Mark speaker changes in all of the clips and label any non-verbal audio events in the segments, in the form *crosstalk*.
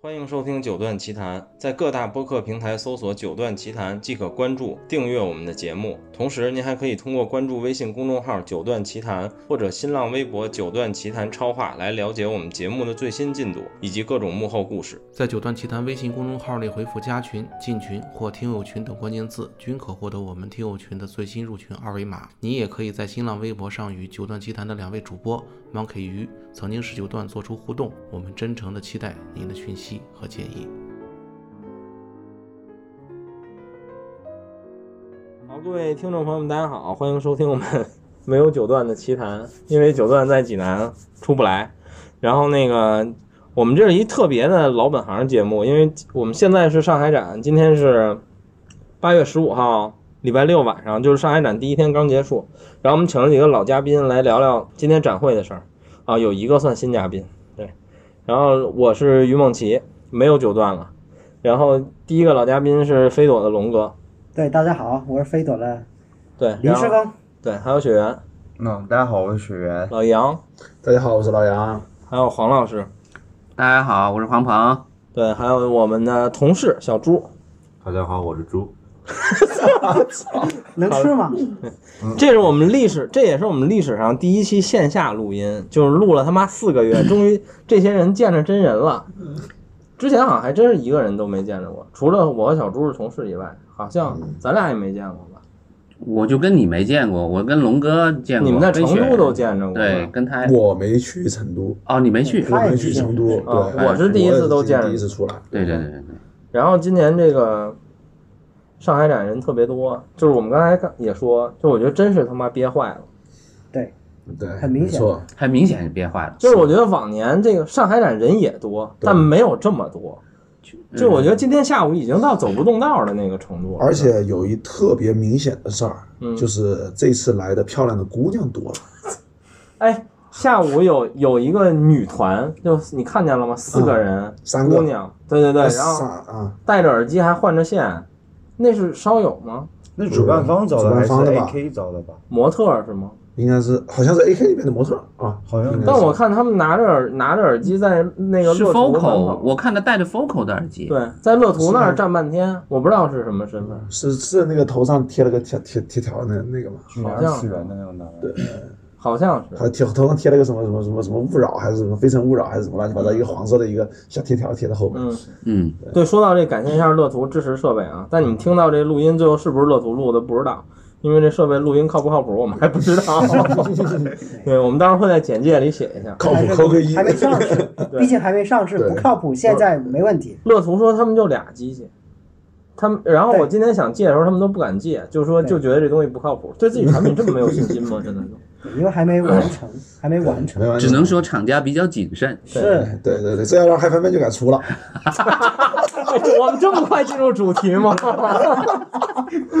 Speaker 1: 欢迎收听《九段奇谈》，在各大播客平台搜索“九段奇谈”即可关注、订阅我们的节目。同时，您还可以通过关注微信公众号“九段奇谈”或者新浪微博“九段奇谈超话”来了解我们节目的最新进度以及各种幕后故事。
Speaker 2: 在九段奇谈微信公众号内回复“加群”“进群”或“听友群”等关键字，均可获得我们听友群的最新入群二维码。你也可以在新浪微博上与九段奇谈的两位主播 Monkey 鱼曾经十九段做出互动。我们真诚的期待您的讯息和建议。
Speaker 1: 好，各位听众朋友们，大家好，欢迎收听我们没有九段的奇谈，因为九段在济南出不来。然后那个，我们这是一特别的老本行节目，因为我们现在是上海展，今天是八月十五号，礼拜六晚上，就是上海展第一天刚结束。然后我们请了几个老嘉宾来聊聊今天展会的事儿啊，有一个算新嘉宾，对。然后我是于梦琪，没有九段了。然后第一个老嘉宾是飞朵的龙哥，
Speaker 3: 对，大家好，啊我是飞朵的
Speaker 1: 对，
Speaker 3: 林
Speaker 1: 然后
Speaker 3: 世刚。
Speaker 1: 对，还有雪原、
Speaker 4: 嗯，大家好，我是雪原。
Speaker 1: 老杨，
Speaker 5: 大家好，我是老杨。
Speaker 1: 还有黄老师，
Speaker 4: 大家好，我是黄鹏。
Speaker 1: 对，还有我们的同事小朱。
Speaker 6: 大家好，我是猪。
Speaker 3: 能吃吗？
Speaker 7: 嗯
Speaker 1: 这是我们历史，这也是我们历史上第一期线下录音，就是录了他妈四个月，终于这些人见着真人了。之前好像还真是一个人都没见着过，除了我和小朱是同事以外，好像
Speaker 7: 嗯
Speaker 1: 咱俩也没见过吧？
Speaker 7: 我就跟你没见过，我跟龙哥见过，
Speaker 1: 你们在
Speaker 7: 跟
Speaker 1: 成
Speaker 7: 雪
Speaker 1: 都都见着过吧？
Speaker 7: 对，跟他
Speaker 5: 我没去成都，
Speaker 7: 哦，你没去，
Speaker 5: 我
Speaker 3: 他也
Speaker 5: 没去成都，
Speaker 1: 啊
Speaker 5: 对，哎
Speaker 1: 我是第一次都见
Speaker 5: 我也是第一次出来。
Speaker 7: 对对对对对，
Speaker 1: 然后今年这个上海展人特别多，就是我们刚才看也说，就我觉得真是他妈憋坏了。
Speaker 3: 对，
Speaker 5: 对，
Speaker 3: 很明显
Speaker 5: 没错，
Speaker 7: 很明显是憋坏了。
Speaker 1: 就是我觉得往年这个上海展人也多，但没有这么多。就我觉得今天下午已经到走不动道的那个程度了。
Speaker 5: 而且有一特别明显的事儿
Speaker 1: 嗯，
Speaker 5: 就是这次来的漂亮的姑娘多了。
Speaker 1: 哎，下午有有一个女团，就你看见了吗？四个人，
Speaker 5: 三个
Speaker 1: 姑娘，对对对，然
Speaker 5: 傻
Speaker 1: 后
Speaker 5: 啊，
Speaker 1: 戴着耳机还换着线，那是烧友吗？
Speaker 6: 那主办
Speaker 1: 嗯
Speaker 6: 方找的还是
Speaker 5: 主办方的吧
Speaker 6: AK 找的吧？
Speaker 1: 模特儿是吗？
Speaker 5: 应该是好像是 AK 里面的模特啊，
Speaker 6: 好像
Speaker 5: 应该
Speaker 1: 但
Speaker 5: 是
Speaker 1: 我看他们拿着耳拿着耳机在那个
Speaker 7: 是
Speaker 1: 乐图门
Speaker 7: Focal，
Speaker 1: 口，
Speaker 7: 我看他戴着 Focal 的耳机，
Speaker 1: 对，在乐图那儿站半天，我不知道是什么身份。
Speaker 5: 是是那个头上贴了个铁铁铁条那那个嘛，
Speaker 6: 好
Speaker 1: 像
Speaker 6: 次元的那种男人。
Speaker 1: 好像是，
Speaker 5: 还有贴头上贴了个什么什么什么什么勿扰还是什么非诚勿扰还是什么乱七八糟一个黄色的一个小铁条贴在后面。
Speaker 1: 嗯，
Speaker 7: 嗯，
Speaker 1: 对，说到这，感谢一下乐图支持设备啊。但你们听到这录音最后是不是乐图录的不知道，因为这设备录音靠不靠谱我们还不知道。对，我们到时候会在简介里写一下。
Speaker 5: 靠
Speaker 3: 还
Speaker 5: 谱
Speaker 3: 是
Speaker 5: 哦扣个一
Speaker 3: 还，没上
Speaker 5: *laughs*
Speaker 3: 市，毕竟还没上市，
Speaker 5: 对
Speaker 3: 不靠谱。现在没问题，
Speaker 1: 乐图说他们就俩机器，他们，然后我今天想借的时候，他们都不敢借，就说
Speaker 3: 对
Speaker 1: 就觉得这东西不靠谱，对自己产品这么没有信心吗？真的是。
Speaker 3: 因为还没完成，
Speaker 5: 嗯
Speaker 3: 还没完成。
Speaker 5: 没完
Speaker 7: 只能说厂家比较谨慎。
Speaker 3: 是，
Speaker 5: 对对对，这要让嗨翻面就敢出了。
Speaker 1: *laughs* 我们这么快进入主题吗？ *laughs*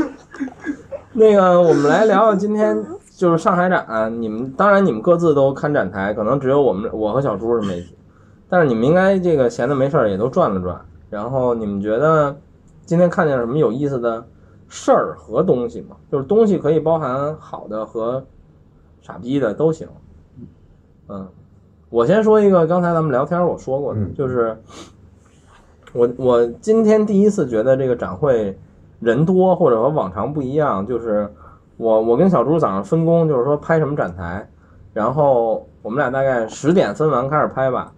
Speaker 1: 那个，我们来聊聊今天就是上海展、你们当然你们各自都看展台，可能只有我们我和小朱是媒体，但是你们应该这个闲的没事儿也都转了转。然后你们觉得今天看见了什么有意思的事儿和东西吗？就是东西可以包含好的和傻逼的都行。嗯，我先说一个，刚才咱们聊天我说过的，
Speaker 5: 嗯
Speaker 1: 就是我我今天第一次觉得这个展会人多，或者和往常不一样，就是我我跟小朱早上分工，就是说拍什么展台，然后我们俩大概十点分完开始拍吧，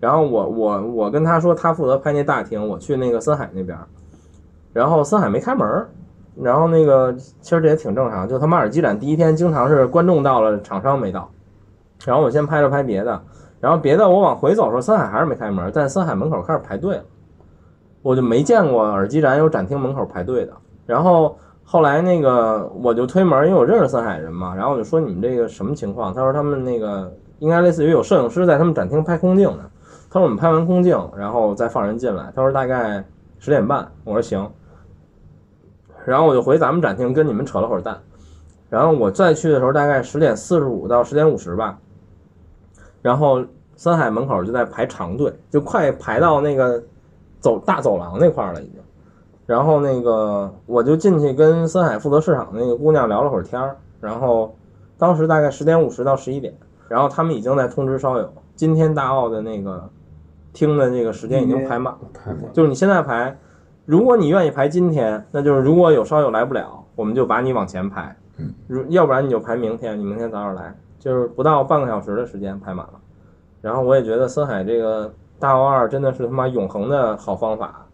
Speaker 1: 然后我我我跟他说他负责拍那大厅，我去那个森海那边儿，然后森海没开门儿，然后那个其实这也挺正常，就他妈耳机展第一天经常是观众到了，厂商没到，然后我先拍了拍别的，然后别的我往回走的时候，森海还是没开门，但森海门口开始排队了。我就没见过耳机展有展厅门口排队的。然后后来那个我就推门，因为我认识森海人嘛，然后我就说你们这个什么情况？他说他们那个应该类似于有摄影师在他们展厅拍空镜呢。他说我们拍完空镜，然后再放人进来。他说大概十点半。我说行。然后我就回咱们展厅跟你们扯了会儿淡。然后我再去的时候大概十点四十五到十点五十吧。然后森海门口就在排长队，就快排到那个走大走廊那块儿了已经。然后那个我就进去跟森海负责市场那个姑娘聊了会儿天儿，然后当时大概十点五十到十一点，然后他们已经在通知烧友今天大奥的那个听的这个时间已经排满了。
Speaker 5: 太晚了
Speaker 1: 就是你现在排，如果你愿意排今天，那就是如果有烧友来不了，我们就把你往前排。如要不然你就排明天，你明天早点来，就是不到半个小时的时间排满了。然后我也觉得森海这个大奥二真的是他妈永恒的好方法，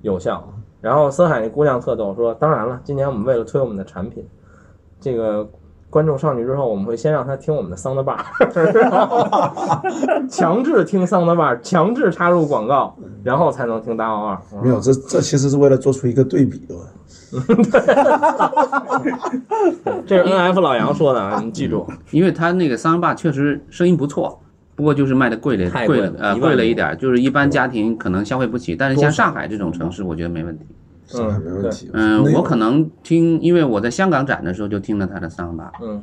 Speaker 1: 有效。然后森海那姑娘特逗，说当然了，今年我们为了推我们的产品，这个观众上去之后，我们会先让他听我们的桑德巴， *laughs* 强制听桑德巴，强制插入广告，然后才能听大奥二。嗯
Speaker 5: 没有，这这其实是为了做出一个对比的。
Speaker 1: 这是 N F 老杨说的啊，你记住。
Speaker 6: 因为他那个桑巴确实声音不错，不过就是卖的贵了，
Speaker 1: 太贵
Speaker 6: 贵
Speaker 1: 了
Speaker 6: 了，呃，
Speaker 1: 一万
Speaker 6: 贵了一
Speaker 1: 多
Speaker 6: 点儿，就是一般家庭可能消费不起，但是像上海这种城市，我觉得没问题。
Speaker 5: 上海没问题。
Speaker 6: 嗯，
Speaker 5: 那
Speaker 6: 我可能听，因为我在香港展的时候就听了他的桑巴，
Speaker 1: 嗯，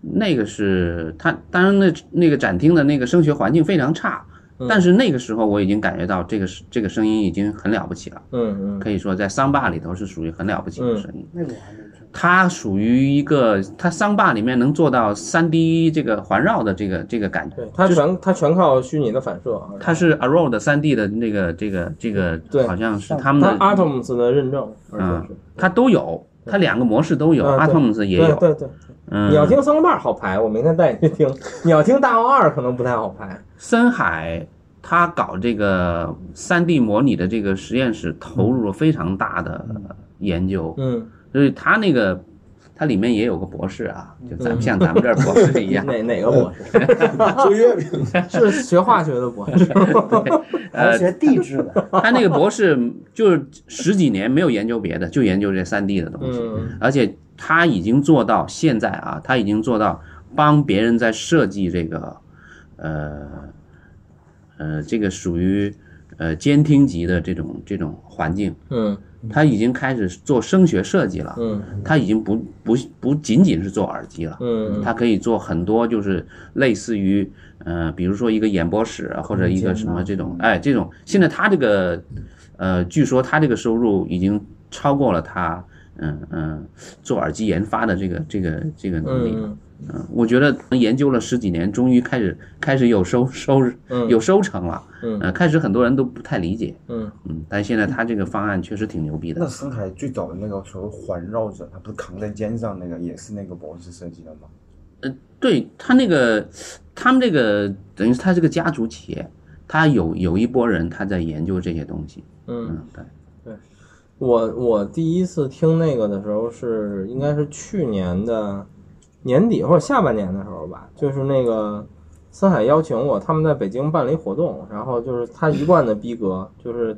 Speaker 6: 那个是他，当然那那个展厅的那个声学环境非常差，
Speaker 1: 嗯
Speaker 6: 但是那个时候我已经感觉到这个是这个声音已经很了不起了，
Speaker 1: 嗯嗯
Speaker 6: 可以说在桑巴里头是属于很了不起的声音。
Speaker 3: 那个我还没听。
Speaker 6: 它属于一个，它桑巴里面能做到三 D 这个环绕的这个这个感觉，
Speaker 1: 对，他全他全靠虚拟的反射啊，
Speaker 6: 它是 Arrow 的三 D 的那个这个这个，
Speaker 1: 对
Speaker 6: 好像是他们
Speaker 1: 他
Speaker 6: 的，嗯
Speaker 1: Atoms 的认证，而且是
Speaker 6: 它都有，它两个模式都有
Speaker 1: 啊对
Speaker 6: ，Atoms 也
Speaker 1: 对
Speaker 6: 有，
Speaker 1: 对对，
Speaker 6: 嗯，
Speaker 1: 你要听桑巴好排，我明天带你去听；你要听大奥二可能不太好排。
Speaker 6: 深海他搞这个三 D 模拟的这个实验室投入了非常大的研究，
Speaker 1: 嗯，
Speaker 6: 所以他那个它里面也有个博士啊，
Speaker 1: 嗯
Speaker 6: 就咱们像咱们这儿博士一
Speaker 1: *laughs*
Speaker 6: 样，
Speaker 1: 哪哪个博士？
Speaker 5: 做
Speaker 1: *laughs*
Speaker 5: 月饼，
Speaker 1: 是学化学的博士。
Speaker 6: 呃
Speaker 3: 还是学地质的，
Speaker 6: 他那个博士就是十几年没有研究别的，就研究这三 D 的东西，
Speaker 1: 嗯
Speaker 6: 而且他已经做到现在啊，他已经做到帮别人在设计这个，呃，呃，这个属于呃监听级的这种这种环境，
Speaker 1: 嗯
Speaker 6: 他已经开始做声学设计了，
Speaker 1: 嗯
Speaker 6: 他已经不不不仅仅是做耳机了。
Speaker 1: 嗯
Speaker 6: 它可以做很多，就是类似于，呃，比如说一个演播室啊，或者一个什么这种，哎，这种现在它这个，呃，据说它这个收入已经超过了它，嗯嗯，做耳机研发的这个这个这个能力。
Speaker 1: 嗯
Speaker 6: 嗯，我觉得研究了十几年，终于开始开始有收收
Speaker 1: 嗯
Speaker 6: 有收成了。
Speaker 1: 嗯
Speaker 6: 呃，开始很多人都不太理解，
Speaker 1: 嗯
Speaker 6: 嗯，但现在他这个方案确实挺牛逼
Speaker 7: 那
Speaker 6: 的。
Speaker 7: 森海最早的那个所谓环绕者，他不是扛在肩上那个，也是那个博士设计的吗？
Speaker 6: 对他那个，他们这个等于是他这个家族企业，他有有一波人他在研究这些东西。
Speaker 1: 嗯。
Speaker 6: 嗯，对，
Speaker 1: 我我第一次听那个的时候是应该是去年的年底或者下半年的时候吧，就是那个森海邀请我，他们在北京办了一活动，然后就是他一贯的逼格，就是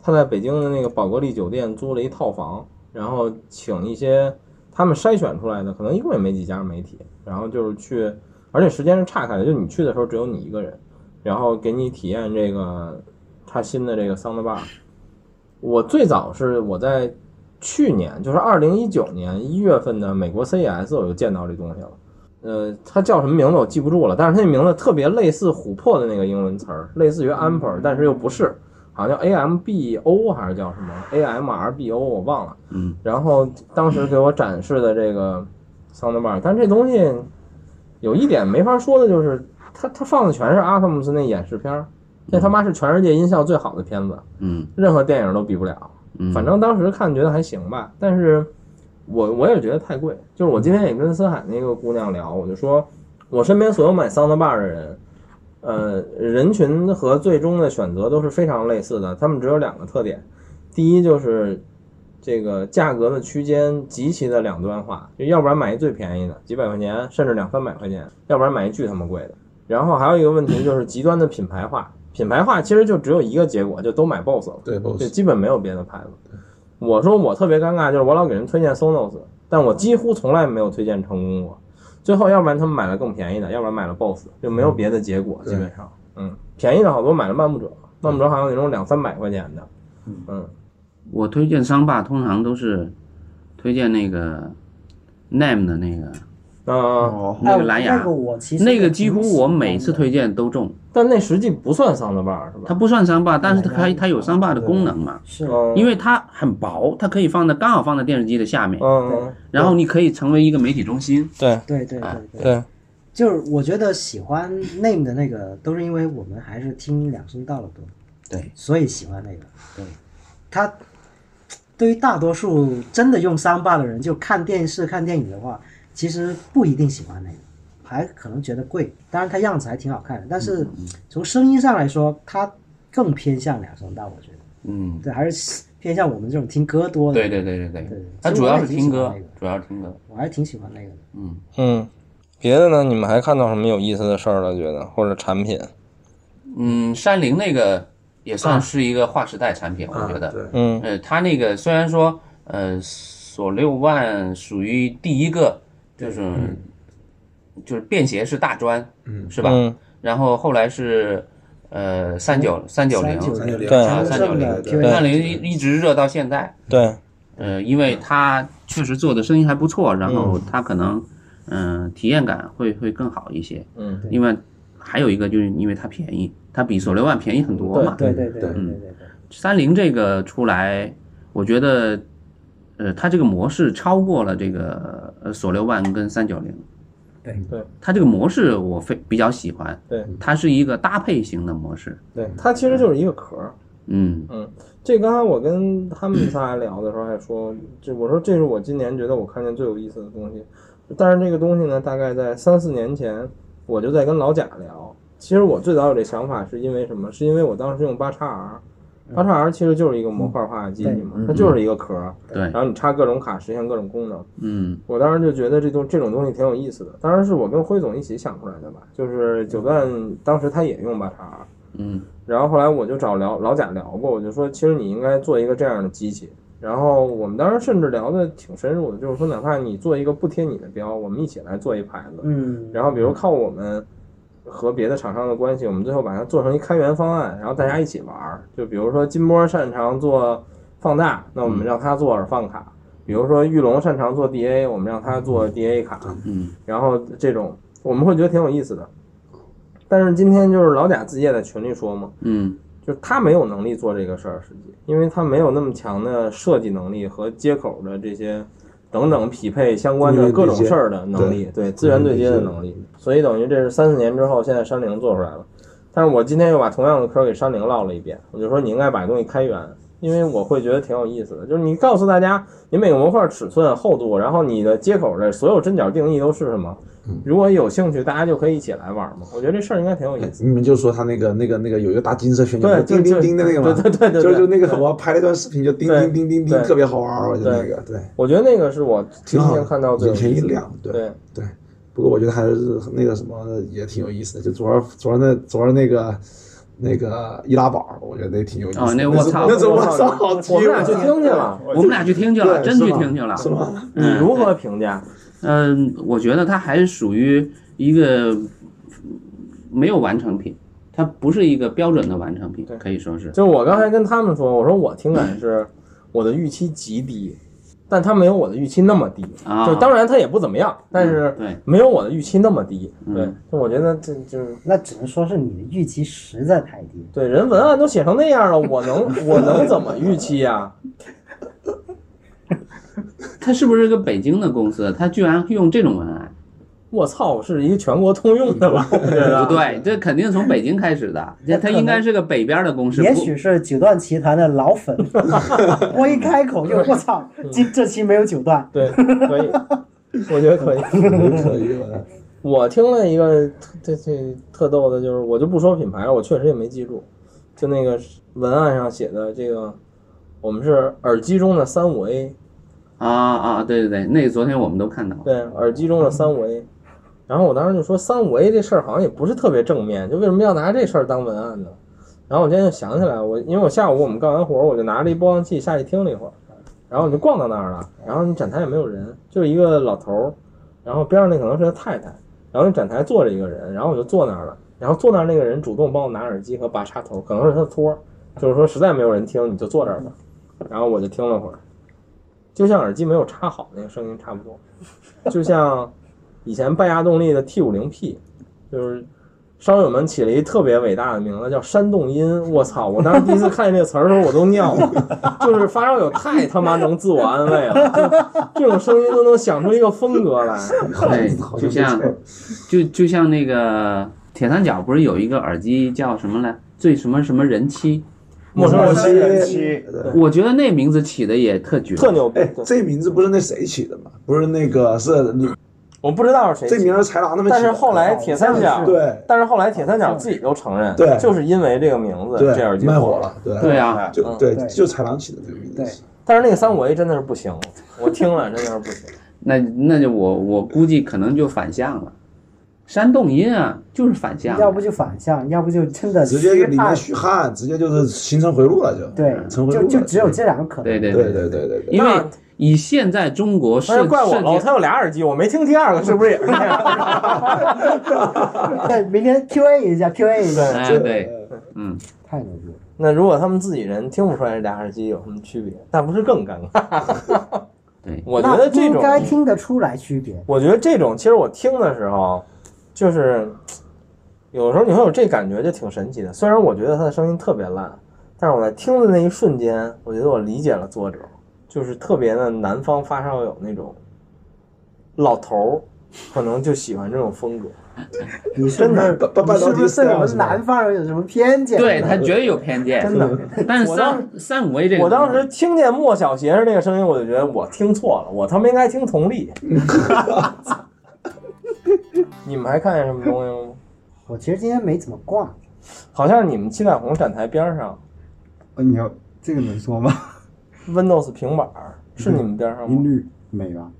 Speaker 1: 他在北京的那个宝格丽酒店租了一套房，然后请一些他们筛选出来的，可能一共也没几家媒体，然后就是去，而且时间是岔开的，就你去的时候只有你一个人，然后给你体验这个他新的这个桑德巴。我最早是我在去年，就是二零一九年一月份的美国 CES，我就见到这东西了。呃，它叫什么名字我记不住了，但是它那名字特别类似琥珀的那个英文词儿，类似于 amber，但是又不是，好像叫 AMBO 还是叫什么 AMRBO，我忘了。
Speaker 6: 嗯，
Speaker 1: 然后当时给我展示的这个 soundbar，但这东西有一点没法说的就是，它它放的全是 Atoms 那演示片儿，那他妈是全世界音效最好的片子。
Speaker 6: 嗯
Speaker 1: 任何电影都比不了。
Speaker 6: 嗯，
Speaker 1: 反正当时看觉得还行吧，但是我我也觉得太贵。就是我今天也跟森海那个姑娘聊，我就说，我身边所有买桑德巴的人，呃，人群和最终的选择都是非常类似的，他们只有两个特点，第一就是。这个价格的区间极其的两端化，就要不然买一最便宜的几百块钱，甚至两三百块钱，要不然买一巨他妈贵的。然后还有一个问题就是极端的品牌化，品牌化其实就只有一个结果，就都买 BOSS 了。
Speaker 5: 对
Speaker 1: 对，
Speaker 5: ，boss，
Speaker 1: 基本没有别的牌子。我说我特别尴尬，就是我老给人推荐 Sonos，但我几乎从来没有推荐成功过。最后，要不然他们买了更便宜的，要不然买了 BOSS，就没有别的结果，
Speaker 5: 对
Speaker 1: 基本上。嗯，便宜的好多买了漫步者，漫步者好像有那种两三百块钱的。嗯
Speaker 6: 我推荐商霸通常都是推荐那个 Name 的那个
Speaker 1: 那
Speaker 6: 那
Speaker 3: 哎
Speaker 6: 个蓝牙
Speaker 3: 那个，我其实
Speaker 6: 那个几乎我每次
Speaker 3: 推。
Speaker 6: 推荐都中，
Speaker 1: 但那实际不算桑德巴尔是吧？
Speaker 6: 它不算商霸，但是它
Speaker 3: 蓝
Speaker 6: 它
Speaker 3: 牙
Speaker 6: 它有商霸的功能嘛，
Speaker 3: 是
Speaker 5: 哦
Speaker 1: 嗯
Speaker 6: 因为它很薄，它可以放在刚好放
Speaker 3: 哦
Speaker 6: 在电视机的下面，
Speaker 1: 嗯
Speaker 6: 然后你可以成为一个媒体中心。
Speaker 1: 对
Speaker 7: 啊
Speaker 3: 对对对对，
Speaker 1: 对
Speaker 3: 就是我觉得喜欢 name 的那个，都是因为我们还是听两声道了多，
Speaker 7: 对，
Speaker 3: 所以喜欢那个。对，他对于大多数真的用桑巴的人，就看电视、看电影的话，其实不一定喜欢那个，还可能觉得贵。当然，它样子还挺好看的，但是
Speaker 7: 嗯
Speaker 3: 从声音上来说，它更偏向两声道，我觉得。
Speaker 7: 嗯，
Speaker 3: 对，还是偏向我们这种听歌多的。
Speaker 7: 对对对对
Speaker 3: 对
Speaker 7: 对，他主要是听歌
Speaker 3: 其实我也挺喜欢那个，嗯我还挺喜欢那
Speaker 7: 主要是听歌，
Speaker 3: 个的。
Speaker 7: 嗯。
Speaker 1: 嗯，别的呢？你们还看到什么有意思的事儿了？觉得或者产品？
Speaker 7: 嗯，山林那个也
Speaker 3: 啊
Speaker 7: 算是一个划时代产品，我觉得。
Speaker 5: 对，
Speaker 1: 嗯
Speaker 7: 呃，它那个虽然说，呃，索六万属于第一个，就是、
Speaker 3: 嗯
Speaker 7: 就是便携式大砖，嗯，是吧？
Speaker 1: 嗯
Speaker 7: 然后后来是呃三九三九零，
Speaker 5: 三九零
Speaker 1: 对
Speaker 7: 啊
Speaker 3: 嗯三
Speaker 7: 三九零
Speaker 3: 的
Speaker 5: 对
Speaker 3: PV
Speaker 7: 三零一一直热到现在。
Speaker 1: 对，
Speaker 7: 呃，因为它确实做的生意还不错，然后它可能嗯、体验感会会更好一些。
Speaker 1: 嗯，
Speaker 7: 另外还有一个就是因为它便宜，它比索六万便宜很多嘛。
Speaker 3: 对对对对对
Speaker 5: 对
Speaker 3: 对对，
Speaker 7: 三菱这个出来，我觉得，呃，它这个模式超过了这个呃索六万跟三九零。
Speaker 3: 对
Speaker 1: 对，
Speaker 7: 它这个模式我非比较喜欢。
Speaker 1: 对，
Speaker 7: 它是一个搭配型的模式。
Speaker 1: 对，它其实就是一个壳儿。
Speaker 7: 嗯
Speaker 1: 嗯，这刚才我跟他们仨聊的时候还说，这我说这是我今年觉得我看见最有意思的东西，但是这个东西呢，大概在三四年前我就在跟老贾聊。其实我最早有这想法是因为什么？是因为我当时用八叉 R，八叉 R 其实就是一个模块化的机器嘛，它就是一个壳儿，
Speaker 7: 对
Speaker 1: 然后你插各种卡实现各种功能。
Speaker 7: 嗯
Speaker 1: 我当时就觉得这东这种东西挺有意思的，当然是我跟辉总一起想出来的吧。就是九段当时他也用八叉 R，
Speaker 7: 嗯
Speaker 1: 然后后来我就找聊老贾聊过，我就说，其实你应该做一个这样的机器。然后我们当时甚至聊的挺深入的，就是说，哪怕你做一个不贴你的标，我们一起来做一牌子。
Speaker 3: 嗯，
Speaker 1: 然后比如靠我们和别的厂商的关系，我们最后把它做成一开源方案，然后大家一起玩儿。就比如说金波擅长做放大，那我们让他做耳放卡；比如说玉龙擅长做 DA，我们让他做 DA 卡。
Speaker 7: 嗯
Speaker 1: 然后这种我们会觉得挺有意思的。但是今天就是老贾自己也在群里说嘛，
Speaker 7: 嗯
Speaker 1: 就是他没有能力做这个事儿，实际，因为他没有那么强的设计能力和接口的这些等等匹配相
Speaker 5: 嗯
Speaker 1: 关的各种事儿的能力，对资源对接的能力，所以等于这是三四年之后，现在山灵做出来了。但是我今天又把同样的嗑儿给山灵唠了一遍，我就说你应该把东西开源，因为我会觉得挺有意思的，就是你告诉大家你每个模块尺寸、厚度，然后你的接口的所有针脚定义都是什么。
Speaker 5: 嗯
Speaker 1: 如果有兴趣，大家就可以一起来玩嘛。我觉得这事儿应该挺有意思。
Speaker 5: 你们就说他那个那个那个有一个大金色旋钮
Speaker 1: 对，，
Speaker 5: 叮叮叮的那个嘛，
Speaker 1: 对对对对，
Speaker 5: 就就那个我拍了一段视频，就叮
Speaker 1: 对
Speaker 5: 叮叮叮
Speaker 1: 对
Speaker 5: 叮，特别好玩儿，我觉得那
Speaker 1: 对
Speaker 5: 个对，
Speaker 1: 我觉得那个是我今
Speaker 5: 挺好
Speaker 1: 天看到
Speaker 5: 的，
Speaker 1: 最
Speaker 5: 眼前一
Speaker 1: 有意思的
Speaker 5: 亮，对
Speaker 1: 对，
Speaker 5: 对。不过我觉得还是那个什么也挺有意思的，就昨儿昨儿那昨儿那个那个易拉宝，我觉得也挺有意思的。
Speaker 7: 哦那
Speaker 5: 那
Speaker 7: 我
Speaker 5: 是
Speaker 7: 操
Speaker 5: 那是
Speaker 1: 我
Speaker 5: 我
Speaker 1: 操
Speaker 5: 操，好
Speaker 1: 我
Speaker 5: 鸡
Speaker 1: 们俩去
Speaker 5: 巴！
Speaker 1: 听去了。
Speaker 7: 我们俩去听去了，
Speaker 5: 对
Speaker 7: 啊真去
Speaker 5: 是吗
Speaker 7: 听去了。
Speaker 5: 是吗？
Speaker 1: 你如何评价？
Speaker 7: 嗯，我觉得它还是属于一个没有完成品，它不是一个标准的完成品，可以说是。
Speaker 1: 就是我刚才跟他们说，我说我听感是我的预期极低，但它没有我的预期那么低。
Speaker 7: 啊
Speaker 1: 就当然它也不怎么样，但是
Speaker 7: 对
Speaker 1: 没有我的预期那么低。对
Speaker 7: 嗯，
Speaker 1: 就我觉得这就是
Speaker 3: 那只能说是你的预期实在太低。
Speaker 1: 对人文案都写成那样了， *laughs* 我能我能怎么预期啊呀？
Speaker 7: 它是不是一个北京的公司？它居然用这种文案？
Speaker 1: 我操，是一个全国通用的吧？我觉得
Speaker 7: *laughs* 不对，这肯定是从北京开始的，它它应该是个北边的公司。
Speaker 3: 也
Speaker 7: 不
Speaker 3: 许是九段奇谭的老粉，我一开口就我操，今这期没有九段，
Speaker 1: 对，可以，我觉得可以。
Speaker 5: 可以了，
Speaker 1: 我听了一个特这这特逗的，就是我就不说品牌了，我确实也没记住，就那个文案上写的这个，我们是耳机中的三五 A，
Speaker 7: 啊啊，对对对，那个昨天我们都看到了。
Speaker 1: 对，耳机中的三五 A。然后我当时就说三五 A 这事儿好像也不是特别正面，就为什么要拿这事儿当文案呢？然后我今天就想起来，我因为我下午我们干完活，我就拿着一播放器下去听了一会儿，然后我就逛到那儿了，然后你展台也没有人，就一个老头儿，然后边上那可能是他太太，然后那展台坐着一个人，然后我就坐那儿了，然后坐那儿那个人主动帮我拿耳机和拔插头，可能是他托儿，就是说实在没有人听，你就坐这儿吧，然后我就听了会儿，就像耳机没有插好那个声音差不多，就像以前拜亚动力的 T 五零 P，就是商友们起了一特别伟大的名字，叫“山洞音”。我操！我当时第一次看见这个词儿的时候，我都尿了。就是发烧友太他妈能自我安慰了，就这种声音都能想出一个风格来。
Speaker 7: 对，就像就就像那个铁三角不是有一个耳机叫什么来？最什么什么人妻？
Speaker 1: 陌生人
Speaker 6: 生人
Speaker 1: 期
Speaker 6: 期，
Speaker 7: 我觉得那名字起的也特绝。
Speaker 1: 特牛逼
Speaker 5: *laughs* 哎，，这名字不是那谁起的吗？不是那个是
Speaker 1: 我不知道是谁起
Speaker 5: 这
Speaker 1: 的。
Speaker 5: 名儿豺狼他们起的。
Speaker 1: 但是后来铁三角，
Speaker 5: 对
Speaker 1: 但是后来铁三角自己都承认，
Speaker 5: 对
Speaker 1: 就是因为这个名字，这耳
Speaker 5: 对
Speaker 1: 机
Speaker 5: 卖火。了，对
Speaker 7: 对啊，
Speaker 5: 就
Speaker 1: 嗯
Speaker 5: 对
Speaker 3: 对
Speaker 5: 就豺狼起的这个名字
Speaker 3: 对。
Speaker 1: 但是那个三五 A 真的是不行，我听了真的是不行。
Speaker 7: 那那就我我估计可能就反向了。山洞音啊，就是反向。
Speaker 3: 要不就反向，要不就真的
Speaker 5: 直接就里
Speaker 3: 虚
Speaker 5: 面
Speaker 3: 汗
Speaker 5: 虚汗，直接就是形成回路了就，
Speaker 3: 对，
Speaker 5: 成回路
Speaker 3: 就
Speaker 5: 了
Speaker 3: 就只有这两个可能。
Speaker 7: 对对
Speaker 5: 对对对对对，
Speaker 7: 因为以现在中国设
Speaker 1: 但是怪我
Speaker 7: 设
Speaker 1: 喽，
Speaker 7: 计
Speaker 1: 他有俩耳机，我没听第二个，是不是也是这样？
Speaker 3: 对，明天 Q A 一下，Q A 一下，
Speaker 7: 哎
Speaker 5: 这
Speaker 7: 对，嗯，
Speaker 3: 太牛逼了！
Speaker 1: *laughs* 那如果他们自己人听不出来这俩耳机有什么区别，那不是更尴尬？
Speaker 7: 对
Speaker 1: 我觉得
Speaker 3: 那
Speaker 1: 这
Speaker 3: 应
Speaker 1: 种，
Speaker 3: 该听得出来区别。
Speaker 1: 我觉得这种，其实我听的时候，就是有时候你会有这感觉，就挺神奇的。虽然我觉得他的声音特别烂，但是我在听的那一瞬间，我觉得我理解了作者，就是特别的南方发烧友那种老头儿，可能就喜欢这种风格。
Speaker 3: 你是
Speaker 1: 真
Speaker 3: 不
Speaker 1: 的
Speaker 3: 是
Speaker 5: 半半半
Speaker 3: 你
Speaker 5: 导
Speaker 3: 是
Speaker 5: 体
Speaker 3: 不是对我
Speaker 5: style
Speaker 3: 们
Speaker 5: 是吧
Speaker 3: 南方人有什么偏见？
Speaker 7: 对他绝对有偏见，
Speaker 1: 真的。
Speaker 7: 但是
Speaker 1: 我当
Speaker 7: 三三五 A 这个，
Speaker 1: 我当时听见莫小邪是那个声音，我就觉得我听错了，我他妈应该听佟 *laughs* 丽。你们还看见什么东西吗？
Speaker 3: 我其实今天没怎么逛，
Speaker 1: 好像你们七彩虹展台边上
Speaker 6: 呃你要这个能说吗？
Speaker 1: Windows 平板儿是你们边上
Speaker 6: 嗯音
Speaker 1: 吗？
Speaker 6: 律美吧？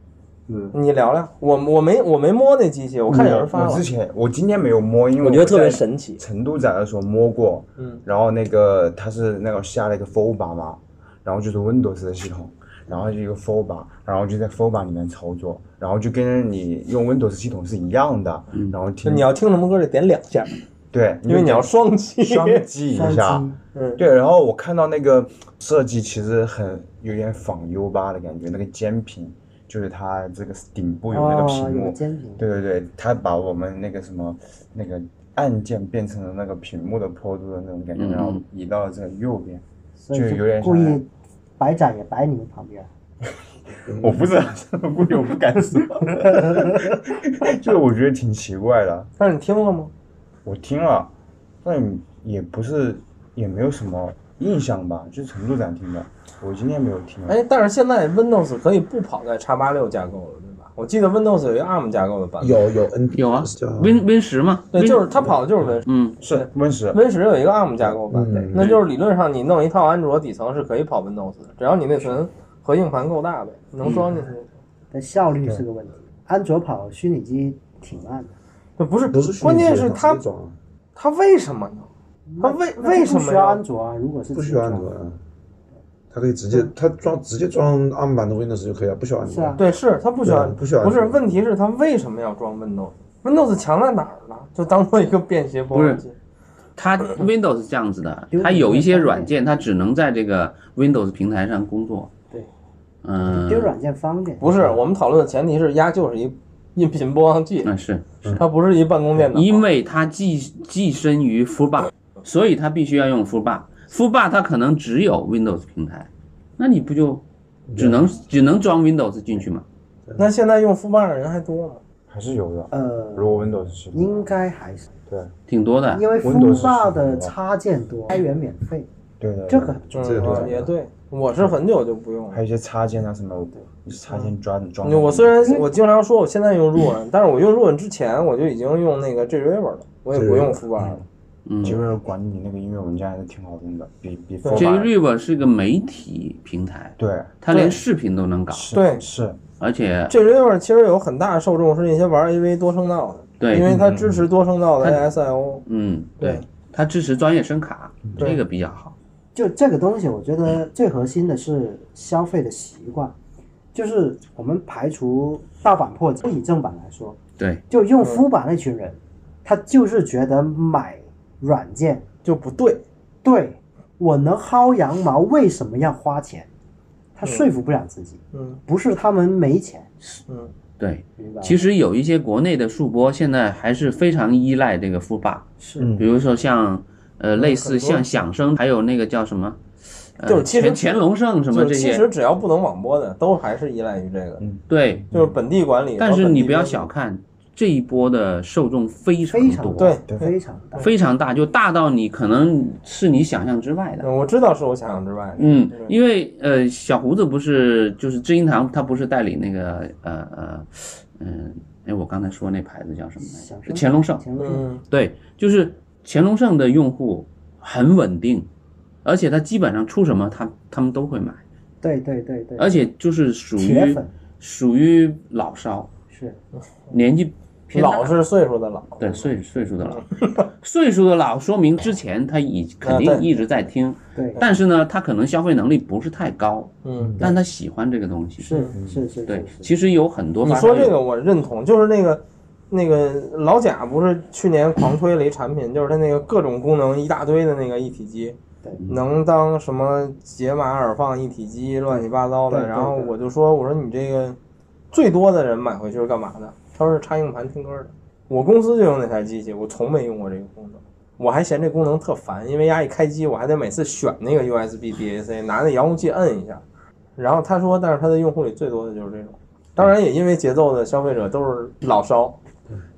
Speaker 6: 嗯是。
Speaker 1: 你聊聊，我我没我没摸那机器，我看有人发了
Speaker 6: 嗯我，之前我今天没有摸，因为
Speaker 1: 我觉得特别
Speaker 6: 在
Speaker 1: 神奇
Speaker 6: 成都展的时候摸过，
Speaker 1: 嗯，
Speaker 6: 然后那个它是那个下了一个 full bar 嘛，然后就是 Windows 的系统，然后就一个 full bar，然后就在 full bar 里面操作，然后就跟你用 Windows 系统是一样的，然后
Speaker 1: 就
Speaker 6: 听
Speaker 1: 你要听什么歌得点两下，
Speaker 6: 嗯对，
Speaker 1: 因为你要 *laughs* 双击。
Speaker 6: 双击一下
Speaker 3: 双击，
Speaker 1: 嗯
Speaker 6: 对，然后我看到那个设计其实很有点仿 U 八的感觉，那个尖屏就是它这个顶部有那个
Speaker 3: 哦，
Speaker 6: 屏幕，
Speaker 3: 有煎饼，
Speaker 6: 对对对，它把我们那个什么那个按键变成了那个屏幕的坡度的那种感觉，
Speaker 7: 嗯嗯
Speaker 6: 然后移到了这个右边。
Speaker 3: 所以
Speaker 6: 就有点
Speaker 3: 故
Speaker 6: 像
Speaker 3: 意摆展也摆你们旁边。
Speaker 6: 我不知道， *laughs* 我估计我不敢说， *laughs* 就是我觉得挺奇怪的。
Speaker 1: 但是你听了吗？
Speaker 6: 我听了，但也不是也没有什么印象吧，就是成都展听的。我今天没有听。
Speaker 1: 哎，但是现在 Windows 可以不跑在 x 八六架构了，对吧？我记得 Windows 有一个 ARM 架构的版本，
Speaker 5: 有嗯有 N
Speaker 7: 有啊
Speaker 5: 叫
Speaker 7: ，Win Win 十嘛，
Speaker 3: 嗯
Speaker 1: 对，
Speaker 7: Win-
Speaker 1: 就是它跑的就是 Win
Speaker 7: 嗯，
Speaker 6: 是 Win 十，
Speaker 1: Win 十有一个 ARM 架构版本
Speaker 5: 嗯，
Speaker 1: 那就是理论上你弄一套安卓底层是可以跑 Windows 的，只要你内存和硬盘够大呗，能装进去。
Speaker 5: 嗯
Speaker 3: 但效率是个问题。安卓跑虚拟机挺慢的，
Speaker 1: 那不是，
Speaker 5: 不是虚拟机
Speaker 1: 关键是
Speaker 5: 的
Speaker 1: 它
Speaker 5: 直接装啊
Speaker 1: 它为什么呢？它为
Speaker 3: 那
Speaker 1: 为什
Speaker 3: 不
Speaker 1: 么
Speaker 3: 需要
Speaker 1: 要
Speaker 3: 安卓啊？如果是
Speaker 5: 不
Speaker 3: 自己
Speaker 5: 需要安
Speaker 3: 装
Speaker 5: 卓啊，它可以直接它装直接装 ARM 版的 Windows 就可以了，不需要安
Speaker 3: 是
Speaker 5: 卓。
Speaker 3: 啊，
Speaker 1: 对，是它不需要，
Speaker 5: 对不需要
Speaker 1: 是，问题是它为什么要装 Windows？Windows 强在哪儿了？就当做一个便携播放器， *laughs*
Speaker 7: 它 Windows 是这样子的
Speaker 3: 丢，
Speaker 7: 它
Speaker 3: 脸
Speaker 7: 有一
Speaker 3: 也
Speaker 7: 些
Speaker 3: 方便
Speaker 7: 软件它只能在这个 Windows 平台上工作。
Speaker 3: 对，
Speaker 7: 嗯，
Speaker 3: 丢软件方便。
Speaker 1: 不是。我们讨论的前提是，它就是一音频播放器，
Speaker 7: 嗯是，
Speaker 1: 它不是一办公电脑。
Speaker 7: 因为它寄寄生于 f u b a 所以它必须要用 f u b a f u b a 它可能只有 Windows 平台，那你不就只能只能装 Windows 进去嘛？
Speaker 1: 那现在用富邦的人还多吗？
Speaker 6: 还是有的。
Speaker 3: 呃，
Speaker 6: 如果 Windows 系统，
Speaker 3: 应该还是
Speaker 6: 对
Speaker 7: 挺多的，
Speaker 3: 因为 f u
Speaker 6: Windows
Speaker 3: b a 的
Speaker 6: 是什么啊
Speaker 3: 插件多，开源免费，
Speaker 6: 对对，
Speaker 3: 这个很重
Speaker 1: 嗯
Speaker 5: 这个多少
Speaker 1: 也对，我是很久就不用了
Speaker 6: 还。有一些插件啊什么，插件专装。
Speaker 1: 嗯我虽然
Speaker 6: 嗯
Speaker 1: 我经常说我现在用 Ruin，但是我用 Ruin 之前我就已经用那个 JRiver 了，我也不用 f u b a 了。
Speaker 7: 嗯
Speaker 6: 就是管理那个音乐文件还是挺好用的，比比 f o r
Speaker 7: j r i v e r 是个媒体平台，
Speaker 6: 对，
Speaker 7: 它连视频都能搞，
Speaker 6: 是
Speaker 1: 对
Speaker 6: 是，
Speaker 7: 而且
Speaker 1: JRiver 其实有很大的受众是那些玩 AV 多声道的，因
Speaker 7: 对，
Speaker 1: 为
Speaker 6: 嗯
Speaker 1: 它支持多声道的
Speaker 7: 嗯
Speaker 1: ASIO。
Speaker 7: 嗯，
Speaker 1: 对，
Speaker 7: 它支持专业声卡，
Speaker 1: 对
Speaker 7: 这个比较好。
Speaker 3: 就这个东西，我觉得最核心的是消费的习惯，就是我们排除盗版破解，不以正版来说，
Speaker 7: 对，
Speaker 3: 就
Speaker 6: 嗯
Speaker 3: 用副版那群人，他就是觉得买软件，
Speaker 1: 就不对，
Speaker 3: 对我能薅羊毛，为什么要花钱？他说服不了自己，
Speaker 1: 嗯
Speaker 3: 不是他们没钱，
Speaker 1: 嗯，
Speaker 7: 对，
Speaker 3: 明白了？
Speaker 7: 其实有一些国内的数播现在还是非常依赖这个 f 霸，
Speaker 3: 是
Speaker 7: 比如说像呃类似
Speaker 1: 很多
Speaker 7: 像响声，还有那个叫什么，呃
Speaker 1: 就是其实
Speaker 7: 乾乾隆盛什么
Speaker 1: 就
Speaker 7: 这
Speaker 1: 是其
Speaker 7: 些
Speaker 1: 实，只要不能网播的，都还是依赖于这个，
Speaker 6: 嗯
Speaker 7: 对。
Speaker 1: 就是本地管理。
Speaker 7: 但是你不要
Speaker 1: 小
Speaker 7: 小看这一波的受众非常
Speaker 3: 非常
Speaker 7: 多，
Speaker 1: 对，
Speaker 3: 非常大，
Speaker 7: 非常大，就大到你可能是你想象之外的。
Speaker 1: 嗯我知道是我想象之外的。
Speaker 7: 嗯，因为呃，小胡子不是就是知音堂，他不是代理那个呃呃嗯，哎，我刚才说那牌子叫什么
Speaker 3: 响
Speaker 7: 来着？
Speaker 3: 声
Speaker 7: 乾隆盛。
Speaker 3: 乾隆
Speaker 1: 嗯，
Speaker 7: 对，就是乾隆盛的用户很稳定，而且他基本上出什么他他们都会买，
Speaker 3: 对对对对，
Speaker 7: 而且就是属
Speaker 3: 铁
Speaker 7: 于
Speaker 3: 粉
Speaker 7: 属于老少，
Speaker 3: 是
Speaker 7: 年纪偏大
Speaker 1: 老是岁数的老。
Speaker 7: 对岁岁数的老，岁数的老说明之前他已肯
Speaker 1: 啊
Speaker 7: 定
Speaker 1: 对
Speaker 7: 一直在听，
Speaker 3: 对，
Speaker 7: 但是呢，他可能消费能力不是太高，
Speaker 1: 嗯，
Speaker 7: 但他喜欢这个东西。
Speaker 3: 是是是
Speaker 7: 对
Speaker 3: 是，是，
Speaker 7: 其实有很多
Speaker 1: 你
Speaker 7: 发烧
Speaker 1: 说这
Speaker 7: 友
Speaker 1: 个我认同，就是那个那个老贾不是去年狂推了一产品，就是它那个各种功能一大堆的那个一体机
Speaker 3: 对，
Speaker 1: 能当什么解码耳放一体机，乱七八糟
Speaker 3: 对
Speaker 1: 的。
Speaker 3: 对
Speaker 1: 然后
Speaker 3: 对
Speaker 1: 我就说，我说你这个最多的人买回去是干嘛的？他说是插硬盘听歌的。我公司就用那台机器，我从没用过这个功能。我还嫌这功能特烦，因为丫一开机，我还得每次选那个 USB DAC，拿那遥控器摁一下。然后他说，但是他的用户里最多的就是这种。当然也因为节奏的消费者都是老烧，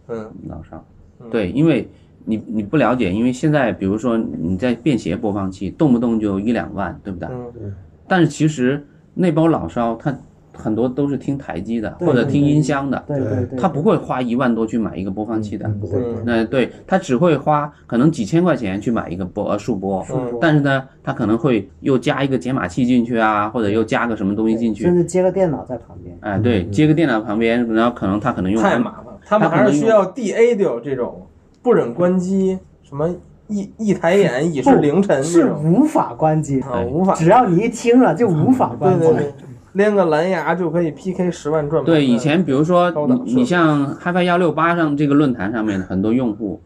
Speaker 1: 嗯，
Speaker 7: 老少，对，因为你你不了解，因为现在比如说你在便携播放器，动不动就一两万，对不对？
Speaker 1: 嗯
Speaker 7: 但是其实那帮老少他很多都是听台机的
Speaker 3: 对
Speaker 7: 或者听音箱的，
Speaker 3: 对对对，
Speaker 7: 他不会花一万多去买一个播放器的。
Speaker 5: 不会
Speaker 1: 嗯
Speaker 7: 那对他只会花可能几千块钱去买一个播呃数播，
Speaker 1: 嗯
Speaker 7: 但是呢，他可能会又加一个解码器进去啊，或者又加个什么东西
Speaker 3: 甚
Speaker 7: 进去。
Speaker 3: 至接个电脑在旁边，
Speaker 7: 哎，对，接个电脑旁边，然后可能他可能用
Speaker 1: 太
Speaker 7: 安
Speaker 1: 麻烦了。他们还是需要 DA 的有这种不忍关机，什么一一抬眼已是凌晨这
Speaker 3: 是
Speaker 1: 种
Speaker 3: 无法关机，
Speaker 1: 啊，无法，
Speaker 3: 只要你一听了就无法
Speaker 1: 对
Speaker 3: 关
Speaker 1: 对
Speaker 3: 机
Speaker 1: 对，，连个蓝牙就可以 PK 十万转盘。
Speaker 7: 对，以前比如说
Speaker 1: 高档设
Speaker 7: 你
Speaker 1: 备
Speaker 7: 你像 HiFi 幺六八上这个论坛上面的很多用户，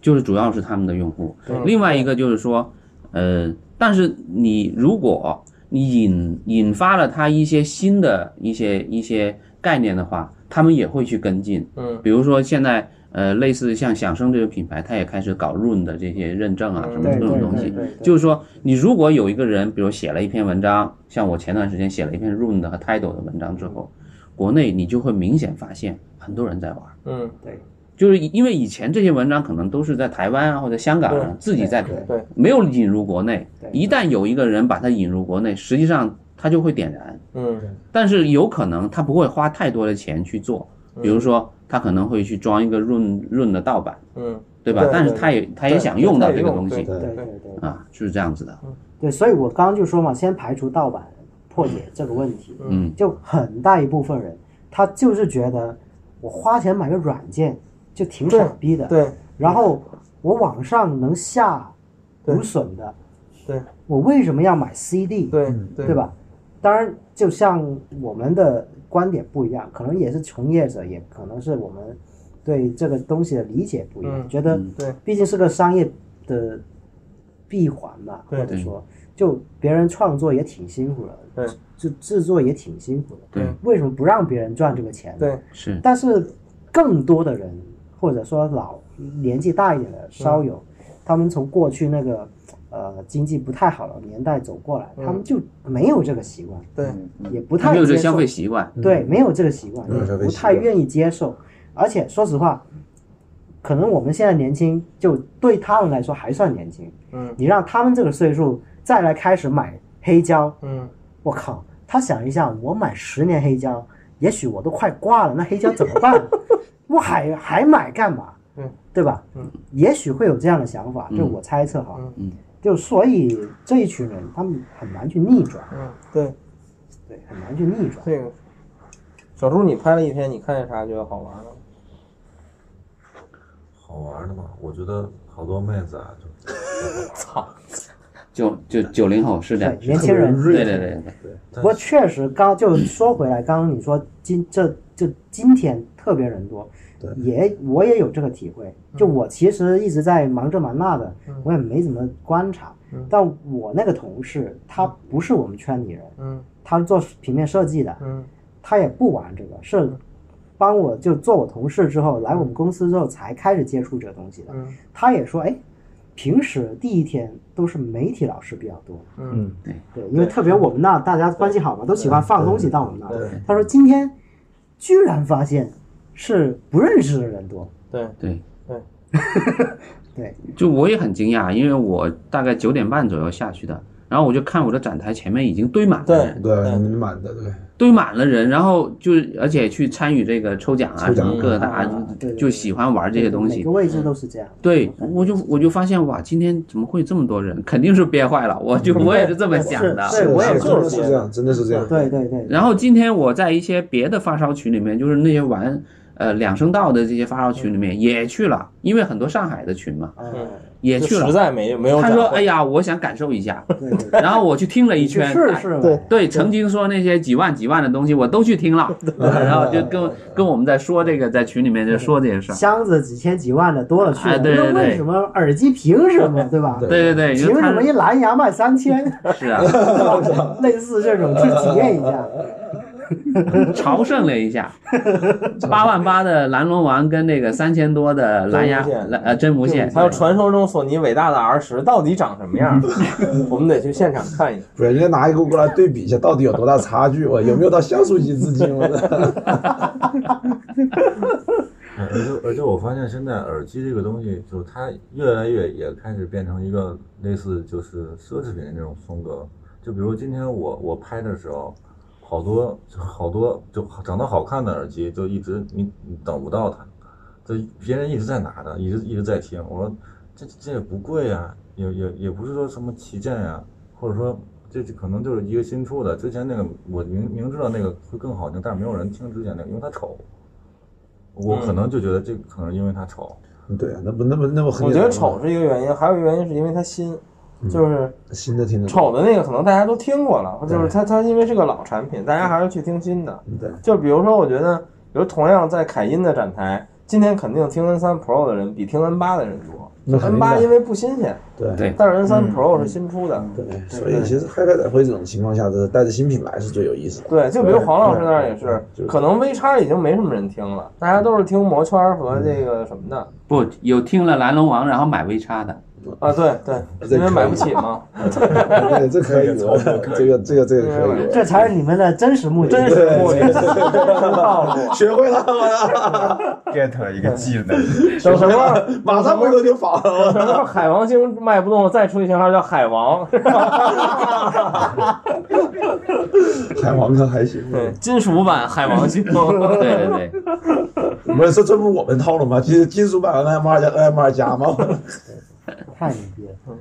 Speaker 7: 就是主要是他们的用户。另外一个就是说，呃，但是你如果你引引发了他一些新的一些一些概念的话，他们也会去跟进。
Speaker 1: 嗯，
Speaker 7: 比如说现在呃，类似像响声这个品牌，它也开始搞 Run 的这些认证啊，什么
Speaker 3: 对
Speaker 7: 这种
Speaker 3: 对
Speaker 7: 东
Speaker 3: 对
Speaker 7: 西。
Speaker 3: 对对，
Speaker 7: 就是说，你如果有一个人，比如写了一篇文章，像我前段时间写了一篇 Room 的和 Tidal 的文章之后，国内你就会明显发现很多人在玩，
Speaker 1: 嗯
Speaker 7: 就是因为以前这些文章可能都是在台湾啊或者香港啊
Speaker 1: 对
Speaker 7: 自己在
Speaker 3: 对
Speaker 1: 对
Speaker 7: 没有引入国内
Speaker 3: 对。
Speaker 7: 一旦有一个人把它引入国内，实际上它就会点燃，
Speaker 1: 嗯
Speaker 7: 但是有可能他不会花太多的钱去做，比如说他可能会去装一个 Room Room 的盗版，
Speaker 1: 嗯，
Speaker 7: 对吧？
Speaker 1: 对
Speaker 7: 但是
Speaker 1: 对
Speaker 7: 他也他也
Speaker 1: 对
Speaker 7: 想
Speaker 1: 对
Speaker 7: 用
Speaker 1: 他
Speaker 7: 到
Speaker 1: 也
Speaker 7: 这个
Speaker 1: 用
Speaker 7: 东西
Speaker 1: 对
Speaker 3: 对对对
Speaker 7: 啊，就是这样子的，
Speaker 3: 对，所以我刚刚就说嘛，先排除盗版，破解这个问题，
Speaker 7: 嗯。
Speaker 3: 就很大一部分人他就是觉得我花钱买个软件就挺傻逼的，
Speaker 1: 对，
Speaker 3: 然后我网上能下
Speaker 1: 对
Speaker 3: 无损的，
Speaker 1: 对，
Speaker 3: 我为什么要买 CD？
Speaker 1: 对对
Speaker 3: 嗯对？吧？当然，就像我们的观点不一样，可能也是从业者，也可能是我们对这个东西的理解不一样，
Speaker 1: 嗯
Speaker 3: 觉得
Speaker 7: 嗯
Speaker 1: 对，
Speaker 3: 毕竟是个商业的闭环嘛，
Speaker 1: 对
Speaker 3: 或者说，就别人创作也挺辛苦的，
Speaker 1: 对，嗯
Speaker 3: 制制作也挺辛苦的，
Speaker 7: 对，
Speaker 3: 为什么不让别人赚这个钱呢？
Speaker 1: 对，
Speaker 7: 是
Speaker 3: 但是更多的人，或者说老年纪大一点
Speaker 1: 嗯
Speaker 3: 的烧友，他们从过去那个呃经济不太好的年代走过来，他们就没有这个习惯，
Speaker 1: 嗯对，
Speaker 3: 也不
Speaker 7: 他
Speaker 3: 太
Speaker 7: 没有这
Speaker 3: 接
Speaker 7: 个消
Speaker 3: 受
Speaker 7: 费习惯，
Speaker 3: 对，没有这个习惯，
Speaker 5: 嗯没有这个
Speaker 3: 不
Speaker 5: 习
Speaker 3: 太
Speaker 5: 惯
Speaker 3: 愿意接受。而且说实话，可能我们现在年轻，就对他们来说还算年轻。
Speaker 1: 嗯
Speaker 3: 你让他们这个岁数再来开始买黑胶，
Speaker 1: 嗯，
Speaker 3: 我靠！他想一下，我买十年黑胶，也许我都快挂了，那黑胶怎么办？
Speaker 5: *laughs*
Speaker 3: 我还还买干嘛？
Speaker 1: 嗯，
Speaker 3: 对吧？
Speaker 1: 嗯，
Speaker 3: 也许会有这样的想法，就我猜测哈。
Speaker 1: 嗯
Speaker 7: 嗯，
Speaker 3: 就所以这一群人，他们很难去逆转，
Speaker 1: 嗯，对，
Speaker 3: 对，很难去逆转。
Speaker 1: 这个小猪你拍了一天，你看见啥觉得好玩的？
Speaker 8: 好玩的嘛，我觉得好多妹子啊，就
Speaker 7: 就就九零后是这样
Speaker 3: 对，，年轻人
Speaker 7: 对对对对，
Speaker 3: 不过确实刚就说回来，刚刚你说今这就今天特别人多，也我也有这个体会。
Speaker 1: 嗯
Speaker 3: 就我其实一直在忙这忙那的，我也没怎么观察。
Speaker 1: 嗯
Speaker 3: 但我那个同事他不是我们圈里人，
Speaker 1: 嗯
Speaker 3: 他是做平面设计的，
Speaker 1: 嗯
Speaker 3: 他也不玩这个，是帮我就做我同事之后，来我们公司之后才开始接触这个东西的。
Speaker 1: 嗯
Speaker 3: 他也说，哎，平时第一天都是媒体老师比较多，
Speaker 1: 嗯
Speaker 3: 对，因为特别我们那大家关系好嘛，都喜欢放东西到我们那
Speaker 1: 对
Speaker 3: 儿。他说今天居然发现是不认识的人多，
Speaker 1: 对，
Speaker 7: 对
Speaker 1: 对，
Speaker 7: *laughs*
Speaker 3: 对，
Speaker 7: 就我也很惊讶，因为我大概九点半左右下去的，然后我就看我的展台前面已经堆满了人，
Speaker 1: 对
Speaker 5: 对，你们满的，对，
Speaker 7: 堆满了人，然后就是而且去参与这个抽奖啊
Speaker 5: 抽奖
Speaker 7: 什么各大
Speaker 3: 啊对对
Speaker 7: 就喜欢玩这些东
Speaker 3: 每
Speaker 7: 西
Speaker 3: 个。位置都是这样。
Speaker 7: 对，我就我就发现哇，今天怎么会这么多人？肯定是憋坏了，我就我也是这么想的。
Speaker 3: 嗯对我也是
Speaker 5: 是真的
Speaker 1: 这
Speaker 5: 是
Speaker 1: 样
Speaker 5: 这样，真的是这样。
Speaker 3: 对对对，
Speaker 7: 然后今天我在一些别的发烧群里面，就是那些玩呃两声道的这些发烧群里面
Speaker 1: 嗯
Speaker 7: 也去了，因为很多上海的群嘛
Speaker 3: 嗯，
Speaker 7: 也去
Speaker 1: 就
Speaker 7: 了
Speaker 1: 实。在没没有
Speaker 7: 他
Speaker 1: 展
Speaker 7: 说：“
Speaker 1: 会
Speaker 7: 哎，呀，我想感受一下。 *laughs*
Speaker 3: 对对”
Speaker 7: 然后我去听了一
Speaker 1: *laughs*
Speaker 3: 对，
Speaker 7: 圈，
Speaker 3: 是是吧，对
Speaker 7: 对，曾经说那些几万几万的东西，我都去
Speaker 1: *laughs*
Speaker 7: 听了，然后就跟跟我们在说这个，在群里面就说这些事儿。
Speaker 3: 箱子几千几万的多了去了，
Speaker 7: 哎对对
Speaker 3: 那为
Speaker 7: 对
Speaker 3: 什么耳机凭什么，对吧？
Speaker 7: 对对对，
Speaker 3: 凭
Speaker 7: 就
Speaker 3: 什
Speaker 7: 他
Speaker 3: 么一蓝牙卖三千？ *laughs*
Speaker 7: 是啊，
Speaker 3: 对吧类似这种去体验一下，
Speaker 7: 朝圣了一
Speaker 1: *laughs*
Speaker 7: 下，八万八的蓝龙王跟那个三千多的蓝牙
Speaker 1: 真无线
Speaker 7: 蓝呃真无线，
Speaker 1: 还有传说中索尼伟大的 R 十到底长什么
Speaker 7: *laughs*
Speaker 1: 样？我们得去现场看
Speaker 5: *laughs*
Speaker 1: 一看。
Speaker 5: 不是，人家拿一个过来对比一下，到底有多大差距？我有没有到像素级致敬？我的， *laughs*
Speaker 8: 嗯而且而且我发现现在耳机这个东西，就是它越来越也开始变成一个类似就是奢侈品的那种风格。就比如今天我我拍的时候，好多就好多就长得好看的耳机，就一直你你等不到它，就别人一直在拿着，一直一直在听。我说这这也不贵啊，也也也不是说什么旗舰呀、或者说这这可能就是一个新出的。之前那个我明明知道那个会更好听，但是没有人听之前那个，因为它丑。我可能就觉得这个可能是因为它丑，
Speaker 5: 对啊，那不那不那不很
Speaker 1: 我
Speaker 5: 简
Speaker 1: 觉
Speaker 5: 单吗，
Speaker 1: 得丑是一个原因，还有一个原因是因为它新，就是
Speaker 5: 新的听着
Speaker 1: 丑的那个可能大家都听过了，就是它它因为是个老产品，大家还是去听新的。
Speaker 5: 对，
Speaker 1: 就比如说，我觉得，比如同样在凯音的展台，今天肯定听 N 三 Pro 的人比听 N 八的人多。
Speaker 5: 那肯
Speaker 1: N
Speaker 5: 定
Speaker 1: 八
Speaker 5: 的
Speaker 1: 因为不新鲜，
Speaker 5: 对
Speaker 7: 对
Speaker 1: 但是 N 三 Pro 是新出的。
Speaker 5: 对，所以其实嗨嗨展会这种情况下，就是带着新品来是最有意思
Speaker 1: *laughs*
Speaker 5: 的。
Speaker 1: 对，就比如黄老师那儿也
Speaker 5: 对
Speaker 1: 是
Speaker 5: 对就是，
Speaker 1: 可能 V 叉已经没什么人听了，大家都是听魔圈儿和这个什么的
Speaker 5: 嗯
Speaker 7: 不有听了蓝龙王然后买微叉的，
Speaker 1: 啊，对对，
Speaker 5: 这
Speaker 1: 因为买不起
Speaker 5: *laughs*
Speaker 1: 嘛，
Speaker 5: 对，这可以，这个这个这个可以，
Speaker 3: 这才是你们的真实目的。
Speaker 1: 真实目的，套路，
Speaker 5: 学会了，
Speaker 6: *laughs*
Speaker 5: 我
Speaker 6: get 了一个技能，
Speaker 1: 等什么时候
Speaker 5: 操， *laughs* 马上回头就仿 *laughs* 了。
Speaker 1: 等什么海王星卖不动，再出一型号叫海王，
Speaker 5: 海王哥还行，
Speaker 7: 嗯
Speaker 1: 对， *laughs* 金属版海王
Speaker 5: *laughs*
Speaker 1: 星，
Speaker 7: 对对对。
Speaker 5: 不是这这不是我们套路吗？金金属版 NMR 加 NMR 加
Speaker 7: *laughs*
Speaker 5: 吗？
Speaker 3: 太牛逼了！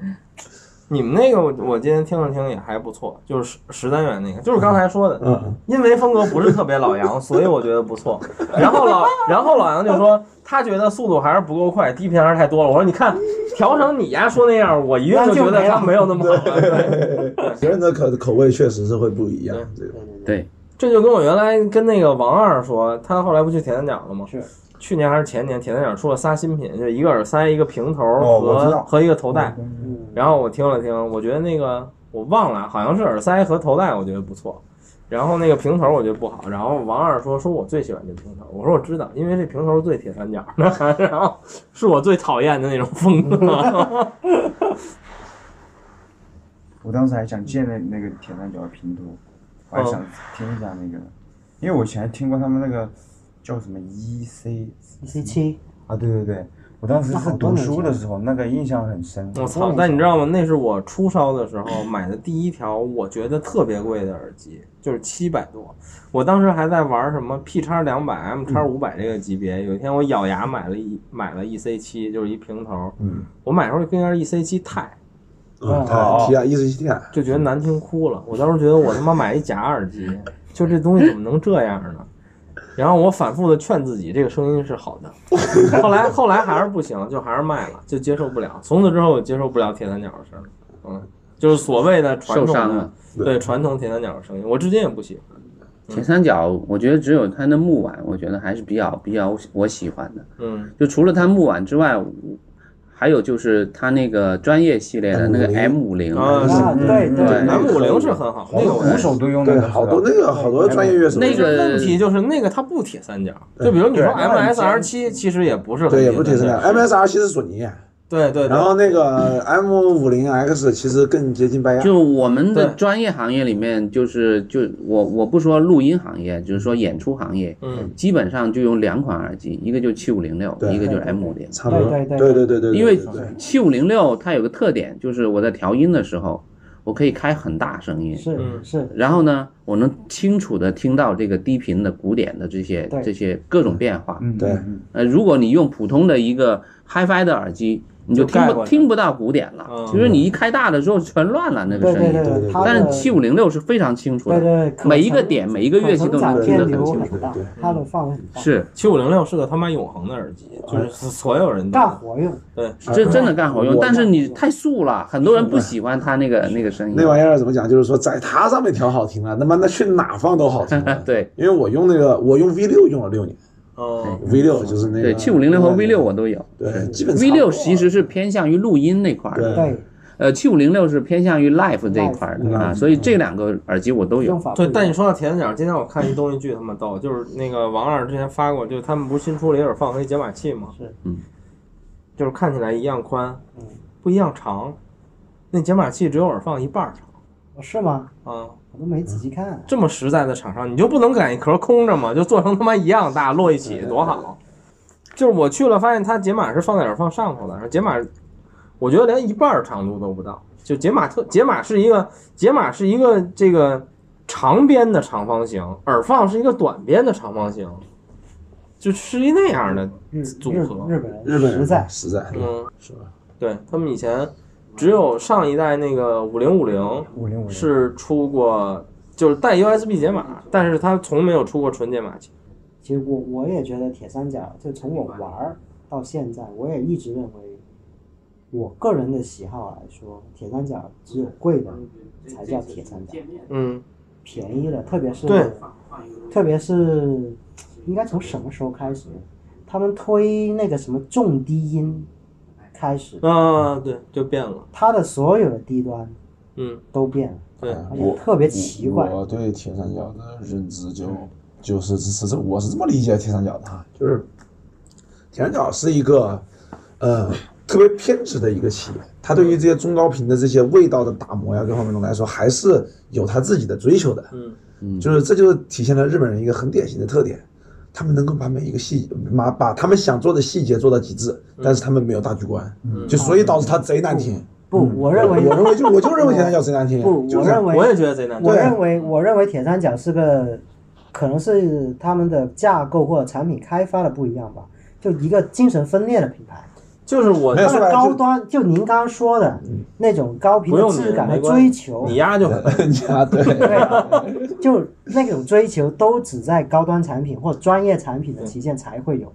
Speaker 1: 你们那个我我今天听了听也还不错，就是十十单元那个，就是刚才说的，
Speaker 5: 嗯，
Speaker 1: 因为风格不是特别老
Speaker 6: *laughs*
Speaker 1: 杨，所以我觉得不错。然后老然后老杨就说他觉得速度还是不够快，低频还是太多了。我说你看调成你丫说那样，我一定就觉得他没有那么好了。对
Speaker 5: 别人的口口味确实是会不一样，
Speaker 7: 嗯
Speaker 5: 这个
Speaker 1: *laughs* 这就跟我原来跟那个王二说，他后来不去铁三角了吗？
Speaker 3: 是。
Speaker 1: 去年还是前年，铁三角出了仨新品，就一个耳塞、一个平头
Speaker 6: 哦
Speaker 1: 和、
Speaker 6: 我知道
Speaker 1: 和一个头戴。
Speaker 3: 嗯，
Speaker 1: 然后我听了听，我觉得那个我忘了，好像是耳塞和头戴，我觉得不错。然后那个平头我觉得不好。然后王二说说我最喜欢这平头，我说我知道，因为这平头最铁三角的，然后是我最讨厌的那种风格。
Speaker 6: *laughs* 我当时还想借那那个铁三角的拼图，我还想听一下那个，因为我以前听过他们那个叫什么 EC
Speaker 3: 一 C 七，
Speaker 6: 啊，对对对，我当时
Speaker 3: 那好
Speaker 6: 是
Speaker 3: 多
Speaker 6: 读
Speaker 3: 年
Speaker 6: 书
Speaker 3: 前
Speaker 6: 的时候，那个印象很深。
Speaker 1: 我操！但你知道吗？那是我初烧的时候买的第一条我觉得特别贵的耳机，就是七百多。我当时还在玩什么 P 叉两百、M 叉五百这个级别。有一天我咬牙买了一买了 EC 七，就是一平头。
Speaker 6: 嗯，
Speaker 1: 我买的时候跟人 EC 七钛。
Speaker 5: 嗯，太 T I 一直啊 T I，
Speaker 1: 就觉得难听哭了。我当时觉得我他妈买一假耳机，就这东西怎么能这样呢？然后我反复的劝自己，这个声音是好的。后来后来还是不行，就还是卖了，就接受不了。从此之后，我接受不了铁三角的声音，嗯，就是所谓的传
Speaker 7: 受
Speaker 1: 统
Speaker 7: 伤
Speaker 1: 的
Speaker 7: 了
Speaker 1: 对传统铁三角的声音，我至今也不喜欢。
Speaker 7: 铁三角，我觉得只有它的木碗，我觉得还是比较比较我喜欢的。
Speaker 1: 嗯
Speaker 7: 就除了它木碗之外，我还有就是它那个专业系列的那个 M 五零
Speaker 1: 啊
Speaker 3: 对对对
Speaker 1: 南五零是很好，
Speaker 6: 好
Speaker 1: 那个
Speaker 6: 多
Speaker 1: 我
Speaker 6: 鼓手都用那
Speaker 5: 对，
Speaker 6: 个，
Speaker 5: 好多那个好多专业乐手，
Speaker 7: 那个
Speaker 1: 问题就是那个它不铁三角，就比如你说
Speaker 6: 对
Speaker 1: MSR 七，其实也不是很
Speaker 5: 对也不是铁三角
Speaker 1: 铁三角
Speaker 5: ，MSR 其实是索尼，啊
Speaker 1: 对嗯对，对
Speaker 5: 然后那个 M 五零 X 其实更接近拜亚，
Speaker 7: 就我们的
Speaker 1: 对
Speaker 7: 专业行业里面，就是就我我不说录音行业，就是说演出行业，
Speaker 1: 嗯，
Speaker 7: 基本上就用两款耳机，一个就是七五零六，
Speaker 5: 对
Speaker 7: 一个就是 M 五零。
Speaker 5: 差不多，
Speaker 3: 对对
Speaker 5: 对
Speaker 3: 对
Speaker 5: 对对对对，
Speaker 7: 因为
Speaker 5: 对对
Speaker 7: 七五零六它有个特点，就是我在调音的时候，我可以开很大声音，
Speaker 1: 嗯
Speaker 3: 是是，
Speaker 7: 然后呢，我能清楚的听到这个低频的鼓点的这些
Speaker 3: 对
Speaker 7: 这些各种变化。
Speaker 6: 嗯
Speaker 5: 对
Speaker 6: 嗯
Speaker 7: 呃，如果你用普通的一个 HiFi 的耳机，你就
Speaker 1: 就
Speaker 7: 听
Speaker 1: 盖
Speaker 7: 不
Speaker 1: 过去
Speaker 7: 听不到鼓点了
Speaker 1: 嗯，
Speaker 7: 就是你一开大的时候全乱了那个
Speaker 3: 对
Speaker 7: 声
Speaker 3: 对
Speaker 7: 音。
Speaker 5: 对对
Speaker 3: 对，它
Speaker 7: 但
Speaker 3: 的
Speaker 7: 是七五零六是非常清楚
Speaker 3: 对
Speaker 7: 的，
Speaker 3: 对，可
Speaker 7: 每一个
Speaker 3: 成
Speaker 7: 点每一个乐器都能
Speaker 3: 可成
Speaker 7: 听得
Speaker 3: 展
Speaker 7: 很
Speaker 3: 现流
Speaker 7: 清楚。
Speaker 3: 很大
Speaker 5: 对对，
Speaker 3: 它的范围很大，
Speaker 7: 是，
Speaker 1: 七五零六是个他妈永恒的耳机，
Speaker 3: 哎
Speaker 1: 就是所有人都
Speaker 3: 干活用，
Speaker 1: 对，
Speaker 7: 这真的干活用，
Speaker 5: 我
Speaker 7: 但是你太素了，很多人不喜欢它那个那个声音。
Speaker 5: 那。玩意儿怎么讲？就是说在它上面调好听了，他妈那去哪放都好听
Speaker 7: *laughs*
Speaker 5: 啊
Speaker 7: 对，
Speaker 5: 因为我用那个，我用 V 六用了六年
Speaker 3: 哎
Speaker 1: 嗯，
Speaker 5: ，V 六就是那个
Speaker 7: 对，七五零零和 V 六我都有。
Speaker 5: 对，基 *laughs* 本
Speaker 7: V
Speaker 5: 差不
Speaker 7: 六
Speaker 5: 多
Speaker 7: 其实是偏向于录音那块儿的，
Speaker 3: 对，
Speaker 7: 呃，七五零六是偏向于 live 这一块儿的啊，所以这两个耳机我都有
Speaker 3: 用。嗯法不一
Speaker 1: 对。
Speaker 3: 样
Speaker 1: 但你说到铁三角，今天我看一东西巨他妈逗，就是那个王二之前发过，就是他们不是新出了一耳放和一解码器吗？
Speaker 3: 是，
Speaker 7: 嗯，
Speaker 1: 就是看起来一样宽，
Speaker 3: 嗯，
Speaker 1: 不一样长，那解码器只有耳放一半儿长
Speaker 3: 哦是吗？
Speaker 1: 啊。
Speaker 3: 我都没仔细看，啊
Speaker 1: 这么实在的厂商，你就不能给一壳空着吗？就做成他妈一样大，摞一起多好。就是我去了，发现它解码是放在耳放上头的，然后解码，我觉得连一半儿长度都不到。就解码特解码是一个解码是一个这个长边的长方形，耳放是一个短边的长方形，就是一那样的。
Speaker 3: 日
Speaker 1: 组
Speaker 3: 日
Speaker 1: 合
Speaker 3: 日本
Speaker 5: 日本人
Speaker 3: 实在
Speaker 5: 实在，
Speaker 1: 嗯，
Speaker 5: 是吧？
Speaker 1: 对他们以前只有上一代那个五零五零
Speaker 6: 五零五零
Speaker 1: 是出过，就是带 USB 解码，但是它从没有出过纯解码器。
Speaker 3: 其实我我也觉得铁三角，就从我玩儿到现在，我也一直认为，我个人的喜好来说，铁三角只有贵的才叫铁三角，
Speaker 1: 嗯，
Speaker 3: 便宜的，特别是
Speaker 1: 对
Speaker 3: 特别是应该从什么时候开始，他们推那个什么重低音开始，
Speaker 1: 啊，对，就变了。
Speaker 3: 它的所有的低端
Speaker 1: 嗯，
Speaker 3: 都变了，
Speaker 1: 对，
Speaker 3: 而且特别奇怪。
Speaker 5: 我对铁三角的认知就就是是是，我是这么理解铁三角的哈，就是铁三角是一个呃特别偏执的一个企业，它对于这些中高频的这些味道的打磨呀，各方面的来说，还是有它自己的追求的。
Speaker 1: 嗯
Speaker 5: 就是这就体现了日本人一个很典型的特点，他们能够把每一个细把把他们想做的细节做到极致，
Speaker 1: 嗯
Speaker 5: 但是他们没有大局观，就所以导致它贼难听。
Speaker 3: 不，
Speaker 1: 嗯
Speaker 3: 我认为
Speaker 5: 我认为就我就认为铁三角贼难听，
Speaker 3: 不，
Speaker 5: 就
Speaker 3: 我
Speaker 5: 是这样
Speaker 3: 认为
Speaker 1: 我也觉得贼难。
Speaker 3: 我
Speaker 5: 对
Speaker 3: 认为，我认为铁三角是个，可能是他们的架构或者产品开发的不一样吧，就一个精神分裂的品牌。
Speaker 1: 就是我
Speaker 5: 没
Speaker 3: 它
Speaker 5: 有
Speaker 3: 的高端，就您刚刚说的那种高频
Speaker 1: 不
Speaker 3: 的
Speaker 1: 用你
Speaker 3: 质感和
Speaker 1: 没关系
Speaker 3: 追求
Speaker 1: 你，丫就 *laughs*
Speaker 5: *laughs* 你啊，对，
Speaker 3: 对，就那种追求都只在高端产品或专业产品的旗舰才会有，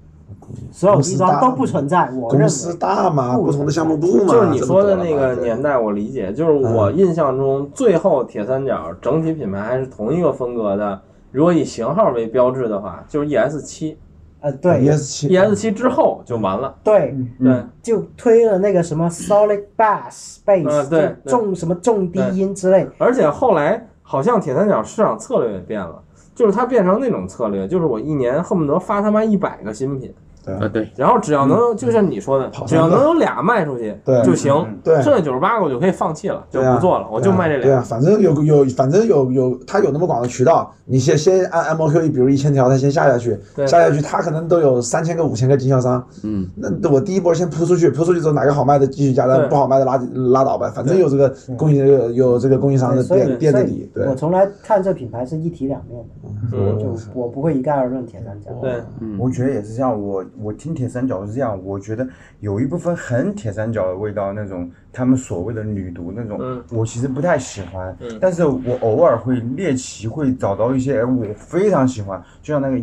Speaker 3: 所有低端都不存在。我认
Speaker 5: 公
Speaker 3: 为
Speaker 5: 司大嘛，不同的项目部嘛，
Speaker 1: 就是你说的那个
Speaker 5: 这么多了嘛
Speaker 1: 年，代，我理解。就是我印象中，最后铁三角整体品牌还是同一个风格的。如果以型号为标志的话，就是 ES 七
Speaker 3: 呃，
Speaker 5: 对
Speaker 3: 对
Speaker 5: ，ES 七，
Speaker 1: ，ES 七之后就完了。
Speaker 3: 对，
Speaker 1: 对，
Speaker 3: 就推了那个什么 solid bass
Speaker 1: 嗯
Speaker 3: bass，、
Speaker 1: 对
Speaker 3: 就重什么重低音之类，
Speaker 1: 而且后来好像铁三角市场策略也变了，就是它变成那种策略，就是我一年恨不得发他妈一百个新品，
Speaker 7: 啊，对，
Speaker 1: 然后只要能，就像你说的，
Speaker 5: 嗯跑
Speaker 1: 只
Speaker 5: 三
Speaker 1: 要
Speaker 5: 个
Speaker 1: 能有俩卖出去
Speaker 5: 对
Speaker 1: 就行，
Speaker 5: 对
Speaker 1: 剩下九十八个我就可以放弃了，就
Speaker 5: 对啊
Speaker 1: 不做了，我就卖这
Speaker 5: 对
Speaker 1: 俩。
Speaker 5: 啊，反正有有，反正有有，它有那么广的渠道，你先先按 MOQ，比如一千条，它先下下去，
Speaker 1: 对
Speaker 5: 下下去，它可能都有三千个、五千个经销商。
Speaker 7: 嗯，
Speaker 5: 那我第一波先铺出去，铺出去之后哪个好卖的继续加
Speaker 1: 对
Speaker 5: 单，不好卖的拉拉倒呗，反正有这个供应有有这个供应商的
Speaker 3: 所以
Speaker 5: 垫垫
Speaker 3: 所
Speaker 5: 着
Speaker 3: 以
Speaker 5: 底。对
Speaker 3: 我，从来看这品牌是一体两面的，
Speaker 1: 嗯
Speaker 3: 就我不会一概而论铁三角。
Speaker 5: 啊
Speaker 1: 对，
Speaker 6: 我觉得也是这样，我我听铁三角是这样，我觉得有一部分很铁三角的味道，那种他们所谓的女毒那种，
Speaker 1: 嗯
Speaker 6: 我其实不太喜欢，
Speaker 1: 嗯
Speaker 6: 但是我偶尔会猎奇，会找到一些哎我非常喜欢，就像那个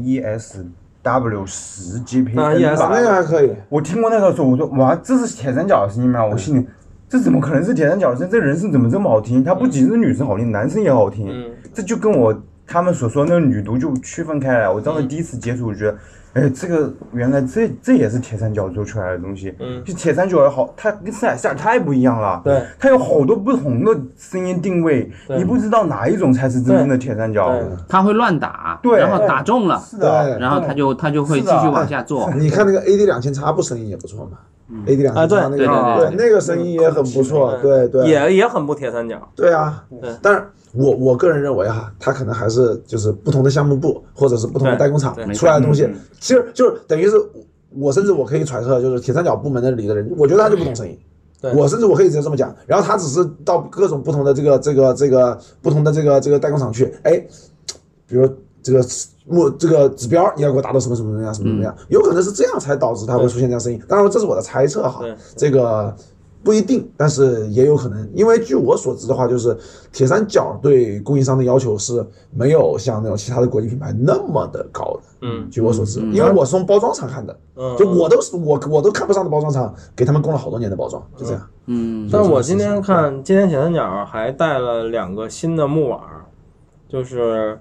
Speaker 6: ESW 十 GP，
Speaker 1: 啊 ES
Speaker 5: 啊，那个还可以，
Speaker 6: 我听过那个时候，我说哇，这是铁三角的声音
Speaker 1: 嗯
Speaker 6: 吗？我心里，这怎么可能是铁三角的声音？这人声怎么这么好听？它不仅是女生好听，男生也好听。
Speaker 1: 嗯
Speaker 6: 这就跟我他们所说那个女毒就区分开来。我当时第一次接触，我觉得，哎，这个原来这这也是铁三角做出来的东西。
Speaker 1: 嗯
Speaker 6: 就铁三角也好，它跟塞尔西亚太不一样了。
Speaker 1: 对，
Speaker 6: 它有好多不同的声音定位，
Speaker 1: 对
Speaker 6: 你不知道哪一种才是真正的铁三角。
Speaker 1: 对
Speaker 7: 他会乱打，
Speaker 6: 对
Speaker 7: 然后打中了，
Speaker 6: 是的，
Speaker 7: 然后他就他就会
Speaker 6: 是
Speaker 7: 继
Speaker 6: 的
Speaker 7: 续往下 *laughs* 做。
Speaker 5: 你看那个 AD 两千叉不声音也不错嘛，AD 两
Speaker 1: 啊
Speaker 5: 千
Speaker 1: 对
Speaker 5: 叉那
Speaker 7: 对对
Speaker 5: 个
Speaker 7: 对
Speaker 5: 对那个声音也很不错，对对啊
Speaker 1: 也也很不铁三角。
Speaker 5: 对啊
Speaker 1: 对，
Speaker 5: 但是我我个人认为哈，它可能还是就是不同的项目部或者是不同的
Speaker 1: 对
Speaker 5: 代工厂
Speaker 1: 对嗯
Speaker 5: 出来的东西，其实就是等于是我甚至我可以揣测，就是铁三角部门的里的人，我觉得他就不懂声音
Speaker 1: 对。
Speaker 5: 我甚至我可以直接这么讲，然后他只是到各种不同的这个这个这个不同的这个这个代工厂去，哎，比如这个目这个指标你要给我达到什么什么什么样什么什么样，
Speaker 1: 嗯
Speaker 5: 有可能是这样才导致它会出现这样声音。当然，这是我的猜测哈
Speaker 1: 对，
Speaker 5: 这个不一定，但是也有可能。因为据我所知的话，就是铁三角对供应商的要求是没有像那种其他的国际品牌那么的高的。
Speaker 1: 嗯，
Speaker 5: 据我所知，因为我是从包装厂看的，
Speaker 1: 嗯
Speaker 5: 就我都是我我都看不上的包装厂，给他们供了好多年的包装，就这样。
Speaker 7: 嗯，
Speaker 1: 但我今天看，今天铁三角还带了两个新的木碗儿，就是，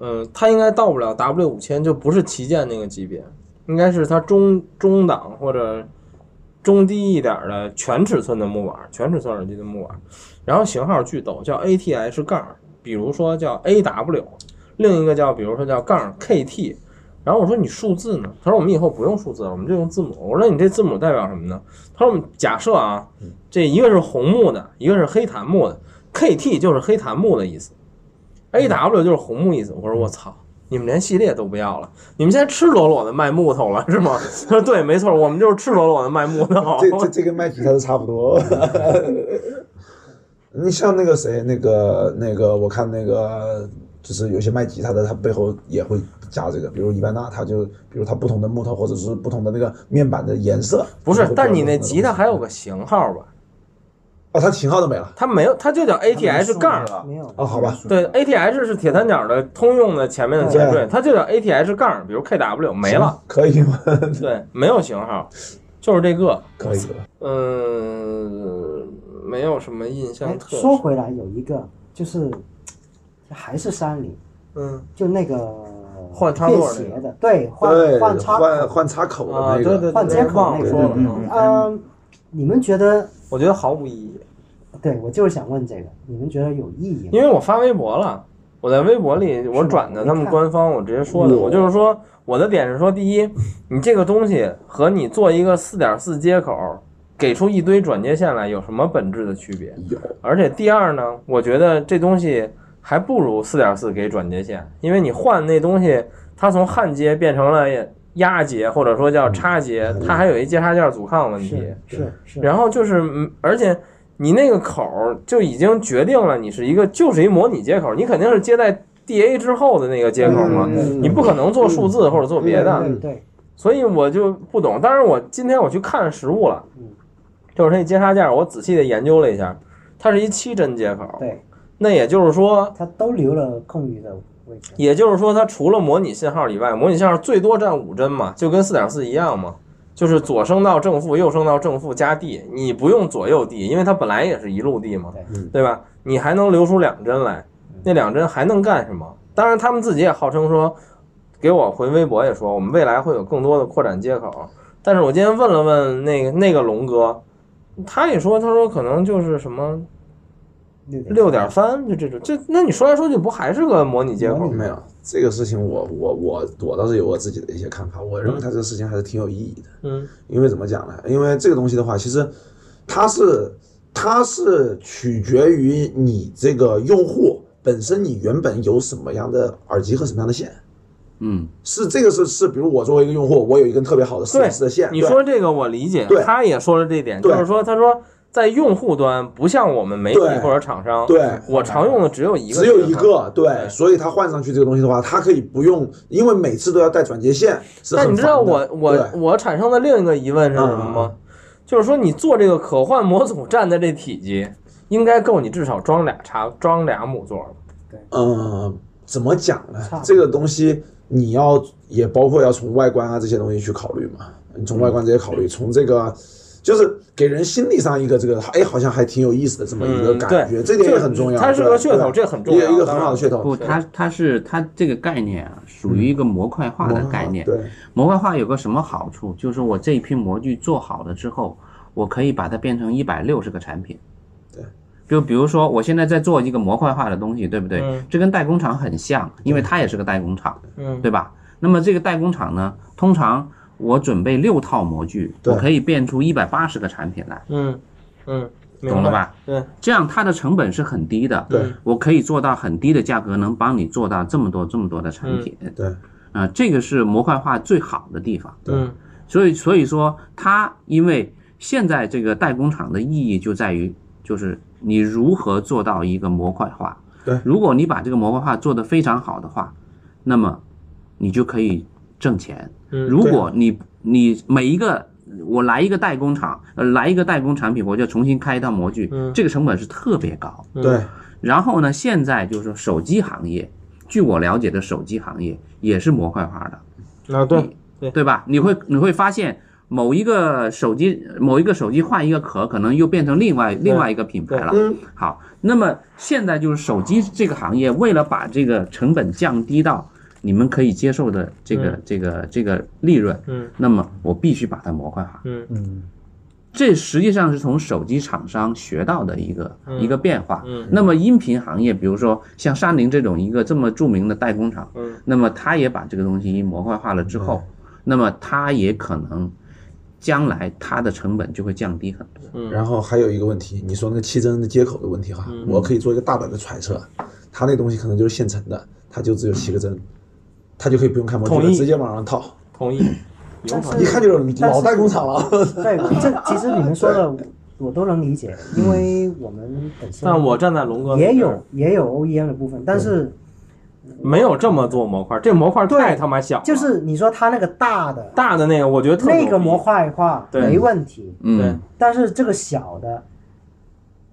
Speaker 1: 嗯，它应该到不了 W 五千，就不是旗舰那个级别，应该是它中中档或者中低一点儿的全尺寸的木碗儿，全尺寸耳机的木碗儿，然后型号巨逗，叫 ATH 杠，比如说叫 AW，另一个叫比如说叫杠 KT。然后我说你数字呢？他说我们以后不用数字了，我们就用字母。我说你这字母代表什么呢？他说我们假设啊，这一个是红木的，一个是黑檀木的，KT 就是黑檀木的意思，AW 就是红木意思。我说我操，你们连系列都不要了，你们现在赤裸裸的卖木头了是吗？ *laughs* 他说对，没错，我们就是赤裸裸的卖木头。
Speaker 5: 这这这跟卖皮它是差不多。你像那个谁，那个那个，我看那个就是有些卖吉他的，他背后也会加这个，比如伊班纳，他就比如他不同的木头或者是不同的那个面板的颜色，
Speaker 1: 不
Speaker 5: 它
Speaker 1: 是
Speaker 5: 会，
Speaker 1: 但你
Speaker 5: 标
Speaker 1: 那
Speaker 5: 注
Speaker 1: 吉他还有个型号吧？
Speaker 5: 哦，他型号都没了
Speaker 1: 它没有，它就叫 ATH 杠。
Speaker 3: 没啊有，哎
Speaker 5: 哦，好吧，
Speaker 1: 对，ATH 是铁三角的通用的前面的前缀，它就叫 ATH 杠，比如 KW 没了，
Speaker 5: 可以吗？
Speaker 1: 对，没有型号，就是这个。
Speaker 5: 可以了，
Speaker 1: 嗯，没有什么印象
Speaker 3: 哎，
Speaker 1: 特。
Speaker 3: 说回来有一个就是还是山里，
Speaker 1: 嗯，
Speaker 3: 就那个
Speaker 1: 换插座
Speaker 3: 便
Speaker 1: 那个
Speaker 3: 携的，对，
Speaker 5: 对，
Speaker 3: 换
Speaker 5: 换
Speaker 3: 插
Speaker 5: 换换插口
Speaker 1: 啊，
Speaker 5: 的那
Speaker 1: 对
Speaker 5: 个，
Speaker 1: 对对，
Speaker 3: 换接口
Speaker 1: 忘了
Speaker 3: 那个
Speaker 1: 说了，嗯
Speaker 3: 嗯，你们觉得？
Speaker 1: 我觉得毫无意义，
Speaker 3: 对，我就是想问这个，你们觉得有意义吗？
Speaker 1: 因为我发微博了，我在微博里我转的他们官方，我直接说的，我就是说我的点是说，第一，你这个东西和你做一个四点四接口。给出一堆转接线来有什么本质的区别？
Speaker 5: 有，
Speaker 1: 而且第二呢，我觉得这东西还不如四点四给转接线，因为你换那东西，它从焊接变成了压接，或者说叫插接，它还有一接插件阻抗问题。
Speaker 3: 是是是，
Speaker 1: 然后就是，嗯而且你那个口儿就已经决定了你是一个就是一模拟接口，你肯定是接在 DA 之后的那个接口嘛，
Speaker 5: 嗯
Speaker 1: 你不可能做数字或者做别的。
Speaker 3: 对对
Speaker 1: 所以我就不懂。当然，我今天我去看实物了，
Speaker 5: 嗯
Speaker 1: 就是那接插件，我仔细的研究了一下，它是一七针接口。
Speaker 3: 对，
Speaker 1: 那也就是说，
Speaker 3: 它都留了空余的
Speaker 1: *laughs*
Speaker 3: 位置。
Speaker 1: 也就是说，它除了模拟信号以外，模拟信号最多占五针嘛，就跟四点四一样嘛，就是左声道正负，右声道正负加 D，你不用左右 D，因为它本来也是一路 D 嘛，对吧？你还能留出两针来，那两针还能干什么？当然，他们自己也号称说，给我回微博也说，我们未来会有更多的扩展接口。但是我今天问了问那个那个龙哥，他也说，他说可能就是什么
Speaker 3: 六点
Speaker 1: 六点三，就这种，这那你说来说去不还是个模拟接口
Speaker 3: 模
Speaker 1: 吗？
Speaker 5: 没有这个事情我，我我我倒是有我自己的一些看法，我认为它这个事情还是挺有意义的。
Speaker 1: 嗯，
Speaker 5: 因为怎么讲呢？因为这个东西的话，其实它是它是取决于你这个用户本身，你原本有什么样的耳机和什么样的线。
Speaker 7: 嗯，
Speaker 5: 是这个是是，比如我作为一个用户，我有一根特别好的四
Speaker 1: 对
Speaker 5: 点四的线，，
Speaker 1: 你
Speaker 5: 对
Speaker 1: 说这个我理解
Speaker 5: 对，
Speaker 1: 他也说了这点，
Speaker 5: 对
Speaker 1: 就是说，他说在用户端不像我们媒体
Speaker 5: 对
Speaker 1: 或者厂商，
Speaker 5: 对
Speaker 1: 我常用的只有一个，
Speaker 5: 只有一，个，
Speaker 1: 对
Speaker 5: 对，所以它换上去这个东西的话，它可以不用，因为每次都要带转接线，是
Speaker 1: 但
Speaker 5: 很
Speaker 1: 你知道
Speaker 5: 烦的
Speaker 1: 我我
Speaker 5: 对嗯
Speaker 1: 我产生的另一个疑问是什么吗？就是说你做这个可换模组站的这体积，应该够你至少装俩插装俩母座了。
Speaker 5: 嗯，怎么讲呢
Speaker 3: 差不多？
Speaker 5: 这个东西
Speaker 1: 嗯
Speaker 5: 你要也包括要从外观啊这些东西去考虑嘛，你从外观这些考虑，从这个就是给人心理上一个这个，哎，好像还挺有意思的这么一个
Speaker 1: 嗯
Speaker 5: 感
Speaker 1: 对
Speaker 5: 觉，这点也很重要。
Speaker 1: 它是个
Speaker 5: 对
Speaker 1: 噱头
Speaker 5: 对
Speaker 1: 这很重要
Speaker 5: 也有一个很
Speaker 1: 当然
Speaker 5: 好的噱头。
Speaker 7: 不，它它是它这个概念啊，属于一个模块化的概念。
Speaker 5: 嗯对，
Speaker 7: 模块化有个什么好处？就是我这一批模具做好了之后，我可以把它变成一百六十个产品。
Speaker 5: 对，
Speaker 7: 就比如说我现在在做一个模块化的东西，对不对？
Speaker 1: 嗯
Speaker 7: 这跟代工厂很像，因为它也是个代工厂，
Speaker 1: 嗯
Speaker 7: 对吧？那么这个代工厂呢，通常我准备六套模具，
Speaker 5: 对
Speaker 7: 我可以变出一百八十个产品来，
Speaker 1: 嗯嗯，明白
Speaker 7: 懂了？吧？
Speaker 1: 对，
Speaker 7: 这样它的成本是很低的，
Speaker 5: 对，
Speaker 1: 嗯
Speaker 7: 我可以做到很低的价格，能帮你做到这么多这么多的产品。
Speaker 5: 对
Speaker 7: 啊、这个是模块化最好的地方。
Speaker 1: 嗯
Speaker 7: 所以所以说，它因为现在这个代工厂的意义就在于，就是你如何做到一个模块化。
Speaker 5: 对
Speaker 7: 如果你把这个模块化做得非常好的话，那么你就可以挣钱。
Speaker 1: 嗯
Speaker 7: 如果你你每一个我来一个代工厂，呃，来一个代工产品，我就重新开一套模具，
Speaker 1: 嗯
Speaker 7: 这个成本是特别高。
Speaker 5: 对，
Speaker 7: 然后呢，现在就是说手机行业，据我了解的手机行业也是模块化的，
Speaker 1: 啊对，
Speaker 7: 对吧？你会你会发现某一个手机某一个手机换一个壳，可能又变成另外另外一个品牌了。
Speaker 5: 嗯，
Speaker 7: 好，那么现在就是手机这个行业，为了把这个成本降低到你们可以接受的这个、这个这个利润，
Speaker 1: 嗯
Speaker 7: 那么我必须把它模块化。
Speaker 1: 嗯
Speaker 7: 这实际上是从手机厂商学到的一个、一个变化。
Speaker 1: 嗯
Speaker 7: 那么音频行业，比如说像山林这种一个这么著名的代工厂，
Speaker 1: 嗯
Speaker 7: 那么它也把这个东西一模块化了之后，那么它也可能将来它的成本就会降低很多。
Speaker 5: 然后还有一个问题，你说那个七针的接口的问题哈，
Speaker 1: 嗯
Speaker 5: 我可以做一个大胆的揣测，它那东西可能就是现成的，它就只有七个针，它就可以不用看模具
Speaker 1: 统
Speaker 5: 了，
Speaker 1: 一
Speaker 5: 直接往上套，
Speaker 1: 同意，有可
Speaker 5: 一
Speaker 1: 能
Speaker 5: 看就是
Speaker 3: 但是
Speaker 5: 老代工厂了。
Speaker 3: 对，这其实你们说的我都能理解，因为我们本身
Speaker 1: 但我站在龙哥那边
Speaker 3: 也有也有 OEM 的部分，但是
Speaker 1: 没有这么做模块，这模块太他妈小了，
Speaker 3: 就是你说它那个大的
Speaker 1: 大的那个，我觉得特
Speaker 3: 那个
Speaker 1: 牛逼
Speaker 3: 模块化
Speaker 1: 对
Speaker 3: 没问题，
Speaker 1: 对
Speaker 7: 嗯，
Speaker 3: 但是这个小的，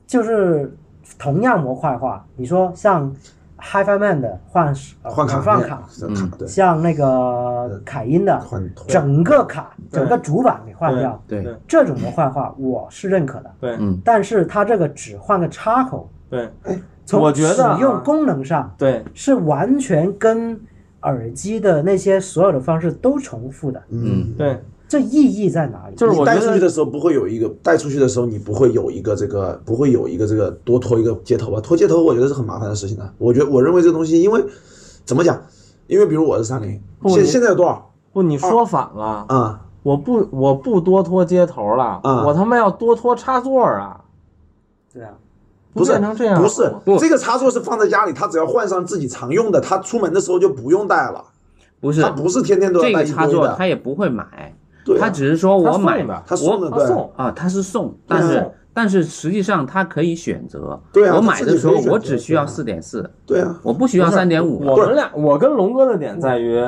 Speaker 3: 就是同样模块化，你说像 HiFi Man 的换呃
Speaker 5: 换卡
Speaker 3: 转放卡，
Speaker 5: 是卡对，
Speaker 3: 像那个凯音的
Speaker 5: 嗯换头
Speaker 3: 整个卡
Speaker 1: 呃对
Speaker 3: 整个主板给换掉，
Speaker 7: 对
Speaker 1: 对
Speaker 3: 这种模块化我是认可的，
Speaker 1: 对
Speaker 7: 嗯，
Speaker 3: 但是它这个只换个插口，
Speaker 1: 对
Speaker 5: 哎
Speaker 3: 从
Speaker 1: 我觉得啊
Speaker 3: 使用功能上
Speaker 1: 对，
Speaker 3: 是完全跟耳机的那些所有的方式都重复的，
Speaker 5: 嗯，
Speaker 1: 对，
Speaker 3: 这意义在哪里？
Speaker 1: 就是
Speaker 5: 你
Speaker 1: 我
Speaker 5: 带
Speaker 1: 觉
Speaker 5: 出去
Speaker 1: 得
Speaker 5: 的时候不会有一个带出去的时候，你不会有一个这个不会有一个这个多拖一个接头吧？拖接头我觉得是很麻烦的事情的。我觉得我认为这个东西，因为怎么讲？因为比如我是三菱，
Speaker 1: 不
Speaker 5: 现
Speaker 1: 你
Speaker 5: 现在有多少
Speaker 1: 不，你说反了，
Speaker 5: 啊？
Speaker 1: 我不我不多拖接头了，
Speaker 5: 啊
Speaker 1: 我他妈要多拖插座啊，
Speaker 3: 对啊，
Speaker 1: 不
Speaker 5: 不是
Speaker 1: 变成这样了
Speaker 5: 不
Speaker 1: 吗
Speaker 5: 是
Speaker 7: 不
Speaker 5: 这个插座是放在家里，他只要换上自己常用的，他出门的时候就不用带了。
Speaker 7: 不是
Speaker 5: 他不是天天都要
Speaker 7: 这
Speaker 5: 带
Speaker 7: 个
Speaker 5: 一
Speaker 7: 插
Speaker 5: 堆
Speaker 7: 座
Speaker 5: 的，
Speaker 7: 他也不会买，
Speaker 5: 对啊
Speaker 7: 他只是说
Speaker 1: 他
Speaker 7: 我
Speaker 1: 送
Speaker 7: 买
Speaker 1: 的，
Speaker 5: 他送的
Speaker 1: 他
Speaker 5: 对。
Speaker 1: 送，
Speaker 7: 啊，他是送，但
Speaker 5: 对啊
Speaker 7: 是但是实际上他可以选择。
Speaker 5: 对啊
Speaker 7: 我
Speaker 5: 他
Speaker 7: 买
Speaker 5: 自
Speaker 7: 的
Speaker 5: 己
Speaker 7: 时
Speaker 5: 可以
Speaker 7: 候
Speaker 5: 选
Speaker 7: 我
Speaker 5: 择
Speaker 7: 只需
Speaker 5: 对啊
Speaker 7: 要四点四，
Speaker 5: 对啊，
Speaker 7: 我不需要三点五。
Speaker 1: 我们俩我跟龙哥的点在于，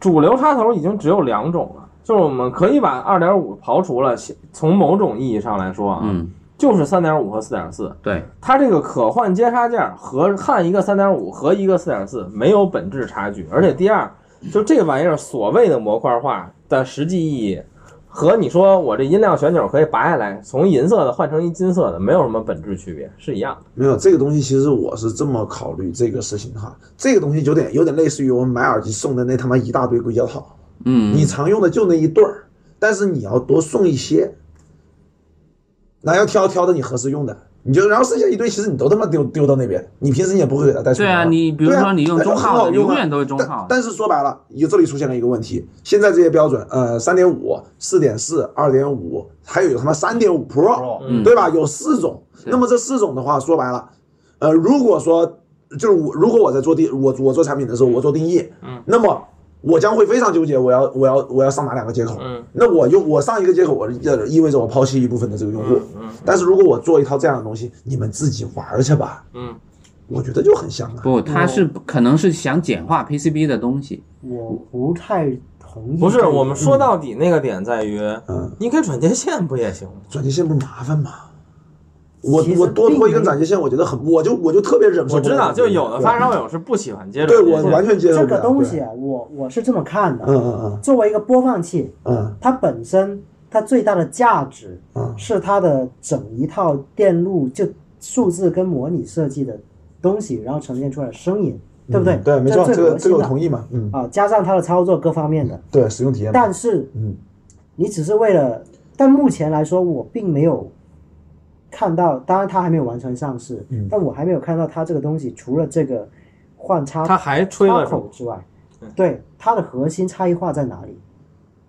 Speaker 1: 主流插头已经只有两种了，就是我们可以把二点五刨除了，从某种意义上来说啊，
Speaker 7: 嗯，
Speaker 1: 就是三点五和四点四，
Speaker 7: 对，
Speaker 1: 它这个可换接插件和焊一个三点五和一个四点四没有本质差距，而且第二，就这玩意儿所谓的模块化的实际意义，和你说我这音量旋钮可以拔下来，从银色的换成一金色的，没有什么本质区别，是一样的。
Speaker 5: 没有这个东西，其实我是这么考虑这个事情哈。这个东西有点有点类似于我们买耳机送的那他妈一大堆硅胶套，
Speaker 7: 嗯，
Speaker 5: 你常用的就那一对儿，但是你要多送一些，那要挑挑的你合适用的，你就然后剩下一堆，其实你都他妈丢丢到那边，你平时你也不会给它带出
Speaker 7: 对
Speaker 5: 来嘛。
Speaker 7: 啊，你比如
Speaker 5: 对啊
Speaker 7: 说你用
Speaker 5: 那就
Speaker 7: 中
Speaker 5: 很
Speaker 7: 号
Speaker 5: 好
Speaker 7: 的，
Speaker 5: 用啊
Speaker 7: 永远都是中号
Speaker 5: 但。但是说白了，也这里出现了一个问题，现在这些标准，呃，三点五、四点四、二点五，还有他妈三点五 Pro，、
Speaker 7: 嗯
Speaker 5: 对吧？有四种。那么这四种的话，说白了，呃，如果说就是我，如果我在做定，我我做产品的时候，我做定义，嗯，那么我将会非常纠结，我要我要我要上哪两个接口？
Speaker 1: 嗯，
Speaker 5: 那我用我上一个接口，我呃意味着我抛弃一部分的这个用户。嗯，但是如果我做一套这样的东西，你们自己玩儿去吧。
Speaker 1: 嗯，
Speaker 5: 我觉得就很香啊。
Speaker 7: 不，他是可能是想简化 PCB 的东西。
Speaker 3: 我不太同意。
Speaker 1: 不是，我们说到底那个点在于，
Speaker 5: 嗯
Speaker 1: 你给转接线不也行吗？
Speaker 5: 转接线不是麻烦吗？我
Speaker 3: 其实
Speaker 5: 我多
Speaker 3: 并
Speaker 5: 拖一根
Speaker 3: 没
Speaker 5: 转接线，我觉得很，我就我就特别忍受
Speaker 1: 我
Speaker 5: 不
Speaker 1: 知
Speaker 5: 了
Speaker 1: 道，就
Speaker 5: 这个东西。
Speaker 1: 有的发烧友是不喜欢接
Speaker 5: 对
Speaker 1: 转
Speaker 5: 我
Speaker 1: 接
Speaker 5: 完
Speaker 1: 线，
Speaker 5: 全接受
Speaker 3: 这
Speaker 5: 不了
Speaker 3: 个东西
Speaker 5: 对
Speaker 3: 啊，我我是这么看的。
Speaker 5: 嗯嗯
Speaker 3: 作为一个播放器，
Speaker 5: 嗯
Speaker 3: 它本身它它最大的价值
Speaker 5: 嗯
Speaker 3: 是它的整一套电路就数字跟模拟设计的东西，然后呈现出来的声音，对不对？
Speaker 5: 嗯对，没错，
Speaker 3: 这
Speaker 5: 这个这个我同
Speaker 3: 意
Speaker 5: 意嗯嘛，嗯，
Speaker 3: 啊，加上它的操作各方面的，
Speaker 5: 对，使用体验嘛，
Speaker 3: 但是
Speaker 5: 嗯
Speaker 3: 你只是为了，但目前来说，我并没有看到，当然它还没有完全上市，
Speaker 5: 嗯
Speaker 3: 但我还没有看到它这个东西除了这个换插
Speaker 1: 他还吹了
Speaker 3: 插
Speaker 1: 什么
Speaker 3: 口？之外，对它的核心差异化在哪里？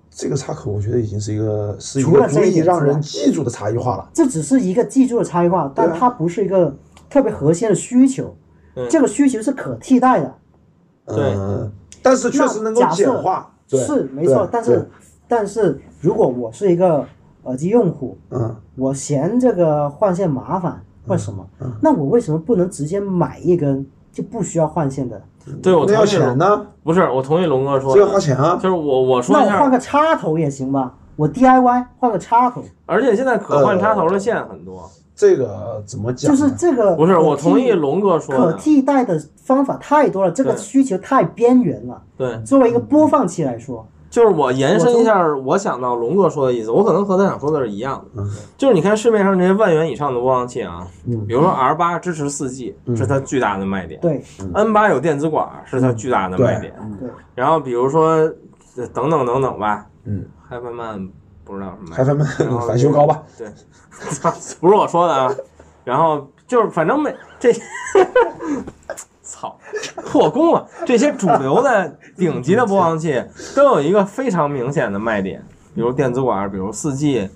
Speaker 5: 这个插口我觉得已经是一个是一
Speaker 3: 除了
Speaker 5: 个
Speaker 3: 这
Speaker 5: 足
Speaker 3: 一
Speaker 5: 以
Speaker 3: 点之
Speaker 5: 让人
Speaker 3: 外
Speaker 5: 记住的差异化了。
Speaker 3: 这只是一个技术的差异化，但
Speaker 5: 对啊
Speaker 3: 它不是一个特别核心的需求
Speaker 1: 对。
Speaker 3: 这个需求是可替代的，
Speaker 1: 对
Speaker 5: 嗯，但是确实能够
Speaker 3: 那假设
Speaker 5: 简化，对
Speaker 3: 是没错
Speaker 5: 对。
Speaker 3: 但
Speaker 5: 对
Speaker 3: 是，但是如果我是一个耳机用户，
Speaker 5: 嗯，
Speaker 3: 我嫌这个换线麻烦或者什么，那我为什么不能直接买一根就不需要换线的？
Speaker 1: 对，我
Speaker 5: 那
Speaker 1: 同
Speaker 5: 要
Speaker 1: 意龙
Speaker 5: 钱呢，
Speaker 1: 不是，我同意龙哥说
Speaker 5: 这要花
Speaker 1: 的，
Speaker 5: 钱啊
Speaker 1: 就。是我我说
Speaker 3: 那
Speaker 1: 一
Speaker 3: 我换
Speaker 1: 下，
Speaker 3: 个插头也行吧，我 DIY 换个插头，
Speaker 1: 而且现在可换插头的线很多，
Speaker 5: 这个怎么讲
Speaker 3: 就
Speaker 5: 呢？
Speaker 3: 是这个
Speaker 1: 不是，
Speaker 3: 可
Speaker 1: 我同意
Speaker 3: 替
Speaker 1: 龙哥说
Speaker 3: 可
Speaker 1: 的，
Speaker 3: 替代的方法太多了，这个
Speaker 1: 对
Speaker 3: 需求太边缘了。
Speaker 1: 对，
Speaker 3: 作为一个播放器来说，
Speaker 1: 就是我延伸一下，我想到龙哥说的意思，我可能和他想说的是一样的
Speaker 5: 嗯，
Speaker 1: 就是你看市面上这些万元以上的播放器啊，
Speaker 5: 嗯
Speaker 1: 比如说 R 八支持四 G 是它巨大的卖点
Speaker 3: 对，
Speaker 1: ，N 八有电子管儿是它巨大的卖点
Speaker 3: 对，
Speaker 1: 然后比如说呃等等等等吧，
Speaker 5: 嗯，
Speaker 1: 嗨曼曼不知道什么，
Speaker 5: 还反
Speaker 1: 然后
Speaker 5: 反修高吧？
Speaker 1: 操 *laughs* 不是我说的啊。然后就是反正每这， *laughs* 操，破功了。这些主流的顶级的播放器都有一个非常明显的卖点，比如电子管，比如四 G。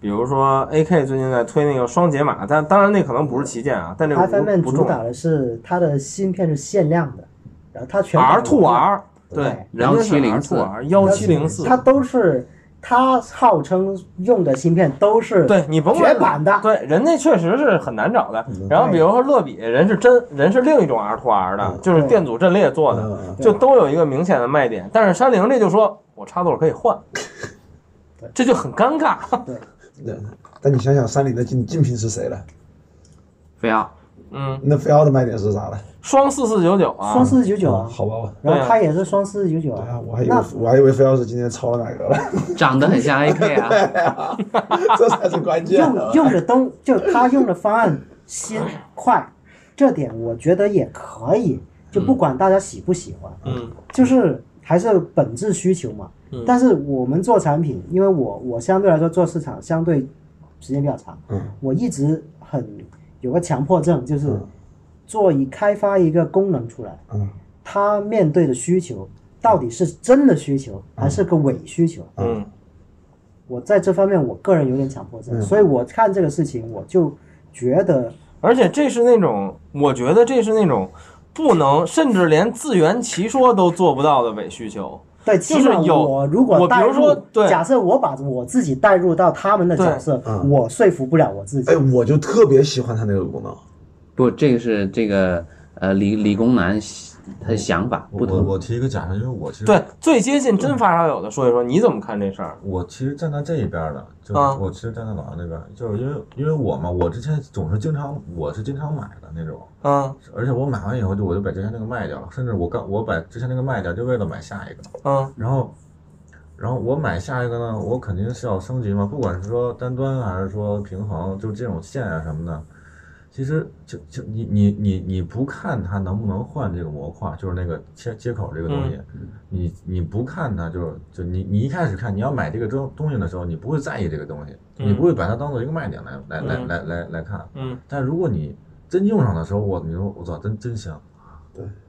Speaker 1: 比如说，AK 最近在推那个双解码，但当然那可能不是旗舰啊，但这个
Speaker 3: i p h o n
Speaker 1: 不不
Speaker 3: 主
Speaker 1: 重
Speaker 3: 打
Speaker 1: 要。
Speaker 3: 的是它的芯片是限量的，然后它全
Speaker 1: R to
Speaker 3: 版
Speaker 1: R，对
Speaker 3: 对，
Speaker 1: 人家是 R to
Speaker 7: 1704
Speaker 1: R 幺七零四，
Speaker 3: 它都是它号称用的芯片都 *laughs* 是
Speaker 1: 对你甭管
Speaker 3: 绝版的嗯
Speaker 1: 对人那确实是很难找的。然后比如说乐比，人是真人是另一种 R to R 的，就是
Speaker 3: 嗯对
Speaker 1: 电阻阵列做的，
Speaker 5: 嗯，
Speaker 1: 就都有一个明显的卖点。但是山灵这就说我插座可以换，这就很尴尬。
Speaker 5: 对。但你想想，三菱的竞竞品是谁了？
Speaker 7: 非要
Speaker 5: *laughs*
Speaker 1: 嗯，
Speaker 5: 那飞奥的卖点是啥了？
Speaker 1: 双四四九九啊，
Speaker 3: 双四九九啊，
Speaker 5: 好吧，我
Speaker 3: 然后它也是双四九九
Speaker 5: 对
Speaker 3: 啊
Speaker 5: 啊，，我还以为
Speaker 3: 那
Speaker 5: 我还以为飞奥是今天抄了哪个了， *laughs*
Speaker 7: 长得很像 AK 啊， *laughs*
Speaker 5: 这才是关键
Speaker 3: 用用的东就他用的方案新快，这点我觉得也可以，就
Speaker 5: 嗯
Speaker 3: 不管大家喜不喜欢，
Speaker 1: 嗯，
Speaker 3: 就是还是本质需求嘛。
Speaker 5: 嗯
Speaker 3: 但是我们做产品，因为我我相对来说做市场相对时间比较长，
Speaker 5: 嗯，
Speaker 3: 我一直很有个强迫症，就是做一开发一个功能出来，
Speaker 5: 嗯，
Speaker 3: 它面对的需求到底是真的需求还是个伪需求？
Speaker 1: 嗯，
Speaker 3: 我在这方面我个人有点强迫症，
Speaker 5: 嗯
Speaker 3: 所以我看这个事情我就觉得
Speaker 1: 而且这是那种，我觉得这是那种不能，甚至连自圆其说都做不到的伪需求。
Speaker 3: 对，
Speaker 1: 就是
Speaker 3: 起码
Speaker 1: 有
Speaker 3: 我如
Speaker 1: 我比
Speaker 3: 果带
Speaker 1: 如
Speaker 3: 入，
Speaker 1: 说对
Speaker 3: 假设我把我自己带入到他们的角色，
Speaker 5: 嗯
Speaker 3: 我说服不了我自己
Speaker 5: 哎，。我就特别喜欢它那个功能，
Speaker 7: 不，这个是这个呃理理工男他的想法
Speaker 8: 我
Speaker 7: 不
Speaker 8: 我
Speaker 7: 同。
Speaker 8: 我提一个假设，因为我
Speaker 3: 嗯
Speaker 8: 其实
Speaker 1: 对，最接近真发烧友的说一说，你怎么看这事儿？
Speaker 8: 我其实站在这一边儿的，就是
Speaker 1: 啊
Speaker 8: 我其实站在老杨那边儿，就是因为因为我嘛，我之前总是经常我是经常买的那种，
Speaker 1: 嗯
Speaker 8: 而且我买完以后就我就把之前那个卖掉了，甚至我刚我把之前那个卖掉就为了买下一个，
Speaker 1: 嗯
Speaker 8: 然后然后我买下一个呢，我肯定是要升级嘛，不管是说单端啊还是说平衡，就这种线啊什么的，其实就就你你你你不看它能不能换这个模块，就是那个接接口这个东西，
Speaker 1: 嗯
Speaker 8: 你你不看它就是就你你一开始看你要买这个东东西的时候，你不会在意这个东西，
Speaker 1: 嗯
Speaker 8: 你不会把它当做一个卖点来来来
Speaker 1: 嗯
Speaker 8: 来来来看。
Speaker 1: 嗯
Speaker 8: 但如果你真用上的时候，我你说我操，真真香！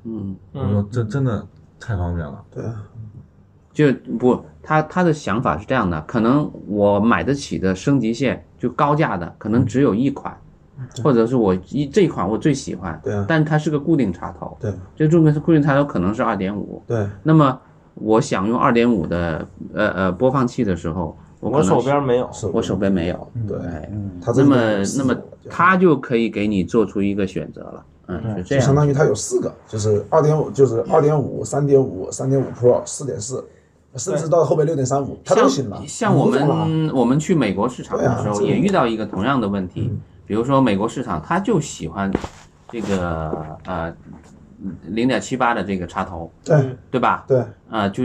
Speaker 7: 嗯，
Speaker 8: 我说
Speaker 1: 嗯
Speaker 8: 这真的太方便了。
Speaker 5: 对啊，
Speaker 7: 就不他他的想法是这样的，可能我买得起的升级线就高价的，可能只有一款，或者是我一这一款我最喜欢，
Speaker 5: 嗯对啊
Speaker 7: 但它是个固定插头，
Speaker 5: 对
Speaker 7: 这中间是固定插头可能是二点五，
Speaker 5: 对，
Speaker 7: 那么我想用二点五的呃呃播放器的时候，我可
Speaker 1: 我
Speaker 7: 能
Speaker 1: 手边没有，
Speaker 3: 嗯
Speaker 5: 是
Speaker 7: 我手边没有，
Speaker 5: 对，
Speaker 7: 哎，
Speaker 5: 嗯它这
Speaker 7: 那
Speaker 5: 个
Speaker 7: 么
Speaker 5: 有四
Speaker 7: 那
Speaker 5: 个
Speaker 7: 么
Speaker 5: 我觉得
Speaker 7: 它就可以给你做出一个选择了，嗯，是这
Speaker 5: 就相
Speaker 7: 样，
Speaker 5: 当于它有四个，就是二点五，就是二点五、三点五、三点五 Pro、四点四，甚至到后面六点三五，它都行了。
Speaker 7: 像像我
Speaker 5: 你都懂了
Speaker 1: 啊
Speaker 7: 们我嗯们去美国市场
Speaker 5: 对
Speaker 7: 的
Speaker 5: 啊嗯
Speaker 7: 时候，
Speaker 5: 这个
Speaker 7: 也遇到一个同样的问题，比如说美国市场，他就喜欢这个呃零点七八的这个插头，
Speaker 5: 对
Speaker 7: 对吧？
Speaker 5: 对
Speaker 7: 啊、就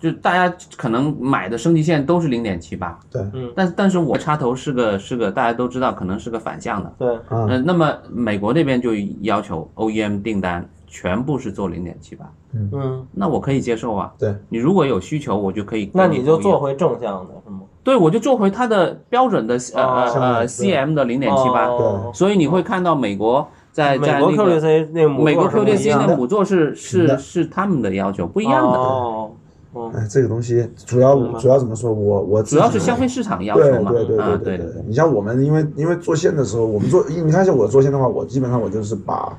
Speaker 7: 就大家可能买的升级线都是零点七八，
Speaker 5: 对，
Speaker 1: 嗯
Speaker 7: 但但是我插头是个是个大家都知道可能是个反向的，
Speaker 1: 对，
Speaker 5: 啊
Speaker 7: 呃，那么美国那边就要求 OEM 订单全部是做零点七八，
Speaker 1: 嗯，
Speaker 7: 那我可以接受啊。
Speaker 5: 对，
Speaker 7: 你如果有需求，我就可以。
Speaker 1: 那你就做，回正向的是吗？
Speaker 7: 对我就做回它的标准的呃
Speaker 1: 哦
Speaker 7: 呃呃
Speaker 5: 相对
Speaker 7: CM 的零点七八，
Speaker 1: 哦
Speaker 7: 所以你会看到美国在
Speaker 1: 美
Speaker 7: 在
Speaker 1: 国
Speaker 7: 那个
Speaker 1: QDC 那个母
Speaker 7: 美国
Speaker 1: 座是不一
Speaker 7: QDC
Speaker 1: 样
Speaker 7: 那
Speaker 1: 的
Speaker 7: 母座是
Speaker 5: 是
Speaker 7: 是
Speaker 5: 的
Speaker 7: 是他们的要求不一样的，
Speaker 1: 哦，哦
Speaker 5: 哎，这个东西主要
Speaker 1: 明白
Speaker 5: 主要怎么说？我我自
Speaker 7: 主
Speaker 5: 己
Speaker 7: 要是消费市场要
Speaker 5: 对
Speaker 7: 求嘛。
Speaker 5: 对对
Speaker 7: 啊
Speaker 5: 对
Speaker 7: 对
Speaker 5: 对。你像我们，因为因为做线的时候，我们做，你看像我做线的话，我基本上我就是把，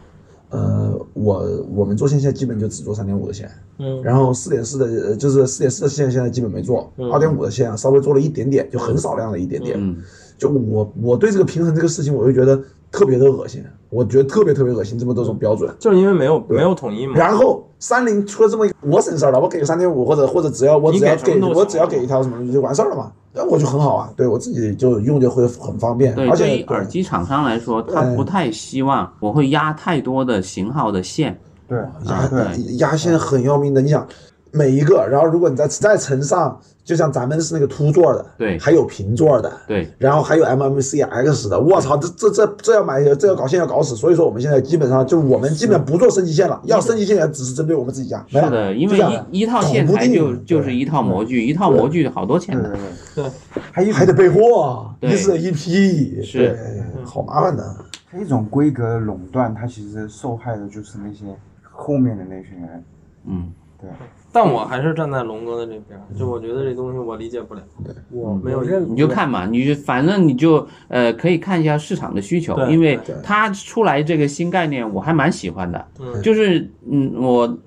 Speaker 5: 呃，我我们做线现在基本就只做三点五的线，
Speaker 1: 嗯
Speaker 5: 然后四点四的，呃就是四点四的线现在基本没做，
Speaker 1: 嗯
Speaker 5: 二点五的线稍微做了一点点，就很少量的一点点。
Speaker 7: 嗯，
Speaker 5: 就我我对这个平衡这个事情，我就觉得特别的恶心，我觉得特别特别恶心这么多种标准。
Speaker 1: 就是因为没有没有统一
Speaker 7: 嗯
Speaker 1: 嘛。
Speaker 5: 然后三菱出了这么一个我省事儿了，我给个三点五或者或者只要我
Speaker 1: 你
Speaker 5: 只
Speaker 1: 给
Speaker 5: 要
Speaker 1: 什么
Speaker 5: 给
Speaker 1: 都行
Speaker 5: 我只要给一条什么东西就完事儿了嘛，那我就很好啊，对我自己就用就会很方便，
Speaker 7: 对，
Speaker 5: 而
Speaker 7: 对
Speaker 5: 且
Speaker 7: 于耳机厂商来说，他不太希望我会压太多的型号的线。
Speaker 6: 对
Speaker 5: 压
Speaker 7: 啊对嗯
Speaker 5: 压线很要命的，你想每一个，然后如果你再再乘上，就像咱们是那个凸座的，
Speaker 7: 对
Speaker 5: 还有平座的，
Speaker 7: 对，
Speaker 5: 然后还有 MMCX 的，我操，这这这这要买这要搞线要搞死，所以说我们现在基本上就我们基本不做升级线了，要升级线也只是针对我们自己家，没
Speaker 7: 是
Speaker 5: 了
Speaker 7: 的，因
Speaker 5: 就
Speaker 7: 为
Speaker 5: 这样的
Speaker 7: 一一套线
Speaker 5: 恐怖
Speaker 7: 材
Speaker 5: 定
Speaker 7: 就
Speaker 5: 理
Speaker 7: 就是一套模具，一套模具好多钱
Speaker 6: 对
Speaker 7: 的。
Speaker 6: 对对，
Speaker 1: 嗯
Speaker 5: 还一还得备货，
Speaker 7: 对
Speaker 5: 一次一批，
Speaker 7: 是
Speaker 5: 对，好麻烦的。
Speaker 6: 它一种规格的垄断，它其实受害的就是那些后面的那群人。
Speaker 7: 嗯，
Speaker 1: 但我还是站在龙哥的这边，就我觉得这东西我理解不了，
Speaker 3: 我
Speaker 1: 没有
Speaker 3: 我认
Speaker 7: 你就看嘛，你就反正你就呃可以看一下市场的需求，
Speaker 1: 对
Speaker 7: 因为
Speaker 1: 对
Speaker 7: 它出来这个新概念我还蛮喜欢的，就是嗯我。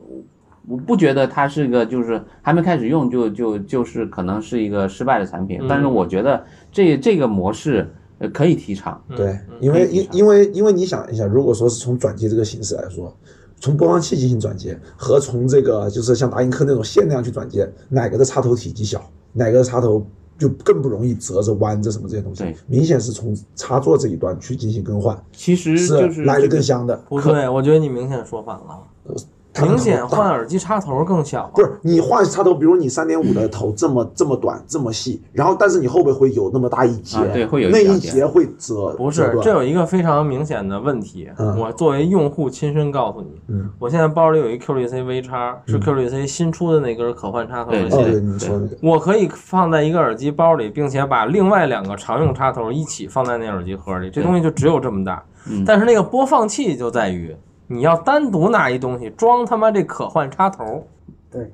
Speaker 7: 我不觉得它是个，就是还没开始用就就就是可能是一个失败的产品，但是我觉得这这个模式呃可以提倡，
Speaker 5: 对，因为因因为因为你想一下，如果说是从转接这个形式来说，从播放器进行转接和从这个就是像达音科那种线那样去转接，哪个的插头体积小，哪个的插头就更不容易折着弯着什么这些东西
Speaker 7: 对，
Speaker 5: 明显是从插座这一端去进行更换，
Speaker 7: 其实就是
Speaker 5: 来
Speaker 7: 这
Speaker 5: 的
Speaker 7: 个
Speaker 5: 更香的。
Speaker 1: 不对，我觉得你明显说反了，
Speaker 5: 它
Speaker 1: 明显
Speaker 5: 头大
Speaker 1: 换耳机插头更小啊，
Speaker 5: 不是你换插头，比如你三点五的头这么这么短这么细，然后但是你后背会有那么大一节，
Speaker 7: 啊对会有一
Speaker 5: 那
Speaker 7: 小
Speaker 5: 一
Speaker 7: 节
Speaker 5: 节会折，
Speaker 1: 不
Speaker 5: 折
Speaker 1: 是，
Speaker 5: 断
Speaker 1: 这有一个非常明显的问题。
Speaker 5: 嗯
Speaker 1: 我作为用户亲身告诉你，
Speaker 5: 嗯
Speaker 1: 我现在包里有一 QDC V 叉，是 QDC 新出的那根可换插头的
Speaker 7: 对
Speaker 5: 哦，
Speaker 1: 线，
Speaker 5: 对，你说的对，
Speaker 1: 我可以放在一个耳机包里，并且把另外两个常用插头一起放在那耳机盒里，这东西就只有这么大。
Speaker 7: 嗯
Speaker 1: 但是那个播放器就在于。你要单独拿一东西装他妈这可换插头，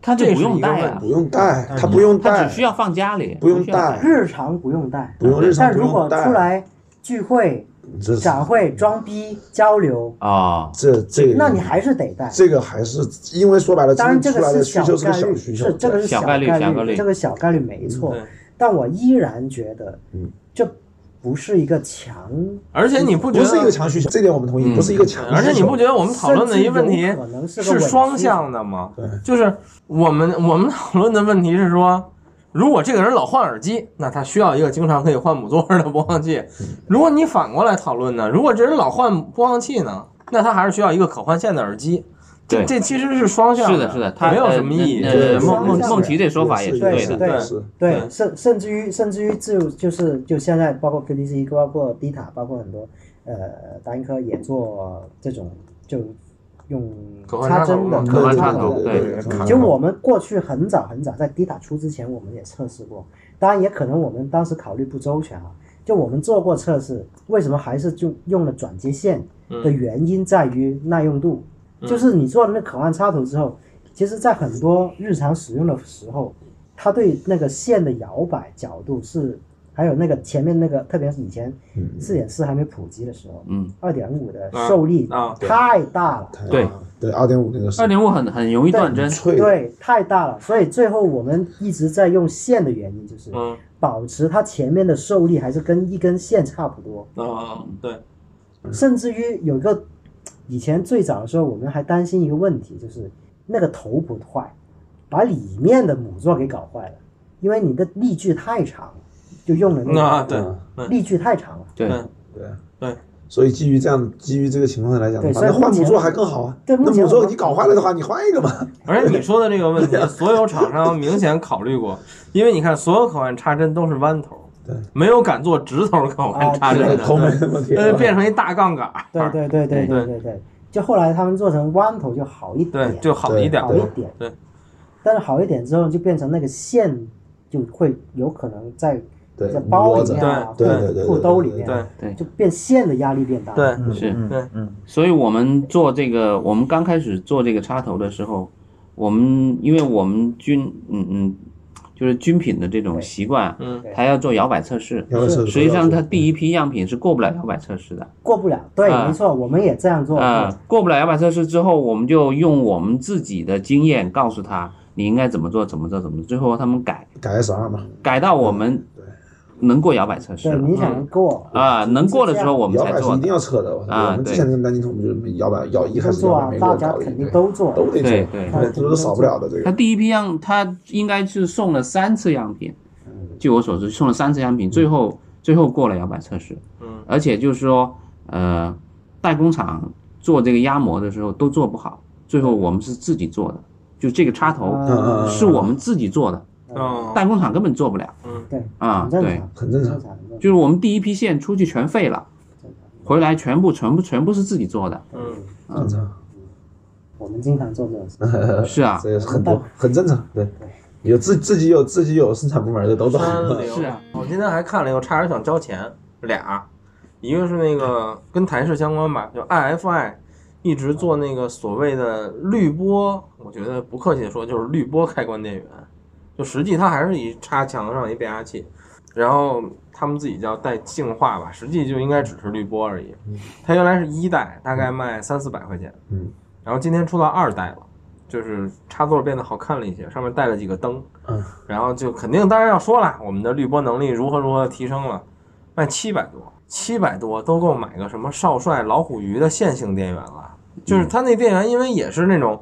Speaker 7: 它就
Speaker 1: 这
Speaker 7: 不
Speaker 1: 是
Speaker 7: 用
Speaker 1: 一个
Speaker 7: 带
Speaker 1: 问
Speaker 7: 啊
Speaker 5: 不，用带，它不用
Speaker 7: 它
Speaker 5: 带
Speaker 7: 只，需要放家里，
Speaker 5: 不用
Speaker 7: 需要
Speaker 5: 带，
Speaker 3: 日常不用带，
Speaker 5: 不用日常
Speaker 3: 但
Speaker 5: 不
Speaker 3: 如果
Speaker 5: 用带。
Speaker 3: 出来聚会、
Speaker 5: 这是
Speaker 3: 展会、装逼、交流，
Speaker 7: 啊，
Speaker 5: 这这，
Speaker 3: 那你还是得带。
Speaker 5: 这个还是因为说白了，
Speaker 3: 当然，这
Speaker 5: 出来
Speaker 3: 是
Speaker 5: 的需
Speaker 3: 小
Speaker 5: 求是个
Speaker 3: 概
Speaker 5: 小
Speaker 3: 率，
Speaker 5: 需求，
Speaker 3: 是这个是
Speaker 7: 小概
Speaker 3: 概
Speaker 7: 率小概率
Speaker 3: 这个小概率没
Speaker 1: 嗯
Speaker 3: 错
Speaker 1: 对。
Speaker 3: 但我依然觉得，
Speaker 5: 嗯
Speaker 3: 这不是一个强，
Speaker 1: 而且你不觉得
Speaker 5: 不是一个强需求，这点我们同意，不是一个强需求。
Speaker 1: 嗯而且你不觉得我们讨论的一个问题
Speaker 3: 甚至有可能是个
Speaker 1: 是
Speaker 3: 伪
Speaker 1: 双向的吗？就是我们我们讨论的问题是说，如果这个人老换耳机，那他需要一个经常可以换母座的播放器。如果你反过来讨论呢，如果这人老换播放器呢，那他还是需要一个可换线的耳机。这
Speaker 7: 对
Speaker 1: 这其实是双向
Speaker 7: 是的，是的，它
Speaker 1: 没有
Speaker 7: 呃
Speaker 1: 什么意义。
Speaker 7: 那
Speaker 5: 对
Speaker 7: 那
Speaker 5: 是
Speaker 7: 孟孟
Speaker 3: 是
Speaker 7: 孟奇这说法也
Speaker 5: 也
Speaker 7: 是
Speaker 3: 对
Speaker 7: 对
Speaker 5: 是
Speaker 7: 的，
Speaker 3: 对
Speaker 5: 是，
Speaker 3: 对，甚甚至于甚至于就就是就现在包括 QDC，包括 d 塔，包括很多呃达音科也做这种就用
Speaker 1: 可换插
Speaker 3: 插
Speaker 1: 头
Speaker 3: 针的
Speaker 1: 嘛
Speaker 5: 可换
Speaker 7: 插
Speaker 3: 头
Speaker 7: 头
Speaker 3: 的
Speaker 7: 对
Speaker 5: 对对
Speaker 3: 其实我们过去很早很早，在 d 塔出之前，我们也测试过，当然也可能我们当时考虑不周全啊。就我们做过测试，为什么还是就用了转接线
Speaker 1: 嗯
Speaker 3: 的原因在于耐用度，就是你做了那可换插头之后，其实在很多日常使用的时候，它对那个线的摇摆角度是，还有那个前面那个，特别是以前四点四还没普及的时候，
Speaker 7: 嗯，
Speaker 3: 二点五的
Speaker 1: 嗯啊
Speaker 3: 受力
Speaker 1: 啊对
Speaker 3: 太大了。
Speaker 7: 对
Speaker 5: 对，二点五那个是
Speaker 7: 二点五很很容易断针，
Speaker 5: 脆的，
Speaker 3: 对，太大了，所以最后我们一直在用线的原因就是
Speaker 1: 嗯
Speaker 3: 保持它前面的受力还是跟一根线差不多，
Speaker 1: 啊，对，
Speaker 3: 甚至于有一个以前最早的时候，我们还担心一个问题，就是那个头不坏，把里面的母座给搞坏了，因为你的力距太长了，就用了那
Speaker 1: 那
Speaker 3: 个
Speaker 1: 啊对，
Speaker 3: 力距太长了。
Speaker 7: 对
Speaker 1: 对对
Speaker 5: 所以基于这样，基于这个情况来讲的
Speaker 3: 对
Speaker 5: 话，
Speaker 3: 所以
Speaker 5: 那换
Speaker 3: 目
Speaker 5: 母
Speaker 3: 前
Speaker 5: 座还更好啊。
Speaker 3: 对目
Speaker 5: 那
Speaker 3: 前
Speaker 5: 母
Speaker 3: 我
Speaker 5: 座
Speaker 3: 们
Speaker 5: 你搞坏了的话，你换一个嘛。
Speaker 1: 而且你说的这个问题，所有厂商明显考虑过，因为你看所有可换插针都是弯头，
Speaker 5: 对，
Speaker 1: 没有敢做直头可换插针
Speaker 5: 对，
Speaker 1: 啊的，
Speaker 5: 头没那么铁
Speaker 1: 呃，
Speaker 5: 了。
Speaker 1: 变成一大杠杆儿，
Speaker 3: 对对对对对对对，就后来他们做成弯头就好一点，
Speaker 1: 对，就好一点儿
Speaker 3: 好。一点，
Speaker 1: 对。
Speaker 3: 但是好一点之后，就变成那个线就会有可能在
Speaker 5: 对
Speaker 3: 在包
Speaker 5: 窝
Speaker 3: 里
Speaker 5: 着
Speaker 3: 面啊，
Speaker 5: 对
Speaker 3: 或
Speaker 5: 对对对
Speaker 3: 者裤兜里面啊，
Speaker 7: 对对
Speaker 3: 就变线的压力变大。
Speaker 1: 对，
Speaker 7: 是，
Speaker 1: 对
Speaker 6: 嗯，
Speaker 7: 所以我们做这个，我们刚开始做这个插头的时候，我们因为我们军，嗯嗯，就是军品的这种习惯，
Speaker 1: 嗯，
Speaker 7: 它要做摇摆测试，
Speaker 5: 摇摆测试
Speaker 7: 实际上它第一批样品是过不了摇摆测试的，
Speaker 3: 过不了。对，
Speaker 7: 啊
Speaker 3: 没错，我们也这样
Speaker 5: 嗯
Speaker 3: 做。
Speaker 7: 啊、过不了摇摆测试之后，我们就用我们自己的经验告诉他你应该怎么做，怎么做，怎么做，最后他们改
Speaker 5: 改 S R 嘛，
Speaker 7: 改到我
Speaker 5: 嗯
Speaker 7: 们能过摇摆测试
Speaker 3: 对，
Speaker 7: 了
Speaker 3: 你想过
Speaker 7: 啊、能过的时候我们
Speaker 5: 摇
Speaker 7: 才
Speaker 5: 摆是
Speaker 7: 做
Speaker 5: 一定
Speaker 7: 的，
Speaker 5: 要测的。我
Speaker 7: 啊
Speaker 5: 操我们之
Speaker 7: 对
Speaker 5: 前跟南京同不就是摇摆摇一开
Speaker 3: 都
Speaker 5: 始摇
Speaker 3: 做
Speaker 5: 摆
Speaker 3: 啊
Speaker 5: 没，给
Speaker 3: 大
Speaker 5: 我
Speaker 3: 家
Speaker 5: 搞一
Speaker 3: 肯
Speaker 5: 堆
Speaker 3: 定都做。
Speaker 5: 都得
Speaker 7: 对
Speaker 5: 做，
Speaker 7: 对。
Speaker 5: 这都是少不了的这
Speaker 7: 他
Speaker 5: 个。
Speaker 7: 第一批样，他应该是送了三次样品，
Speaker 3: 嗯
Speaker 7: 据我所知送了三次样品，最后最后过了摇摆测试，
Speaker 1: 嗯，
Speaker 7: 而且就是说，呃，代工厂做这个压模的时候都做不好，最后我们是自己做的，就这个插头
Speaker 5: 嗯嗯嗯，
Speaker 7: 是我们自己做的，
Speaker 1: 嗯，
Speaker 7: 代工厂根本做不了
Speaker 3: 嗯对，
Speaker 7: 啊
Speaker 3: 很，正
Speaker 7: 对，
Speaker 3: 常，
Speaker 5: 很正常
Speaker 3: 很常，很
Speaker 7: 就是我们第一批线出去全废了，
Speaker 3: 正常。
Speaker 7: 回来全部全部全部是自己做的，
Speaker 1: 嗯，
Speaker 5: 正常，
Speaker 3: 我们经常做这种事，
Speaker 7: 是啊，
Speaker 5: 嗯这也是很多很正常。对，有自自己有自己有生产部门的都懂。
Speaker 1: 三菱
Speaker 7: 是啊，
Speaker 1: 我今天还看了一个，差点想交钱，俩，一个是那个跟台式相关吧，就 IFI 一直做那个所谓的滤波，我觉得不客气的说就是滤波开关电源，就实际它还是一插墙上一变压器，然后他们自己叫带净化吧，实际就应该只是滤波而已。它原来是一代，大概卖三四百块钱，
Speaker 5: 嗯，
Speaker 1: 然后今天出到二代了。就是插座变得好看了一些，上面带了几个灯，
Speaker 5: 嗯，
Speaker 1: 然后就肯定当然要说了，我们的滤波能力如何如何提升了，卖七百多，七百多都够买个什么少帅老虎鱼的线性电源了。就是它那电源，因为也是那种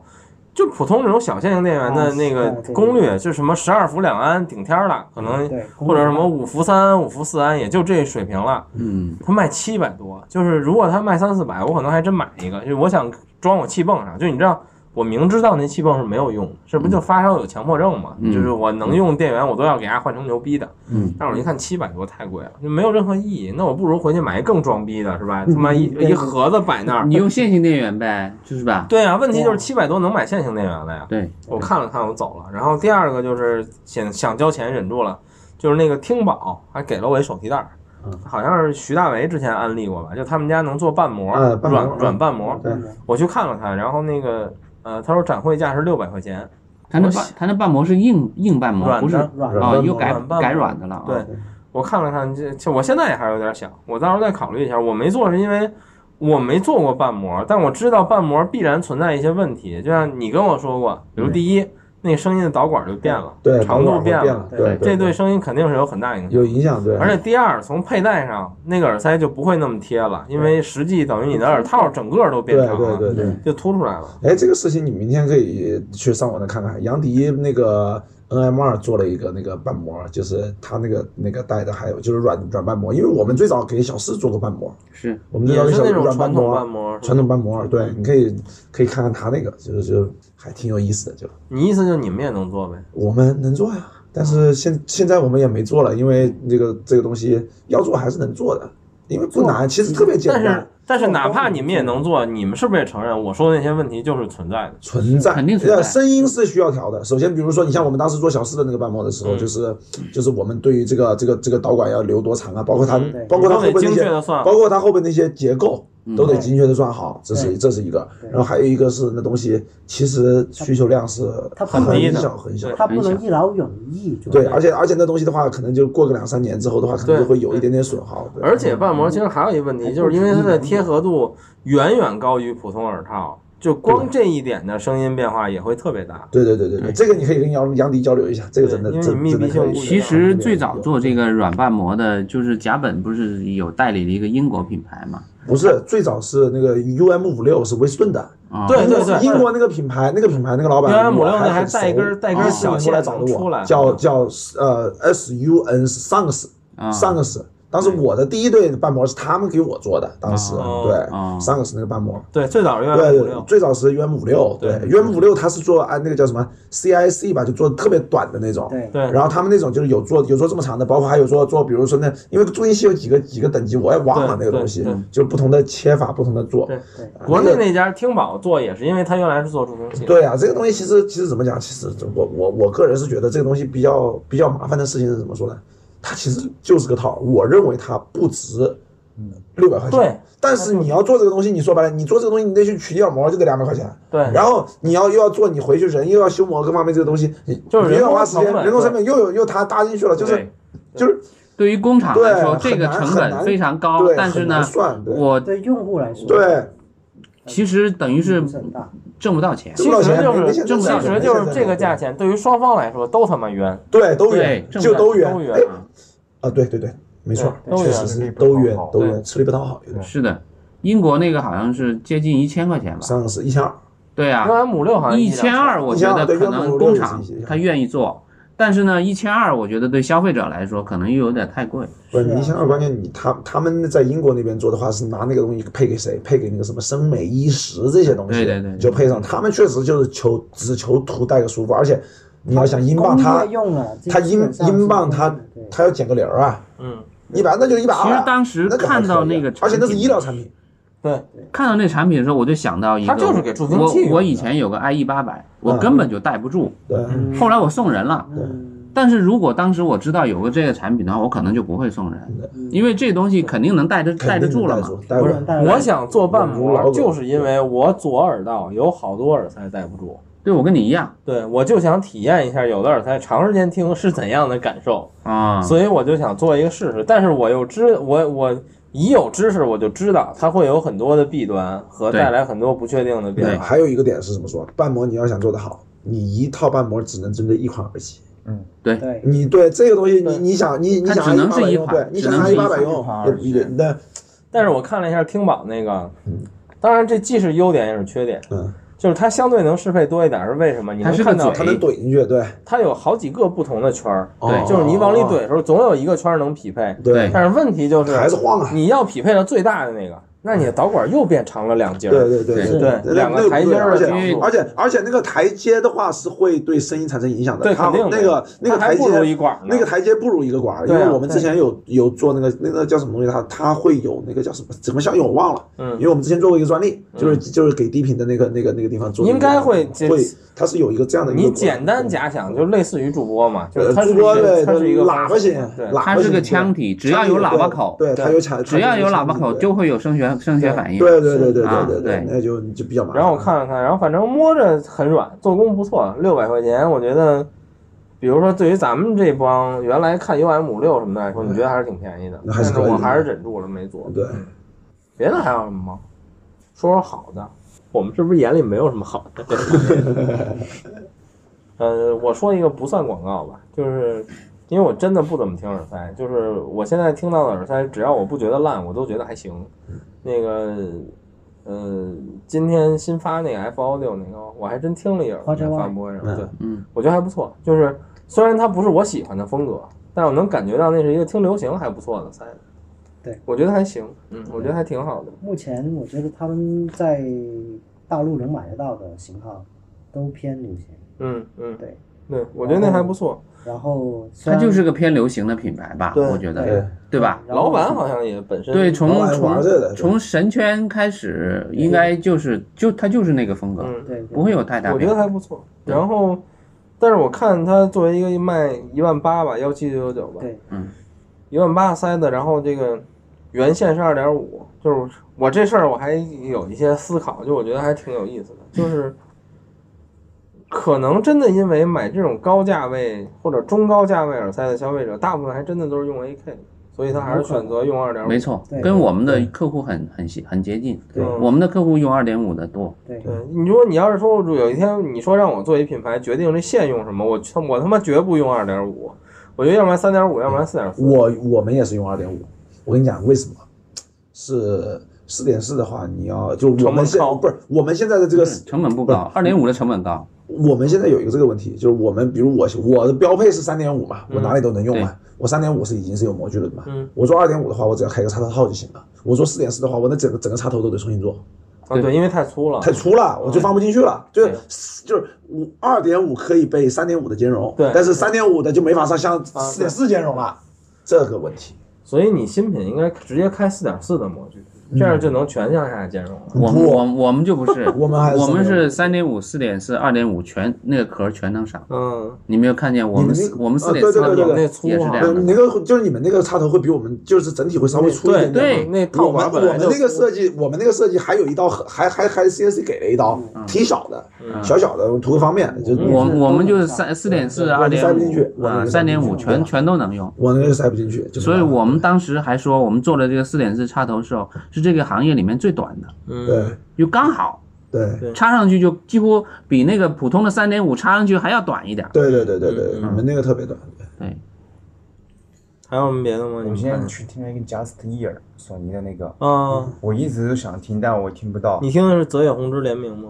Speaker 1: 就普通这种小线性电源
Speaker 3: 啊
Speaker 1: 的
Speaker 3: 是
Speaker 1: 那个
Speaker 3: 对对
Speaker 1: 功率，就是什么十二伏两安顶天儿了，可能
Speaker 3: 对
Speaker 1: 或者什么五伏三安、五伏四安，也就这水平了。
Speaker 7: 嗯
Speaker 1: 它卖七百多，就是如果它卖三四百，我可能还真买一个，就是我想装我气泵上。就你知道，我明知道那气泵是没有用的，这不就发烧友强迫症吗？
Speaker 7: 嗯
Speaker 1: 就是我能用电源，我都要给它换成牛逼的。
Speaker 7: 嗯，
Speaker 1: 但是我一看七百多太贵了，就没有任何意义。那我不如回去买一更装逼的，是吧？他妈一
Speaker 3: 对
Speaker 1: 一盒子摆
Speaker 3: 嗯
Speaker 1: 那儿。
Speaker 7: 嗯你用线性电源呗，就是吧，
Speaker 1: 对啊，问题就是
Speaker 3: 对啊
Speaker 1: 七百多能买线性电源了呀。
Speaker 7: 对，
Speaker 5: 嗯
Speaker 1: 我看了看，我走了。然后第二个就是想想交钱忍住了，就是那个听宝还给了我一手提袋儿，
Speaker 5: 嗯
Speaker 1: 好像是徐大为之前安利过吧，就他们家能做瓣膜，
Speaker 5: 呃瓣膜
Speaker 1: 软软瓣膜。
Speaker 5: *laughs* 对
Speaker 1: 我去看了看，然后那个呃，他说展会价是六百块钱，
Speaker 7: 它那
Speaker 1: 我
Speaker 7: 瓣它那瓣膜是硬硬瓣膜，
Speaker 1: 软
Speaker 7: 不是
Speaker 1: 的
Speaker 3: 软
Speaker 7: 啊，
Speaker 5: 的
Speaker 7: 又改
Speaker 1: 软瓣膜
Speaker 7: 改软的了啊，
Speaker 1: 对我看了看，这这我现在也还有点想，我到时候再考虑一下。我没做是因为我没做过瓣膜，但我知道瓣膜必然存在一些问题，就像你跟我说过，比如第一，那声音的导管就变了，
Speaker 5: *laughs* 嗯对，
Speaker 1: 长度
Speaker 5: 导管
Speaker 1: 变
Speaker 5: 会变了，对，
Speaker 1: 这对声音肯定是有很大影响。
Speaker 5: 有影响，对。
Speaker 1: 而且第二，从佩戴上那个耳塞就不会那么贴了，因为实际等于你的耳套整个都变
Speaker 5: 对
Speaker 1: 长
Speaker 5: 对
Speaker 1: 了，
Speaker 5: 对对。
Speaker 3: 嗯
Speaker 1: 就凸出来了。
Speaker 5: 哎，这个事情你明天可以去上网再看看。杨迪那个 NM 二做了一个那个瓣膜，就是他那个那个带的，还有就是软软瓣膜。因为我们最早给小四做过瓣膜，
Speaker 7: 是
Speaker 5: 我们最早给
Speaker 1: 也是
Speaker 5: 小四
Speaker 1: 那种
Speaker 5: 软瓣
Speaker 1: 传统瓣膜
Speaker 5: 膜
Speaker 1: 是，吧
Speaker 5: 传统瓣膜。对，你可以可以看看他那个，就是就还挺有意思的。就
Speaker 1: 你意思就是你们也能做呗？
Speaker 5: 我们能做呀，但是现现在我们也没做了，因为这个这个东西要做还是能做的，因为不难，其实特别简
Speaker 1: 但是
Speaker 5: 单，
Speaker 1: 但是哪怕你们也能做，你们是不是也承认我说的那些问题就是存在的？
Speaker 5: 存在，
Speaker 7: 肯定存在
Speaker 5: 呃声音是需要调的。首先，比如说你像我们当时做小四的那个瓣膜的时候，就是就是我们对于这个这个这个导管要留多长啊，包括它
Speaker 3: 对
Speaker 5: 包括它
Speaker 1: 都
Speaker 5: 后
Speaker 1: 得
Speaker 5: 边那
Speaker 1: 精
Speaker 5: 些
Speaker 1: 确地算好
Speaker 5: 包括它后边那些结构都得精确的算好，这是
Speaker 3: 对
Speaker 5: 这是一个。然后还有一个是那东西其实需求量是
Speaker 3: 它
Speaker 5: 很
Speaker 1: 很低的
Speaker 5: 小很小
Speaker 1: 对。
Speaker 3: 它不能一劳永逸，主要
Speaker 5: 对，而且而且那东西的话，可能就过个两三年之后的话，可能就会有一点点损耗。对
Speaker 1: 而且瓣膜其实还有一个问题，就是因为它的贴合度远远高于普通耳套，就光这一点的声音变化也会特别大。
Speaker 5: 对对对对对，这个你可以跟杨杨迪交流一下，这个真的
Speaker 1: 对因为
Speaker 5: 真
Speaker 1: 密
Speaker 5: 真的
Speaker 1: 闭性
Speaker 5: 可以。
Speaker 1: 不一样
Speaker 7: 其实最早做这个软瓣膜的，就是甲本不是有代理了一个英国品牌嘛？
Speaker 5: 不是最早是那个 UM 五六是威斯顿的，
Speaker 7: 啊，
Speaker 1: 对对对，
Speaker 5: 英国那个品牌，那个品牌那个老板，
Speaker 1: 幺五
Speaker 5: 我
Speaker 1: 六那还
Speaker 5: 很熟
Speaker 1: 带一根带一
Speaker 5: 啊
Speaker 1: 根
Speaker 5: 想
Speaker 1: 小
Speaker 5: 出
Speaker 1: 线
Speaker 5: 来找的
Speaker 1: 能出
Speaker 5: 我，
Speaker 1: 来，
Speaker 5: 叫叫呃 S U N Suns
Speaker 7: 啊
Speaker 5: Suns，当时我的第一对瓣膜是他们给我做的，当时
Speaker 1: 哦
Speaker 5: 对
Speaker 7: 哦
Speaker 5: 三个是那个瓣膜，
Speaker 1: 对，最早是原来
Speaker 5: 对
Speaker 1: 五
Speaker 5: 对对
Speaker 1: 六，，
Speaker 5: 最早是 UM 五六，对
Speaker 1: 对
Speaker 5: UM 五六它是做按那个叫什么 CIC 吧，就做特别短的那种，
Speaker 3: 对
Speaker 1: 对
Speaker 5: 然后他们那种就是有做有做这么长的，包括还有做做，比如说那因为注音系有几个几个等级，我也忘了
Speaker 1: 对
Speaker 5: 那个东西
Speaker 1: 对对，
Speaker 5: 就是不同的切法，不同的做。
Speaker 1: 对
Speaker 3: 对
Speaker 5: 啊
Speaker 1: 国内
Speaker 5: 那个
Speaker 1: 那家听宝做也是，因为他原来是做助听器，
Speaker 5: 对啊，这个东西其实其实怎么讲，其实我我我个人是觉得这个东西比较比较麻烦的事情是怎么说呢？它其实就是个套，我认为它不值。六百块
Speaker 1: 嗯
Speaker 5: 钱，
Speaker 1: 对。
Speaker 5: 但是你要做这个东西，你说白了，你做这个东西，你得去取掉膜就得两百块钱，
Speaker 1: 对
Speaker 5: 然后你要又要做，你回去人又要修模各方面这个东西，你
Speaker 1: 就是
Speaker 5: 你
Speaker 1: 人
Speaker 5: 又要
Speaker 1: 工
Speaker 5: 花时间
Speaker 1: 成，本
Speaker 5: 人工
Speaker 1: 对
Speaker 5: 成本又有又搭搭进去了，就是
Speaker 7: 对
Speaker 5: 就是
Speaker 7: 对于工厂来说，
Speaker 5: 对
Speaker 7: 这个
Speaker 5: 很难
Speaker 7: 成
Speaker 5: 很
Speaker 7: 本
Speaker 5: 难
Speaker 7: 非常高
Speaker 5: 对，
Speaker 7: 但是
Speaker 5: 很
Speaker 7: 呢
Speaker 5: 难，算对
Speaker 7: 我
Speaker 3: 对用户来说，
Speaker 5: 对，
Speaker 7: 其实等于是
Speaker 3: 不是很大。
Speaker 7: 挣不到钱。
Speaker 1: 其
Speaker 5: 挣不到
Speaker 1: 实
Speaker 5: 钱
Speaker 1: 就
Speaker 5: 没没
Speaker 1: 是
Speaker 5: 钱
Speaker 1: 其
Speaker 5: 挣不到钱
Speaker 1: 实就是这个价钱，对于双方来说都他妈冤，
Speaker 5: 对都
Speaker 7: 对
Speaker 5: 远
Speaker 7: 挣
Speaker 5: 就
Speaker 7: 不到
Speaker 5: 都
Speaker 1: 都
Speaker 5: 远
Speaker 1: 冤
Speaker 5: 哎啊，对对对，没错，
Speaker 1: 对都
Speaker 5: 确
Speaker 1: 远
Speaker 5: 实是
Speaker 6: 对
Speaker 5: 都远都
Speaker 1: 对
Speaker 5: 远，吃力不讨好，有点
Speaker 7: 是的，英国那个好像是接近一千块钱吧？
Speaker 5: 三个是一千二，
Speaker 7: 对啊，
Speaker 1: 原来五六好像
Speaker 7: 一
Speaker 1: 两
Speaker 7: 千二，我
Speaker 5: 一
Speaker 7: 觉
Speaker 5: 千二
Speaker 7: 得
Speaker 5: 对
Speaker 7: 可
Speaker 5: 要不
Speaker 7: 能
Speaker 5: 我
Speaker 7: 工
Speaker 5: 认识
Speaker 7: 厂
Speaker 5: 一些
Speaker 7: 他愿意做，但是呢，一千二我觉得对消费者来说可能又有点太贵。
Speaker 5: 不是
Speaker 3: 是啊
Speaker 5: 你一千二，关键你他他们在英国那边做的话，是拿那个东西配给谁？配给那个什么生美衣食这些东西，
Speaker 7: 对对对对
Speaker 5: 就配上。他们确实就是求只求图带个舒服，而且你要想英镑，
Speaker 3: 工
Speaker 5: 它
Speaker 3: 业用了，
Speaker 5: 它英英镑它
Speaker 3: 它
Speaker 5: 它要减个零儿啊，
Speaker 1: 嗯，
Speaker 5: 一百那就一百
Speaker 7: 其
Speaker 5: 二。
Speaker 7: 实当时
Speaker 5: 啊那可还
Speaker 7: 看到
Speaker 5: 可以啊
Speaker 7: 那个
Speaker 5: 而且那是
Speaker 7: 产品
Speaker 5: 医疗产品，
Speaker 1: 对，
Speaker 7: 看到那产品的时候，我就想到一个，
Speaker 1: 它就是给助听
Speaker 7: 我
Speaker 1: 器用的
Speaker 7: 我以前有个 IE 八百，
Speaker 5: 嗯
Speaker 7: 我根本就戴不住，
Speaker 5: 对，
Speaker 7: 后来我送人了。
Speaker 3: 嗯
Speaker 7: 但是如果当时我知道有个这个产品的话，我可能就不会送人，因为这东西肯定能戴着戴
Speaker 5: 嗯肯
Speaker 7: 得
Speaker 5: 定能
Speaker 7: 住了
Speaker 5: 带
Speaker 7: 嘛
Speaker 5: 住。，带不
Speaker 3: 不
Speaker 5: 住
Speaker 3: 是带
Speaker 1: 我想做瓣
Speaker 5: 我
Speaker 1: 膜，
Speaker 5: 我
Speaker 1: 就是因为我左耳道有好多耳塞戴不住，
Speaker 7: 对，我跟你一样
Speaker 1: 对我就想体验一下有的耳塞长时间听是怎样的感受，
Speaker 7: 啊，
Speaker 1: 所以我就想做一个试试。但是我又知我我已有知识，我就知道它会有很多的弊端和
Speaker 7: 对
Speaker 1: 带来很多不确定的
Speaker 5: 没
Speaker 1: 变
Speaker 5: 有
Speaker 1: 化。
Speaker 5: 还有一个点是怎么说？瓣膜你要想做得好，你一套瓣膜只能针对一款耳机。
Speaker 3: 对，
Speaker 5: 你对这个东西，你
Speaker 1: 对
Speaker 5: 你想你你
Speaker 7: 它
Speaker 5: 想
Speaker 7: 只
Speaker 5: 拿
Speaker 7: 能
Speaker 5: 一八
Speaker 7: 是
Speaker 5: 百
Speaker 7: 一
Speaker 5: 用，
Speaker 7: 款
Speaker 5: 对，你
Speaker 7: 只
Speaker 5: 想
Speaker 7: 能
Speaker 5: 拿
Speaker 7: 是
Speaker 5: 一
Speaker 7: 一
Speaker 5: 八百
Speaker 7: 款
Speaker 5: 用
Speaker 6: 款，
Speaker 5: 也也那
Speaker 1: 但是我看了一下听宝那个，当然这既是优点也是缺点，
Speaker 5: 嗯，
Speaker 1: 就是它相对能适配多一点，是为什么？你
Speaker 7: 它
Speaker 1: 能
Speaker 7: 是个
Speaker 1: 看到
Speaker 7: 嘴
Speaker 5: 它能怼进去，对，
Speaker 1: 它有好几个不同的圈儿，
Speaker 7: 对
Speaker 1: 就是你往里怼的时候，总有一个圈儿能匹配。
Speaker 5: 哦对
Speaker 1: 但是问题就是
Speaker 5: 还是晃啊，
Speaker 1: 你要匹配到最大的那个，那你的导管又变长了两截
Speaker 5: 对
Speaker 1: 儿。
Speaker 5: 对对
Speaker 1: 对
Speaker 5: 对，
Speaker 1: 两个
Speaker 5: 那
Speaker 1: 台阶儿的
Speaker 5: 而且
Speaker 1: 长度
Speaker 5: 而且而且那个台阶的话是会对声音产生影响的，
Speaker 1: 对
Speaker 5: 它
Speaker 1: 肯定的
Speaker 5: 那个那个
Speaker 1: 它还
Speaker 5: 台阶
Speaker 1: 不如一管儿呢
Speaker 5: 那个台阶不如一个管儿，因
Speaker 1: 对啊
Speaker 5: 为我们之前有有做那个那个叫什么东西，它它会有那个叫什么什么效应我忘了，
Speaker 1: 嗯
Speaker 5: 因为我们之前做过一个专利，就是就是给低频的那个那个那个地方做那个，
Speaker 1: 应该会
Speaker 5: 会，它是有一个这样的一个
Speaker 1: 你
Speaker 5: 管儿，嗯
Speaker 1: 简单假想，就类似于主播嘛，就是
Speaker 5: 呃，
Speaker 1: 它是
Speaker 5: 主
Speaker 1: 一
Speaker 5: 播
Speaker 1: 个
Speaker 5: 对
Speaker 1: 它是一个
Speaker 5: 喇叭型，
Speaker 1: 对，
Speaker 5: 喇叭
Speaker 7: 它是
Speaker 5: 型
Speaker 7: 个
Speaker 5: 对
Speaker 7: 腔体只要有喇叭口
Speaker 5: 对，对它有腔，
Speaker 7: 只要有喇叭口就
Speaker 5: 会，
Speaker 7: 会有声学声学反应。
Speaker 5: 对对对对
Speaker 7: 啊
Speaker 5: 对对
Speaker 7: 对
Speaker 5: 那就就比较麻烦。
Speaker 1: 然后我看了看，然后反正摸着很软，做工不错，六百块钱，我觉得，比如说对于咱们这帮原来看 UM 五六什么的来说，你觉得还是挺便宜的，
Speaker 5: 嗯那还是
Speaker 1: 但
Speaker 5: 可以
Speaker 1: 是我
Speaker 5: 的嗯
Speaker 1: 还是忍住了没做。
Speaker 5: 对，
Speaker 1: 别的还有什么吗？说说好的，我们是不是眼里没有什么好的？ *laughs* 呃，我说一个不算广告吧，就是因为我真的不怎么听耳塞，就是我现在听到的耳塞，只要我不觉得烂，我都觉得还行。那个，呃，今天新发那个 F 幺六那个，我还真听了一耳
Speaker 3: 花之外
Speaker 1: 发布会上，对，
Speaker 7: 嗯，
Speaker 1: 我觉得还不错。就是虽然它不是我喜欢的风格，但我能感觉到那是一个听流行还不错的塞子。
Speaker 3: 对，
Speaker 1: 我觉得还行，嗯，我觉得还挺好的。
Speaker 3: 目前我觉得他们在大陆能买得到的型号都偏流行，
Speaker 1: 嗯嗯，
Speaker 3: 对。
Speaker 1: 对，我觉得那还不错。
Speaker 3: 然后虽
Speaker 7: 它
Speaker 3: 然
Speaker 7: 就是个偏流行的品牌吧，
Speaker 1: 对
Speaker 7: 我觉
Speaker 3: 对
Speaker 7: 得，对吧？
Speaker 3: 然后
Speaker 1: 老板好像也本身
Speaker 7: 对，从
Speaker 5: 老板玩这个
Speaker 7: 从
Speaker 5: 对
Speaker 7: 从神圈开始，应该就是就它就是那个风格，
Speaker 1: 嗯，
Speaker 3: 对
Speaker 7: 不
Speaker 3: 对
Speaker 7: 会有太大
Speaker 1: 我觉
Speaker 7: 变
Speaker 1: 得
Speaker 7: 化。
Speaker 1: 还不错。然后，但是我看他作为一个卖一万八吧，幺七九九吧，
Speaker 3: 对，
Speaker 7: 嗯
Speaker 1: 一万八塞的，然后这个原线是二点五，就是我这事儿我还有一些思考，就我觉得还挺有意思的，就是可能真的因为买这种高价位或者中高价位耳塞的消费者，大部分还真的都是用 AK 的，所以他还是选择用二点五。嗯
Speaker 7: 没错
Speaker 3: 对，
Speaker 7: 跟我们的客户很很接很接近。
Speaker 1: 对
Speaker 5: 嗯
Speaker 7: 我们的客户用二点五的多，
Speaker 3: 对
Speaker 1: 对，你说你要是说有一天你说让我做一品牌，决定这线用什么，我他我他妈绝不用二点五，我觉得要不然三点五，要不然四点四。
Speaker 5: 我我们也是用二点五，我跟你讲为什么？是四点四的话，你要就我
Speaker 1: 成
Speaker 5: 们
Speaker 1: 本
Speaker 5: 现
Speaker 1: 高嗯
Speaker 5: 不是我们现在的这个嗯
Speaker 7: 成本不高，二点五的成本高。
Speaker 5: 我们现在有一个这个问题，就是我们比如我我的标配是三点五嘛，我哪里都能用嘛，我三点五是已经是有模具了的嘛，
Speaker 1: 嗯
Speaker 5: 我做二点五的话，我只要开个插头套就行了，我做四点四的话，我那整个整个插头都得重新做，
Speaker 1: 啊，对，因为太粗了，
Speaker 5: 太粗了，我就放不进去了，就
Speaker 1: 嗯对
Speaker 5: 是就是五二点五可以被三点五的兼容，
Speaker 1: 对
Speaker 5: 但是三点五的就没法上像
Speaker 1: 啊
Speaker 5: 四点四兼容了，这个问题
Speaker 1: 所以你新品应该直接开四点四的模具，这样就能全向下兼容了。
Speaker 7: 我们我们我们就不是
Speaker 5: *laughs* ，我们还是
Speaker 7: 我们
Speaker 5: 3.5
Speaker 7: 是三点五、四点四、二点五全那个壳全能上。
Speaker 1: 嗯，
Speaker 7: 你没有看见我
Speaker 5: 你们
Speaker 7: 们
Speaker 5: 那
Speaker 7: 四我们
Speaker 5: 啊
Speaker 7: 四点
Speaker 5: 对
Speaker 7: 四
Speaker 5: 对对对
Speaker 1: 那粗
Speaker 7: 也是
Speaker 1: 啊
Speaker 7: 这
Speaker 5: 对，
Speaker 7: 样
Speaker 5: 你那
Speaker 7: 的。
Speaker 5: 个就是你们那个插头会比我们就是整体会稍微粗一点点
Speaker 1: 对
Speaker 5: 嘛。
Speaker 1: 那
Speaker 5: 我
Speaker 1: 套
Speaker 5: 们
Speaker 1: 板
Speaker 5: 我
Speaker 1: 本来
Speaker 5: 们
Speaker 1: 就
Speaker 5: 那个
Speaker 1: 粗
Speaker 5: 设计，我们那个设计还有一刀很，还还还 CNC 给了一
Speaker 7: 嗯
Speaker 5: 刀，挺小的，小小的，图个方便。就
Speaker 7: 我我们就是三四点四、
Speaker 5: 对
Speaker 7: 二
Speaker 5: 我们塞
Speaker 7: 点
Speaker 5: 不进去
Speaker 7: 五
Speaker 5: 我
Speaker 7: 啊，
Speaker 5: 们
Speaker 7: 三点五
Speaker 5: 对
Speaker 7: 全全都能用。
Speaker 5: 我那个塞不进去，就没
Speaker 7: 所以
Speaker 5: 办法
Speaker 7: 我们当时还说，我们做了这个四点四插头的时候，是这个行业里面最短的，
Speaker 1: 嗯，
Speaker 5: 对
Speaker 7: 就刚好
Speaker 5: 对
Speaker 1: 对
Speaker 7: 插上去就几乎比那个普通的三点五插上去还要短一点。
Speaker 5: 对对对对对，
Speaker 7: 嗯
Speaker 5: 你们那个特别短。
Speaker 7: 对，
Speaker 1: 还有什么别的吗？你
Speaker 6: 我
Speaker 1: 们
Speaker 6: 现在
Speaker 1: 看
Speaker 6: 去听了一个 Just Ear 索尼的那个，
Speaker 1: 啊，
Speaker 6: 我一直都想听，但我听不到。
Speaker 1: 你听的是泽野弘之联名吗？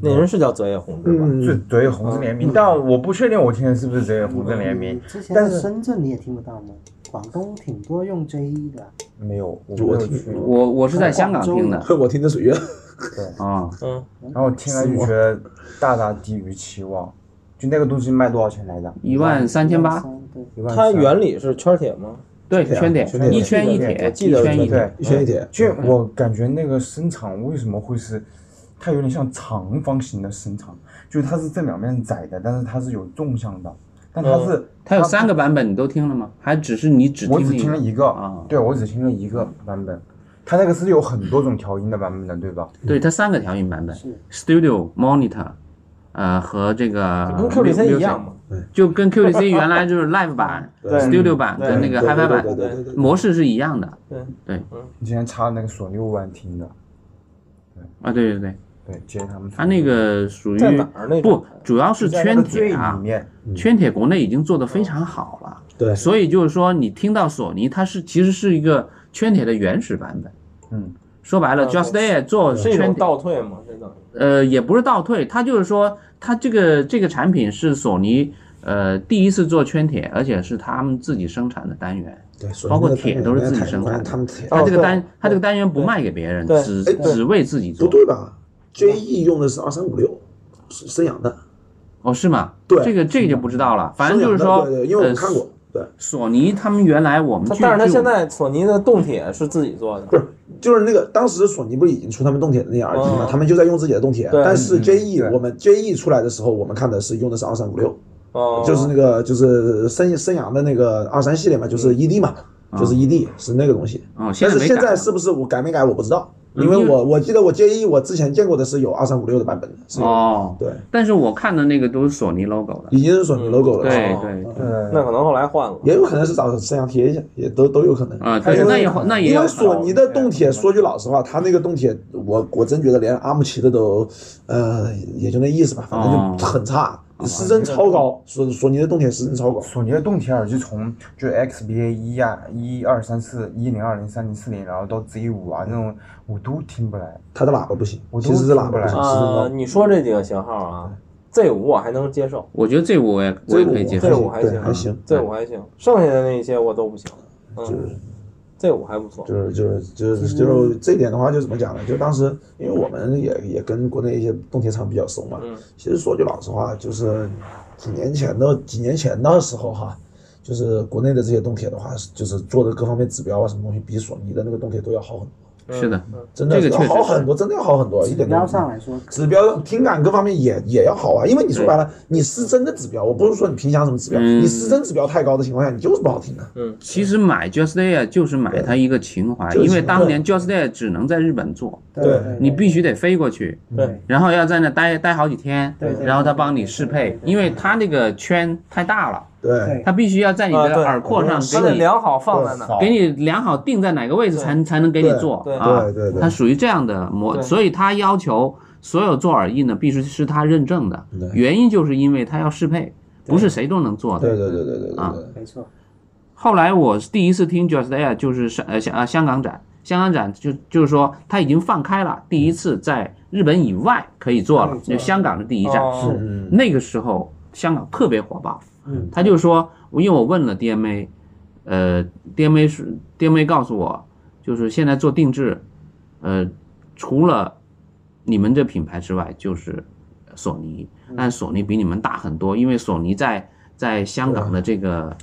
Speaker 1: 那人是叫泽野弘之吧？
Speaker 6: 是泽野弘之联名，但我不确定我听的是不是泽野弘之联名，
Speaker 3: 之前
Speaker 6: 但
Speaker 3: 在
Speaker 6: 是
Speaker 3: 深圳你也听不到吗？广东挺多用 JE 的，
Speaker 6: 没有，我
Speaker 5: 我
Speaker 6: 没有
Speaker 5: 听
Speaker 6: 去。
Speaker 7: 我我是在香港听的
Speaker 3: 广
Speaker 5: 我听的水月，
Speaker 7: 啊，
Speaker 1: 嗯，
Speaker 6: 然后我听了就觉得大大低于期望，就那个东西卖多少钱来着？
Speaker 7: 一万三千八，
Speaker 3: 对，
Speaker 6: 一万
Speaker 1: 它
Speaker 6: 三
Speaker 1: 嗯原理是圈铁吗？
Speaker 7: 对，
Speaker 5: 对啊
Speaker 7: 圈铁
Speaker 5: 圈铁，
Speaker 7: 一圈一
Speaker 6: 对
Speaker 7: 铁，
Speaker 1: 我
Speaker 7: 一
Speaker 1: 记得
Speaker 7: 圈一
Speaker 1: 是
Speaker 7: 铁
Speaker 6: 对。
Speaker 5: 一圈一铁。
Speaker 6: 就
Speaker 7: 嗯
Speaker 6: 我感觉那个声场为什么会是，它有点像长方形的声场，就是它是这两面窄的，但是它是有纵向的，但
Speaker 7: 哦
Speaker 6: 它是、
Speaker 7: 它有三个版本，你都听了吗？还只是你只
Speaker 6: 我
Speaker 7: 听
Speaker 6: 只听了
Speaker 7: 了一
Speaker 6: 一个，
Speaker 7: 啊嗯
Speaker 6: 对我只听了一个版本，它那个是有很多种调音的版本的，对吧？
Speaker 7: 对，它三个调音版本，Studio Monitor，呃，和这个
Speaker 1: 跟 QDC 一样
Speaker 7: Music，
Speaker 1: 嘛？
Speaker 7: 就跟 QDC 原来就是 Live 版、Studio 版跟嗯那个 HiFi
Speaker 5: 对对对
Speaker 7: 版
Speaker 5: 对
Speaker 7: 模式是一样的
Speaker 1: 对，
Speaker 6: 你今天插那个索尼五万听的，
Speaker 7: 啊，对对对，
Speaker 6: 对，接他们。
Speaker 7: 它那个属于
Speaker 1: 在哪儿那种
Speaker 7: 不，主要是
Speaker 6: 在那个
Speaker 7: 圈
Speaker 6: 最
Speaker 7: 铁
Speaker 6: 里
Speaker 7: 啊，
Speaker 6: 面，
Speaker 7: 圈铁国内已经做得非常好了，
Speaker 5: 对
Speaker 7: 所以就是说你听到索尼，它是其实是一个圈铁的原始版本，
Speaker 6: 嗯，
Speaker 7: 说白了
Speaker 5: 呃
Speaker 1: 啊
Speaker 7: ，Just Air 做
Speaker 1: 是一
Speaker 7: 圈
Speaker 1: 种
Speaker 7: 铁。
Speaker 1: 倒退嘛？这等于
Speaker 7: 呃，也不是倒退，它就是说，它这个这个产品是索尼呃第一次做圈铁，而且是他们自己生产的单元，
Speaker 5: 对，
Speaker 7: 包括铁都是自己生产的
Speaker 5: 他们铁啊
Speaker 7: 它这个
Speaker 1: 对
Speaker 7: 单它这个单元不
Speaker 1: 对
Speaker 7: 卖给别人，
Speaker 1: 对
Speaker 7: 只
Speaker 5: 哎对
Speaker 7: 只为自己
Speaker 5: 不
Speaker 7: 做。
Speaker 5: 对吧？JE 用的是二三五六，是生氧的，
Speaker 7: 哦，是吗？
Speaker 5: 对嗯
Speaker 7: 这个这个就不知道了，反正就是
Speaker 5: 生
Speaker 7: 说
Speaker 5: 氧的对，对，因为我
Speaker 7: 呃
Speaker 5: 们，看过，对。
Speaker 7: 索尼他们原来我们
Speaker 1: 它
Speaker 7: 去，
Speaker 1: 但是它
Speaker 7: 去
Speaker 1: 现在索尼的动铁是自己做的，
Speaker 5: 不是，就是那个当时索尼不是已经出他们动铁的那个 RT 吗？
Speaker 1: 嗯
Speaker 5: 他们就在用自己的动铁，
Speaker 1: 对
Speaker 5: 但
Speaker 7: 嗯
Speaker 5: 是
Speaker 6: 对
Speaker 5: JE 我们 JE 出来的时候，我们看的是用的是二三五六，
Speaker 1: 哦，
Speaker 5: 就是那个就是森森阳的那个二三系列嘛，就是
Speaker 1: 嗯
Speaker 5: ED 嘛，就是 ED 是那个东西。
Speaker 7: 哦，现
Speaker 5: 但是
Speaker 7: 在嗯没
Speaker 5: 现
Speaker 7: 改嗯
Speaker 5: 在
Speaker 7: 了
Speaker 5: 是不是我改没改我不知道，因为我我记得我 JE 我之前见过的是有二三五六的版本的，是有
Speaker 7: 哦，
Speaker 5: 对，
Speaker 7: 但是我看的那个都是索尼 logo 的，
Speaker 5: 已经是索尼 logo 了，
Speaker 7: 嗯对
Speaker 1: 哦
Speaker 7: 对对
Speaker 6: 呃，
Speaker 1: 那可能后来换了。
Speaker 5: 也有可能是找森阳贴一下，也都都有可能
Speaker 7: 啊，
Speaker 5: 还
Speaker 7: 对，
Speaker 5: 有
Speaker 7: 那也那也
Speaker 5: 因
Speaker 7: 有
Speaker 5: 为
Speaker 7: 可能
Speaker 5: 索尼的动铁，说句老实话，它那个动铁，我我真觉得连阿姆奇的都，呃，也就那意思吧，反正就很差，失真超高。索索尼的动铁失真超高，
Speaker 6: 索尼的动铁耳机从就是 XBA 一啊一二三四一零二零三零四零，然后到 Z 五啊那种我都听不来。
Speaker 5: 它的喇叭不行，
Speaker 6: 我都
Speaker 5: 其实是喇叭不行，
Speaker 6: 听不
Speaker 5: 失真
Speaker 1: 啊、
Speaker 5: 高。
Speaker 1: 你说这几个型号啊，Z 五我还能接受
Speaker 7: 我觉得这我我也我
Speaker 5: 这
Speaker 7: 也
Speaker 5: 个
Speaker 7: 可以接
Speaker 1: 这
Speaker 7: 受
Speaker 1: 个。我还行
Speaker 5: 对还行，
Speaker 1: ，Z 五还行，剩下的那些我都不行。
Speaker 5: 就
Speaker 1: 嗯
Speaker 5: 是
Speaker 1: ，Z 五还不错。
Speaker 5: 就是就是就是就是这一点的话，就怎么讲呢？就当时因为我们也也跟国内一些动铁厂比较熟嘛，
Speaker 1: 嗯
Speaker 5: 其实说句老实话，就是几年前的几年前的时候哈，就是国内的这些动铁的话，就是做的各方面指标啊什么东西，比索尼的那个动铁都要好很多，
Speaker 7: 是的，
Speaker 5: 真的
Speaker 7: 这个确实
Speaker 5: 要好
Speaker 7: 是
Speaker 5: 很多，真的要好很多，一
Speaker 3: 指
Speaker 5: 点都
Speaker 3: 标上来说，
Speaker 5: 指标听感各方面也也要好啊，因为你说白了，你失真的指标，我不是说你评奖什么指标，
Speaker 7: 嗯
Speaker 5: 你失真指标太高的情况下，你就是不好听啊。
Speaker 1: 嗯
Speaker 7: 其实买 Just Air 就是买它一个情怀，
Speaker 5: 就是
Speaker 7: 因为当年 Just Air 只能在日本做，
Speaker 5: 对
Speaker 7: 你必须得飞过去，
Speaker 1: 对，
Speaker 7: 然后要在那待待好几天
Speaker 3: 对对，
Speaker 7: 然后他帮你适配，因为他那个圈太大了，
Speaker 5: 对
Speaker 3: 对
Speaker 7: 他必须要在你
Speaker 1: 啊对
Speaker 7: 的耳廓上
Speaker 1: 它得
Speaker 7: 给你
Speaker 1: 量好放在那儿。
Speaker 7: 给你量好定在哪个位置才才能给你做
Speaker 1: 对
Speaker 7: 啊
Speaker 5: 对对，对
Speaker 7: 它属于这样的模，
Speaker 1: 对
Speaker 7: 所以它要求所有做耳印的必须是他认证的
Speaker 5: 对，
Speaker 7: 原因就是因为它要适配，不是谁都能做
Speaker 5: 对
Speaker 7: 的。
Speaker 5: 对对对对对
Speaker 7: 啊
Speaker 5: 对。
Speaker 3: 没错，
Speaker 7: 后来我第一次听 Just Air 就是上呃香啊香港展，香港展就就是说它已经放开了，第一次在日本以外可以做了，就香港是第一站。
Speaker 5: 嗯
Speaker 7: 那个时候香港特别火爆，
Speaker 3: 嗯，
Speaker 7: 他就说，因为我问了 DMA，呃，DMA 是 DMA 告诉我，就是现在做定制，呃，除了你们这品牌之外，就是索尼，但索尼比你们大很多，因为索尼在在香港的这个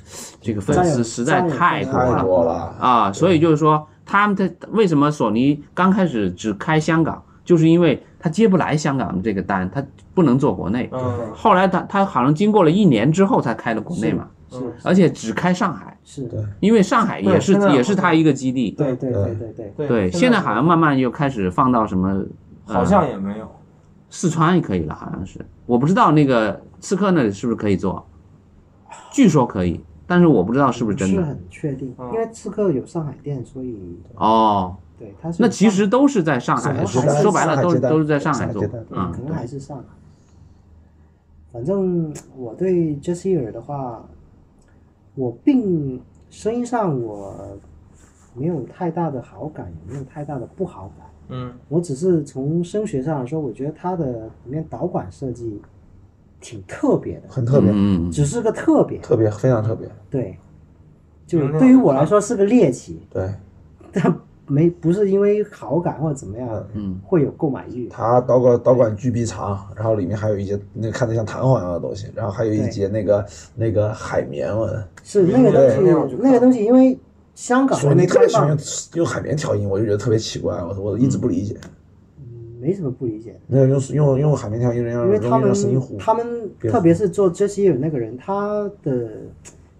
Speaker 7: 这个粉丝实在太多
Speaker 5: 太
Speaker 7: 了
Speaker 5: 多了，
Speaker 7: 啊，所以就是说他们的为什么索尼刚开始只开香港，就是因为他接不来香港的这个单，他不能做国内。
Speaker 1: 嗯
Speaker 7: 后来他他好像经过了一年之后才开了国内嘛，
Speaker 3: 是
Speaker 7: 而且只开上海，
Speaker 3: 是，
Speaker 7: 因为上海也是
Speaker 1: 对现在
Speaker 7: 也是他一个基地。
Speaker 3: 对对对对对，
Speaker 7: 对，现在好像嗯慢慢又开始放到什么
Speaker 1: 好像也没有，
Speaker 7: 四川也可以了，好像是，我不知道那个刺客那里是不是可以做，据说可以，但是我不知道是不是真
Speaker 3: 是
Speaker 7: 的。
Speaker 3: 很确定，因为刺客有上海店，所以
Speaker 7: 哦，
Speaker 3: 对他是
Speaker 7: 那其实都是在上
Speaker 3: 上
Speaker 7: 海，
Speaker 3: 海
Speaker 7: 说
Speaker 3: 接待
Speaker 7: 说白了
Speaker 6: 上海
Speaker 7: 都是
Speaker 6: 接待
Speaker 7: 都是在上海
Speaker 6: 上海
Speaker 7: 做
Speaker 6: 接待
Speaker 7: 啊
Speaker 3: 可。能还是上海。反正我对 j a z e r 的话，我并声音上我没有太大的好感，也没有太大的不好感。
Speaker 1: 嗯
Speaker 3: 我只是从声学上来说，我觉得它的里面导管设计挺特别的，
Speaker 5: 很特别，
Speaker 7: 嗯，
Speaker 3: 只是个特别，
Speaker 5: 特别非常特别，
Speaker 3: 对，就对于我来说是个猎奇，
Speaker 5: 对
Speaker 3: 但没不是因为好感或者怎么样，
Speaker 7: 嗯，
Speaker 3: 会有购买欲。
Speaker 5: 它导管导管巨臂长，然后里面还有一节那个看着像弹簧一样的东西，然后还有一
Speaker 3: 对
Speaker 5: 节那个那个海绵纹，
Speaker 3: 是那个
Speaker 5: 对
Speaker 1: 那我就
Speaker 3: 东西，
Speaker 1: 看
Speaker 3: 那个东西，因为香港
Speaker 5: 索
Speaker 3: 的
Speaker 5: 尼特别
Speaker 3: 最
Speaker 5: 喜欢
Speaker 3: 棒
Speaker 5: 用，用海绵调音，我就觉得特别奇怪，我我一直不理解，
Speaker 3: 嗯没什么不理解的，
Speaker 5: 那用用用海绵调音让
Speaker 3: 因为他
Speaker 5: 嗯容易
Speaker 3: 们
Speaker 5: 让声音糊，
Speaker 3: 他们
Speaker 5: 变
Speaker 3: 特别
Speaker 5: 糊
Speaker 3: 是做 j e s s 那个人，他的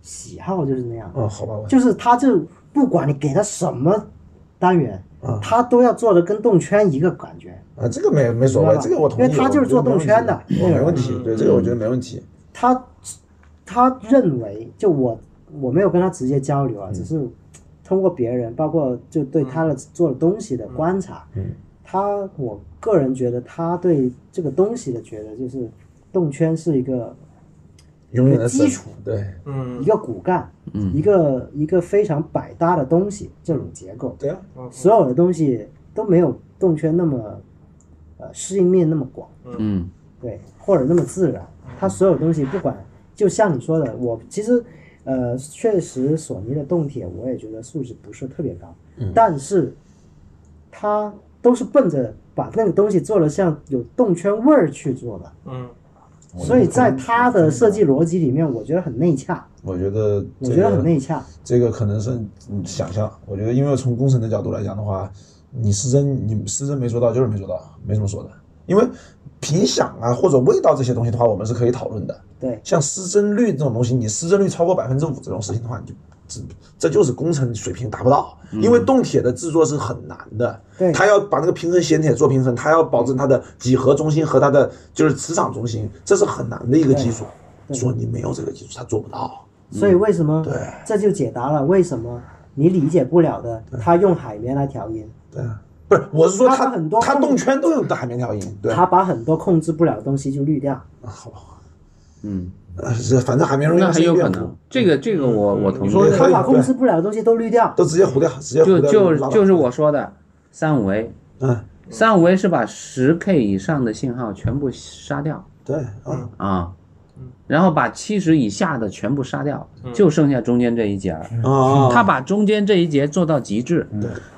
Speaker 3: 喜好就是那样，
Speaker 5: 哦好吧，我
Speaker 3: 就是他就不管你给他什么单元，
Speaker 5: 啊
Speaker 3: 他都要做的跟动圈一个感觉。
Speaker 5: 啊这个没没所谓，这个我同意，
Speaker 3: 因为他就是做动圈的嗯
Speaker 5: 我没问题，
Speaker 1: 那个人
Speaker 5: 我没问题对这个我觉得没问题，
Speaker 3: 他他认为，就我我没有跟他直接交流啊，只是通过别人，包括就对他的做的东西的观察，
Speaker 5: 嗯
Speaker 3: 他我个人觉得他对这个东西的觉得就是动圈是一个
Speaker 5: 永远的
Speaker 3: 基
Speaker 5: 神
Speaker 3: 础
Speaker 5: 对
Speaker 1: 嗯
Speaker 3: 一，个骨干，
Speaker 7: 嗯
Speaker 3: 一个一个非常百搭的东西，这种结构，
Speaker 5: 对啊，
Speaker 3: 所有的东西都没有动圈那么呃适应面那么广。
Speaker 7: 嗯
Speaker 3: 对，或者那么自然。
Speaker 5: 嗯
Speaker 3: 它所有东西不管，就像你说的，我其实呃，确实索尼的动铁我也觉得素质不是特别高，
Speaker 5: 嗯
Speaker 3: 但是它都是奔着把那个东西做的像有动圈味儿去做的，
Speaker 1: 嗯
Speaker 3: 所以在它的设计逻辑里面，我觉得很内洽，
Speaker 5: 我觉得
Speaker 3: 我
Speaker 5: 这
Speaker 3: 觉得很
Speaker 5: 个
Speaker 3: 内洽。
Speaker 5: 这个可能是嗯想象，我觉得因为从工程的角度来讲的话，你失真你失真没做到就是没做到，没什么说的，因为频响啊或者味道这些东西的话，我们是可以讨论的，
Speaker 3: 对，
Speaker 5: 像失真率这种东西，你失真率超过百分之五这种事情的话，你就这这就是工程水平达不到，
Speaker 7: 嗯
Speaker 5: 因为动铁的制作是很难的，
Speaker 3: 对
Speaker 5: 它要把那个平衡弦铁做平衡，它要保证它的几何中心和它的就是磁场中心，这是很难的一个技术。索尼没有这个技术，它做不到。
Speaker 3: 所以为什么？
Speaker 5: 嗯对
Speaker 3: 这就解答了为什么你理解不了的，他用海绵来调音，
Speaker 5: 对啊，不是，我是说
Speaker 3: 它
Speaker 5: 它
Speaker 3: 很多
Speaker 5: 它
Speaker 3: 动
Speaker 5: 动圈都用海绵调音，对，
Speaker 3: 他把很多控制不了的东西就滤掉。
Speaker 5: 啊好吧，
Speaker 7: 嗯，
Speaker 5: 呃，是反正海绵容易
Speaker 7: 那
Speaker 5: 让
Speaker 7: 很
Speaker 5: 声音
Speaker 7: 有可
Speaker 5: 变糊
Speaker 7: 能，，这个这个我我同意。
Speaker 5: 说
Speaker 3: 他把控制不了的东西都滤掉，
Speaker 5: 都直接糊掉，直接糊
Speaker 7: 就
Speaker 5: 掉
Speaker 7: 就
Speaker 5: 拉倒
Speaker 7: 就是我说的三五 A，
Speaker 5: 嗯，
Speaker 7: 三五 A 是把十 K 以上的信号全部杀掉
Speaker 5: 对啊，
Speaker 7: 啊，然后把七十以下的全部杀掉，就剩下中间这一节儿。
Speaker 5: 啊，
Speaker 7: 嗯他把中间这一节做到极致，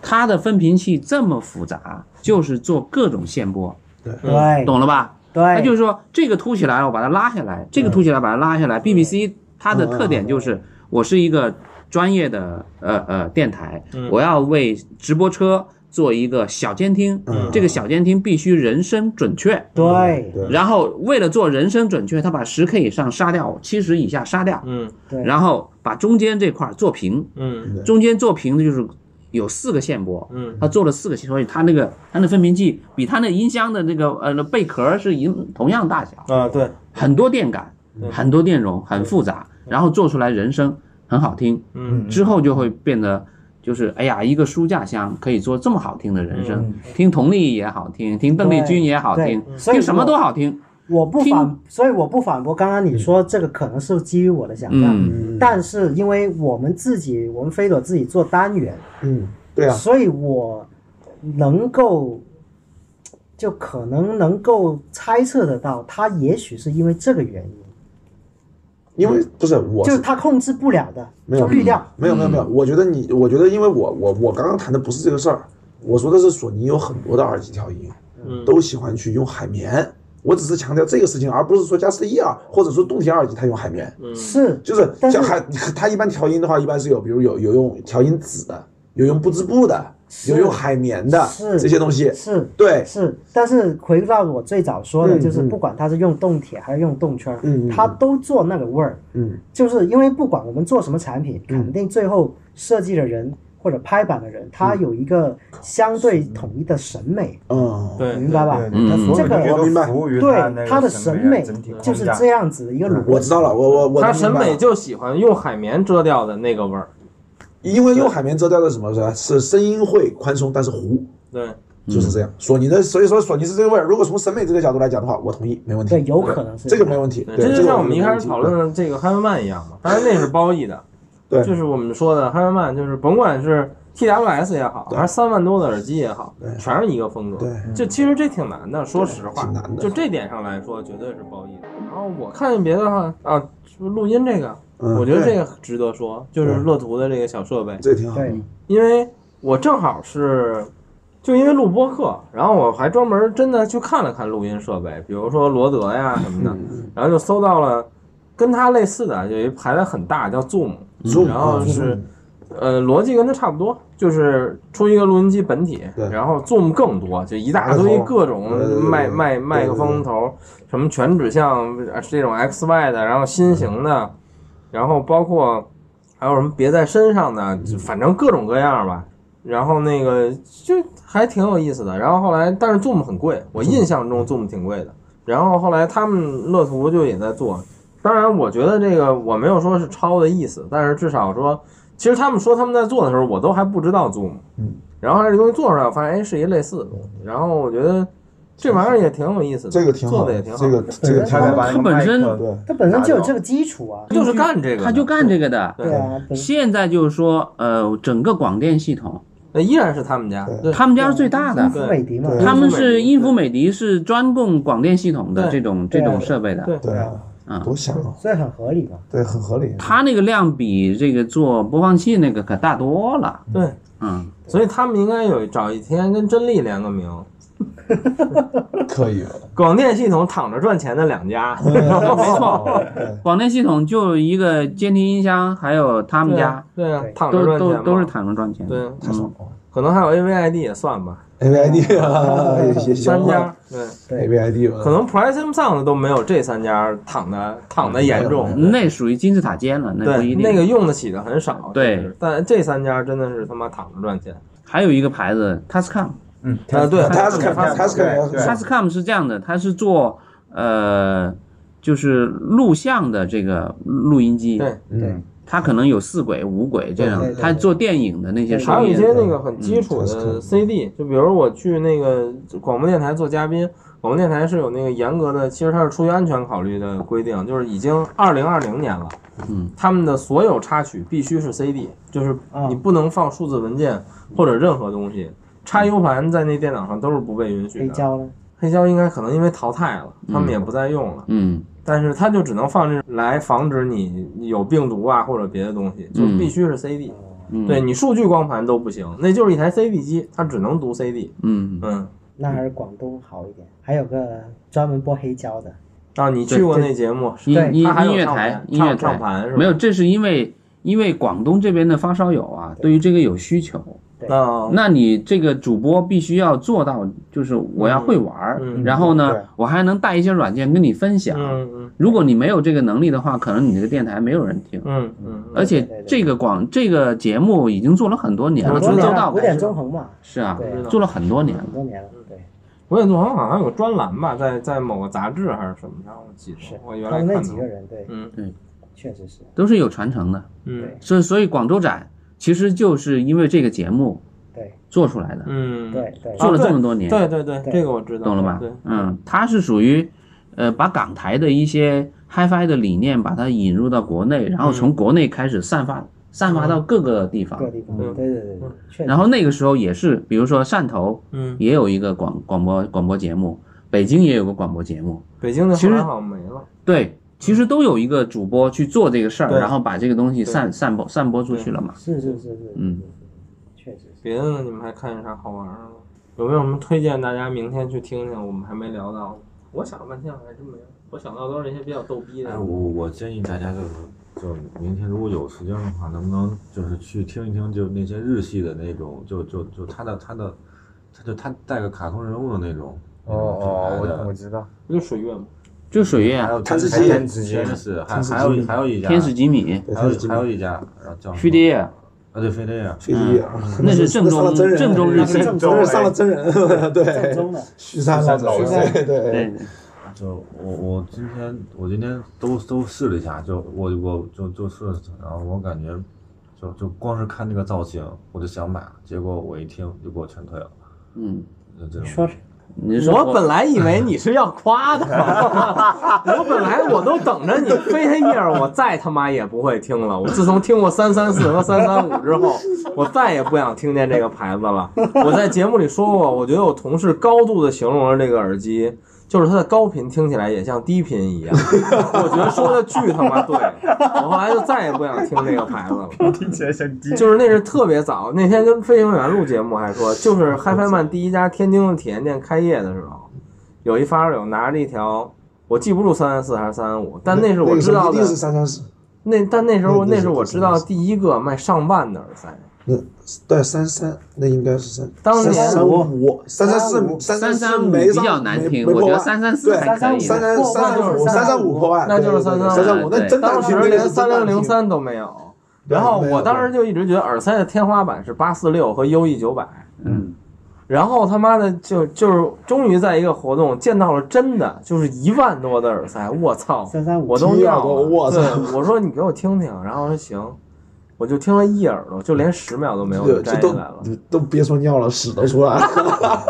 Speaker 7: 他的分频器这么复杂，就是做各种线波，
Speaker 3: 对
Speaker 7: 懂了吧？他
Speaker 3: 对，
Speaker 7: 就是说这个凸起来了，我把它拉下来，这个凸起来把它拉下来。BBC 它的特点就是，我是一个专业的呃呃电台，我要为直播车做一个小监听，这个小监听必须人声准确。
Speaker 3: 对
Speaker 5: 对
Speaker 7: 然后为了做人声准确，他把十 K 以上杀掉，七十以下杀掉，
Speaker 1: 嗯
Speaker 3: 对
Speaker 7: 然后把中间这块儿做平，
Speaker 1: 嗯
Speaker 7: 中间做平的就是有四个线波，
Speaker 1: 嗯，
Speaker 7: 它做了四个线，所以它那个它那分频器比它那音箱的那个呃那贝壳是一同样大小，
Speaker 1: 啊，对，
Speaker 7: 很多电感，很多电容，很复杂，然后做出来人声很好听，
Speaker 1: 嗯，
Speaker 7: 之后就会变得。就是哎呀，一个书架箱可以做这么好听的人声，听佟丽也好听，听邓丽君也好听
Speaker 3: 嗯对，对所以
Speaker 7: 听什么
Speaker 3: 我
Speaker 7: 都好听。
Speaker 3: 我不反
Speaker 7: 听，
Speaker 3: 所以我不反驳。刚刚你说这个可能是基于我的想象，
Speaker 7: 嗯
Speaker 3: 但是因为我们自己，我们飞朵自己做单元，
Speaker 5: 嗯对啊
Speaker 3: 所以我能够就可能能够猜测得到，他也许是因为这个原因，
Speaker 5: 因为不是我
Speaker 3: 就是他控制不了的，
Speaker 5: 没有
Speaker 3: 就滤掉。
Speaker 5: 没有没有
Speaker 1: 嗯
Speaker 5: 没有，我觉得你，我觉得因为我我我刚刚谈的不是这个事儿，我说的是索尼有很多的耳机调音，
Speaker 1: 嗯
Speaker 5: 都喜欢去用海绵。我只是强调这个事情，而不是说加斯一啊，或者说动铁耳机它用海绵，
Speaker 1: 嗯
Speaker 7: 嗯
Speaker 3: 是，
Speaker 5: 就是
Speaker 3: 但是
Speaker 5: 像海，它一般调音的话，一般是有，比如有有用调音纸的，有用不织布的，
Speaker 3: 是
Speaker 5: 有用海绵的
Speaker 3: 是
Speaker 5: 这些东西。
Speaker 3: 是
Speaker 5: 对，
Speaker 3: 是，但是回到我最早说的，
Speaker 5: 嗯
Speaker 3: 就是
Speaker 5: 嗯
Speaker 3: 不管他是用动铁还是用动圈儿，
Speaker 5: 嗯嗯
Speaker 3: 他都做那个味儿，
Speaker 5: 嗯，
Speaker 3: 就是因为不管我们做什么产品，肯定最后设计的人或者拍板的人，他有一个相对统一的审美，
Speaker 5: 嗯，
Speaker 1: 对，
Speaker 3: 明白吧？
Speaker 7: 嗯
Speaker 6: 他所有
Speaker 3: 这个
Speaker 6: 东西
Speaker 5: 我明
Speaker 6: 都
Speaker 5: 白
Speaker 6: 服务于那
Speaker 3: 对，他
Speaker 6: 个
Speaker 3: 的
Speaker 6: 审
Speaker 3: 审
Speaker 6: 美
Speaker 3: 美
Speaker 6: 啊整体框
Speaker 3: 就是
Speaker 6: 架
Speaker 3: 这样子的一个逻辑。
Speaker 5: 我知道了，我我我
Speaker 1: 他
Speaker 5: 能
Speaker 1: 审
Speaker 5: 明白
Speaker 1: 美
Speaker 5: 了
Speaker 1: 就喜欢用海绵遮掉的那个味儿。
Speaker 5: 因为用海绵遮掉的什么是是声音会宽松，但是糊，
Speaker 1: 对，
Speaker 5: 就是这样。索尼的，所以说索尼是这个味儿。如果从审美这个角度来讲的话，我同意，没问题。
Speaker 3: 对有可能是
Speaker 5: 这个没问题。
Speaker 1: 对
Speaker 5: 对
Speaker 1: 这就像我们一开
Speaker 5: 这
Speaker 1: 始
Speaker 5: 个
Speaker 1: 讨
Speaker 5: 没问题
Speaker 1: 论的这个汉文曼一样嘛，当然那是褒义的，
Speaker 5: *laughs* 对
Speaker 1: 就是我们说的汉文曼，就是甭管是 TWS 也好，
Speaker 5: 对
Speaker 1: 还是三万多的耳机也好，全是一个风格。
Speaker 5: 对，
Speaker 1: 就其实这挺难的，说实话
Speaker 5: 挺难，的
Speaker 1: 就这点上来说，绝对是褒义的。然后我看别的话啊，是不是录音这个，
Speaker 5: 嗯
Speaker 1: 我觉得
Speaker 5: 对
Speaker 1: 这个值得说，就是
Speaker 5: 对
Speaker 1: 乐图的这个小设备，
Speaker 5: 这挺好。
Speaker 3: 对，
Speaker 1: 因为我正好是就因为录播课，然后我还专门真的去看了看录音设备，比如说罗德呀什么的，然后就搜到了跟它类似的，有一牌子很大叫 Zoom，
Speaker 5: Zoom，
Speaker 1: 然后
Speaker 5: 啊
Speaker 1: 是
Speaker 5: Zoom
Speaker 1: 呃逻辑跟它差不多，就是出一个录音机本体
Speaker 5: 对，
Speaker 1: 然后 Zoom 更多，就一大堆
Speaker 5: 麦克风
Speaker 1: 各种
Speaker 5: 对对对对
Speaker 1: 麦
Speaker 5: 对
Speaker 1: 麦麦克风头，什么全指向呃这种 X Y 的，然后新型的，然后包括还有什么别在身上的，
Speaker 5: 嗯
Speaker 1: 就反正各种各样吧。然后那个就还挺有意思的。然后后来，但是 Zoom 很贵，
Speaker 5: 嗯
Speaker 1: 我印象中 Zoom 挺贵的。然后后来他们乐图就也在做，当然我觉得这个我没有说是抄的意思，但是至少说，其实他们说他们在做的时候，我都还不知道 Zoom。
Speaker 5: 嗯。
Speaker 1: 然后这东西做出来，我发现哎是一类似的东西。然后我觉得这玩意儿也挺有意思的，
Speaker 5: 这个挺好
Speaker 1: 做的也挺好。
Speaker 5: 这个这个挺
Speaker 6: 他
Speaker 5: 好
Speaker 6: 才
Speaker 5: 的。
Speaker 6: 把那个
Speaker 7: 它本身
Speaker 6: 麦克
Speaker 5: 对啊
Speaker 3: 它本身就有这个基础啊。
Speaker 1: 就是干这个的，
Speaker 7: 他就干这个的。
Speaker 3: 对啊，本
Speaker 7: 现在就是说，呃，整个广电系统，
Speaker 1: 那依然是他们家，对
Speaker 7: 他们家是最大的，
Speaker 3: 身美迪嘛，
Speaker 5: 对
Speaker 7: 他们是英孚美的是专供广电系统的
Speaker 1: 对
Speaker 7: 这种
Speaker 3: 对
Speaker 7: 这
Speaker 3: 啊
Speaker 7: 种设备的。
Speaker 1: 对
Speaker 5: 对啊，多香啊！
Speaker 3: 所以很合理嘛。
Speaker 5: 对，很合理。
Speaker 7: 它那个量比这个做播放器那个可大多了。
Speaker 1: 对，
Speaker 7: 嗯，
Speaker 1: 所以他们应该有找一天跟真力联个名，
Speaker 5: 可以，
Speaker 1: 广电系统躺着赚钱的两家，
Speaker 7: 没错，广电系统就一个监听音箱，还有他们家
Speaker 1: 对啊
Speaker 3: 对，
Speaker 1: 躺着赚
Speaker 7: 都
Speaker 1: 钱嘛
Speaker 7: 都都是躺着赚钱的。
Speaker 1: 对，啊可能还有 AVID 也算吧，
Speaker 5: AVID 啊，也也
Speaker 1: 嗯三
Speaker 5: 行
Speaker 1: 家对，
Speaker 5: AVID 吧，
Speaker 1: 可能 Prism Sound 都没有这三家躺的躺的严重，
Speaker 7: 那属于金字塔尖了，嗯那
Speaker 1: 嗯
Speaker 7: 不
Speaker 1: 对，
Speaker 7: 一定。
Speaker 1: 那个用得起的很少，
Speaker 7: 对
Speaker 1: 就是，但这三家真的是他妈躺着赚钱，
Speaker 7: 还有一个牌子 Tascam，
Speaker 6: 嗯，
Speaker 1: 啊对
Speaker 5: 他是看他是看
Speaker 6: 对
Speaker 7: Tascam 是这样的，它是做呃就是录像的这个录音机，
Speaker 1: 对，
Speaker 5: 嗯，
Speaker 7: 它可能有四轨、五轨这样
Speaker 3: 对对，对
Speaker 7: 它做电影的那些
Speaker 1: 还
Speaker 7: 声
Speaker 1: 有一
Speaker 7: 音，
Speaker 1: 些那个很
Speaker 7: 嗯
Speaker 1: 基础的 CD，就比如我去那个广播电台做嘉宾，广播电台是有那个严格的，其实它是出于安全考虑的规定，就是已经二零二零年了，
Speaker 7: 嗯，
Speaker 1: 他们的所有插曲必须是 CD，就是
Speaker 3: 啊
Speaker 1: 你不能放数字文件或者任何东西，插 U 盘在那电脑上都是不被允许
Speaker 3: 黑
Speaker 1: 的。
Speaker 3: 胶呢？
Speaker 1: 黑胶应该可能因为淘汰了，他们也不再用了，
Speaker 7: 嗯，
Speaker 1: 但是它就只能放这来防止你有病毒啊或者别的东西，就
Speaker 7: 嗯
Speaker 1: 必须是 CD。
Speaker 7: 嗯
Speaker 1: 对，你数据光盘都不行，那就是一台 CD 机，它只能读 CD。
Speaker 7: 嗯，
Speaker 1: 嗯，
Speaker 3: 那还是广东好一点。还有个专门播黑胶的，
Speaker 1: 啊，你去过那节目？
Speaker 7: 音
Speaker 3: 对
Speaker 7: 音
Speaker 1: 它还有
Speaker 7: 音乐
Speaker 1: 唱
Speaker 7: 台
Speaker 1: 盘
Speaker 7: 音乐
Speaker 1: 唱唱
Speaker 7: 台
Speaker 1: 盘是吧
Speaker 7: 没有，这是因为因为广东这边的发烧友啊，对于这个有需
Speaker 1: 哦
Speaker 7: 求。
Speaker 1: 那
Speaker 7: 那你这个主播必须要做到，就是我要会玩儿，
Speaker 1: 嗯嗯
Speaker 7: 然后
Speaker 6: 对
Speaker 7: 呢，我还能带一些软件跟你分享。
Speaker 1: 嗯嗯
Speaker 7: 如果你没有这个能力的话，可能你这个电台没有人听。
Speaker 1: 嗯嗯
Speaker 7: 而且
Speaker 3: 对对对
Speaker 7: 这个广这个节目已经做了很多年了，
Speaker 1: 我
Speaker 3: 很
Speaker 1: 知道
Speaker 3: 多
Speaker 7: 从周
Speaker 3: 年
Speaker 7: 到
Speaker 3: 了，古
Speaker 7: 开
Speaker 3: 典
Speaker 7: 始
Speaker 3: 纵横嘛，
Speaker 7: 是啊
Speaker 3: 对，
Speaker 7: 做了很多年了
Speaker 3: 很。多年了。对，
Speaker 1: 我也纵横好像有个专栏吧，在在某个杂志还是什么上，我记
Speaker 3: 是
Speaker 1: 得我原
Speaker 3: 他
Speaker 1: 来
Speaker 3: 们那
Speaker 1: 看
Speaker 3: 几
Speaker 1: 到
Speaker 3: 个。人，对，
Speaker 1: 嗯
Speaker 3: 确实是。
Speaker 7: 都是有传承的。
Speaker 1: 嗯
Speaker 7: 所以，所以广州展其实就是因为这个节目
Speaker 3: 对
Speaker 7: 做出来的，
Speaker 1: 嗯，
Speaker 3: 对对
Speaker 1: 啊
Speaker 7: 做了这么多年，
Speaker 1: 对对对，
Speaker 3: 对
Speaker 1: 这个我知道，
Speaker 7: 懂了吧
Speaker 1: 对，？
Speaker 7: 嗯，它是属于呃把港台的一些 HiFi 的理念把它引入到国内，然后从国内开始散发。散发到各个地方。
Speaker 3: 各地嗯方，对对对对，确实
Speaker 7: 然后那个时候也是，比如说汕头，
Speaker 1: 嗯
Speaker 7: 也有一个广广播广播节目，北京也有个广播节目，
Speaker 1: 北京的
Speaker 7: 其
Speaker 1: 后
Speaker 7: 实
Speaker 1: 来好像没了。
Speaker 7: 对，其实都有一个主播去做这个事儿，
Speaker 1: 对
Speaker 7: 然后把这个东西散散播散播出去了嘛。
Speaker 3: 是是是是，
Speaker 7: 嗯，
Speaker 3: 确实是。
Speaker 1: 别的呢，你们还看见啥好玩儿的吗？有没有什么推荐大家明天去听听？我们还没聊到的。我想了半天，我还真没有。我想到都是一些比较逗逼的
Speaker 8: 哎，。我我建议大家就是，就明天如果有时间的话，能不能就是去听一听，就那些日系的那种，就就就他的他的，他就他带个卡通人物的那种。
Speaker 6: 哦哦，
Speaker 8: 那种品牌的
Speaker 6: 我我知道，
Speaker 1: 一个水月嘛，
Speaker 7: 就水月
Speaker 8: 还
Speaker 7: 啊，
Speaker 8: 有
Speaker 5: 看自己
Speaker 8: 天
Speaker 6: 自己
Speaker 8: 天使，还
Speaker 5: 看自己
Speaker 8: 还有还有一家
Speaker 7: 天使吉米、
Speaker 5: 对
Speaker 8: 还
Speaker 5: 看
Speaker 8: 有
Speaker 5: 自己
Speaker 8: 还有一家，然后叫什么
Speaker 7: 飞碟，
Speaker 8: 啊，对飞碟啊，
Speaker 5: 飞机
Speaker 1: 嗯
Speaker 5: 啊，
Speaker 7: 那是正
Speaker 5: 上了
Speaker 7: 宗
Speaker 5: 真人，
Speaker 7: 正宗日系。
Speaker 5: 正宗上了真人， *laughs*
Speaker 3: 正
Speaker 5: 对，
Speaker 3: 宗的，
Speaker 5: 徐三老
Speaker 6: 徐
Speaker 5: 师
Speaker 6: 三，
Speaker 5: 对，
Speaker 7: 对，
Speaker 8: 就我我今天我今天都都试了一下，就我我就就试了试，然后我感觉就就光是看这个造型我就想买，结果我一听就给我全退了，
Speaker 7: 嗯，
Speaker 8: 就这种。
Speaker 3: 说
Speaker 7: 你说
Speaker 1: 我本来以为你是要
Speaker 8: *laughs*
Speaker 1: 夸的，我本来我都等着你飞黑叶儿，我再他妈也不会听了。我自从听过三三四和三三五之后，我再也不想听见这个牌子了。我在节目里说过，我觉得我同事高度的形容了这个耳机，就是它的高频听起来也像低频一样。我觉得说的巨他 *laughs* 妈对，我后来就再也不想听这个牌子了。
Speaker 6: 听起来像低
Speaker 1: 就是那是特别早，那天跟飞行员录节目还说，就是嗨翻曼第一家天津的体验店开业的时候，有一发烧友拿着一条，我记不住三三四还是三三五，但那是我知道
Speaker 5: 一
Speaker 1: 的
Speaker 5: 定，是三三四，
Speaker 1: 那但那时候
Speaker 5: 那
Speaker 1: 那
Speaker 5: 那是
Speaker 1: 是我知道
Speaker 5: 334
Speaker 1: 第一个卖上万的耳塞，
Speaker 5: 那对三三，那应该是三，
Speaker 1: 当年
Speaker 5: 三五三三四
Speaker 7: 三
Speaker 5: 三
Speaker 7: 三
Speaker 5: 四
Speaker 7: 五
Speaker 5: 没
Speaker 7: 比
Speaker 5: 上
Speaker 7: 较难听，
Speaker 5: 没
Speaker 7: 我
Speaker 5: 没
Speaker 7: 觉
Speaker 5: 破
Speaker 7: 得
Speaker 5: 万
Speaker 7: 三三四
Speaker 5: 对
Speaker 7: 还可以。
Speaker 5: 三三
Speaker 3: 破
Speaker 5: 三
Speaker 3: 万就是
Speaker 5: 三五三三五破万，
Speaker 1: 那就是
Speaker 5: 三
Speaker 1: 335
Speaker 5: 三五，那真难
Speaker 1: 当时
Speaker 5: 听，那个
Speaker 1: 连
Speaker 5: 是
Speaker 1: 三
Speaker 5: 真
Speaker 1: 零零
Speaker 5: 难听。
Speaker 1: 三都没有。然后我当时就一直觉得耳塞的天花板是八四六和 U E 九百，
Speaker 7: 嗯，
Speaker 1: 然后他妈的就就是终于在一个活动见到了真的，就是一万多的耳塞，我操！
Speaker 3: 三三五
Speaker 1: 我都尿了，
Speaker 5: 我操
Speaker 1: 对我说你给我听听，然后我说行，我就听了一耳朵，就连十秒都没有
Speaker 5: 对
Speaker 1: 就摘下
Speaker 5: 都
Speaker 1: 来了。
Speaker 5: 都别说尿了，屎都出来了。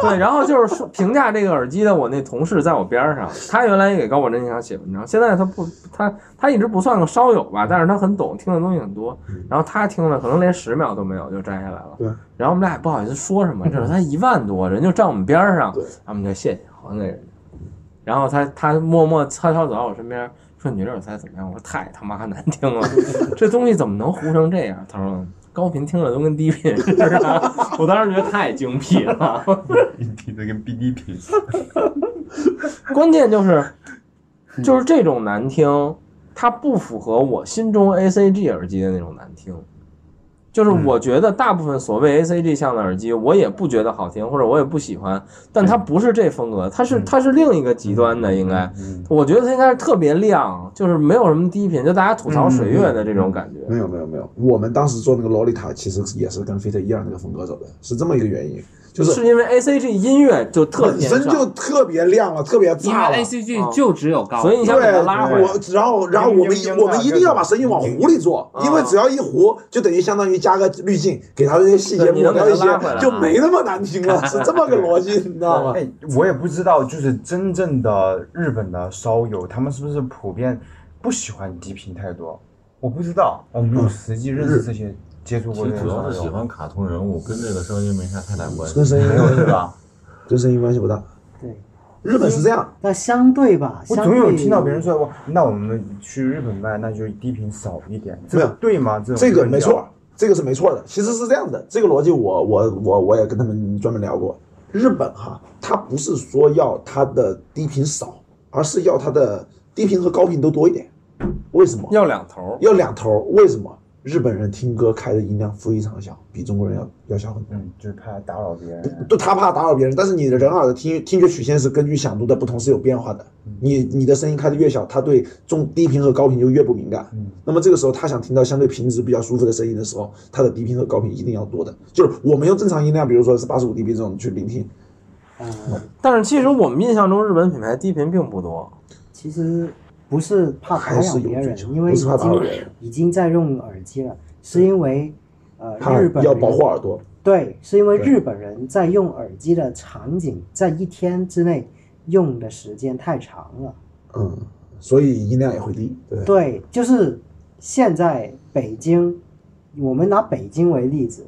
Speaker 1: 对，然后就是说评价这个耳机的，我那同事在我边儿上，他原来也跟我那想写文章，现在他不，他他一直不算个烧友吧，但是他很懂，听的东西很多。然后他听了可能连十秒都没有就摘下来了。
Speaker 5: 嗯对。
Speaker 1: 然后我们俩也不好意思说什么，这是他一万多人就站我们边儿上，
Speaker 5: 对
Speaker 1: 然后我们就谢谢好那人。然后他他默默悄悄走到我身边，说：“你这耳塞怎么样？”我说：“太他妈难听
Speaker 5: *laughs*
Speaker 1: 了，这东西怎么能糊成这样？”他说：“高频听着都跟低频似的。”我当时觉得太精辟了。
Speaker 6: 频的跟 BD 频，
Speaker 1: 关键就是，
Speaker 5: 嗯
Speaker 1: 就是这种难听，它不符合我心中 ACG 耳机的那种难听。就是
Speaker 5: 嗯
Speaker 1: 我觉得大部分所谓 ACG 像的耳机，我也不觉得好听，或者我也不喜欢，但
Speaker 5: 嗯
Speaker 1: 它不是这风格，它是它是另一个极端的，应该，
Speaker 5: 嗯
Speaker 1: 我觉得它应该是特别亮，就是没有什么低频，就大家吐
Speaker 5: 嗯
Speaker 1: 槽水月的这种感觉。
Speaker 5: 没有没有没有，我们当时做那个洛丽塔，其实也是跟飞特一样那个风格走的，是这么一个原因，就是
Speaker 1: 是因为 ACG 音乐就特
Speaker 5: 本
Speaker 1: 偏
Speaker 5: 身就
Speaker 1: 上，
Speaker 5: 特别亮了，特别
Speaker 7: 因
Speaker 5: 炸了
Speaker 7: 为。ACG 就只有高，
Speaker 1: 所以你想把它
Speaker 5: 对，
Speaker 1: 拉回来。
Speaker 5: 我然后然后我们一我们一定要把声音往糊里做，因为只要一糊，就等于相当于加个滤镜，给它这些细节
Speaker 1: 对你
Speaker 5: 抹
Speaker 1: 能
Speaker 5: 掉一些
Speaker 1: 给它拉回来，啊
Speaker 5: 就没那么难听了，是这么个逻辑，你知道吗？
Speaker 6: 哎，我也不知道，就是真正的日本的烧友，他们是不是普遍不喜欢低频太多？我不知道，我没有实际认识这些接触
Speaker 8: 其
Speaker 6: 过这
Speaker 8: 实
Speaker 6: 些
Speaker 8: 主要
Speaker 6: 烧
Speaker 8: 是喜
Speaker 6: 友，
Speaker 8: 欢卡通人物，跟这个声音没啥太大关系
Speaker 5: 跟。声音
Speaker 6: 没有是吧？
Speaker 5: 跟声音关系不大。
Speaker 3: 对，
Speaker 5: 日本是这样，
Speaker 3: 但相对吧，
Speaker 6: 我
Speaker 3: 相
Speaker 6: 总有
Speaker 3: 对
Speaker 6: 听到别人说过，那我们去日本卖，那就低频少一点，这
Speaker 5: 没
Speaker 6: 个
Speaker 5: 有
Speaker 6: 对吗？这种
Speaker 5: 这个
Speaker 6: 论调
Speaker 5: 没错，，这个是没错的。其实是这样的，这个逻辑我我我我也跟他们专门聊过。日本哈，它不是说要它的低频少，而是要它的低频和高频都多一点。为什么？
Speaker 1: 要两头，
Speaker 5: 要两头儿？为什么？日本人听歌开的音量非常小，比中国人要要小很多。
Speaker 6: 嗯，就是怕打扰别人。
Speaker 5: 对，他怕打扰别人，但是你的人耳的听听觉曲线是根据响度的不同是有变化的。
Speaker 3: 嗯
Speaker 5: 你你的声音开的越小，他对中低频和高频就越不敏感。那么这个时候，他想听到相对平直、比较舒服的声音的时候，他的低频和高频一定要多的。就是我们用正常音量，比如说是八十五 dB 这种去聆听，
Speaker 3: 嗯，
Speaker 1: 但是其实我们印象中日本品牌低频并不多。
Speaker 3: 其实不是怕打
Speaker 5: 还
Speaker 3: 扰
Speaker 5: 是有
Speaker 3: 别
Speaker 5: 追
Speaker 3: 人
Speaker 5: 求，，
Speaker 3: 因为已
Speaker 5: 不是怕打扰别
Speaker 3: 经
Speaker 5: 人，
Speaker 3: 已经在用耳机了，是因为呃
Speaker 5: 他
Speaker 3: 日本
Speaker 5: 要
Speaker 3: 人
Speaker 5: 保护耳朵。
Speaker 3: 对，是因为日本人在用耳机的场景在一天之内用的时间太长了。
Speaker 5: 嗯，所以音量也会低。对，
Speaker 3: 对，就是现在北京我们拿北京为例子，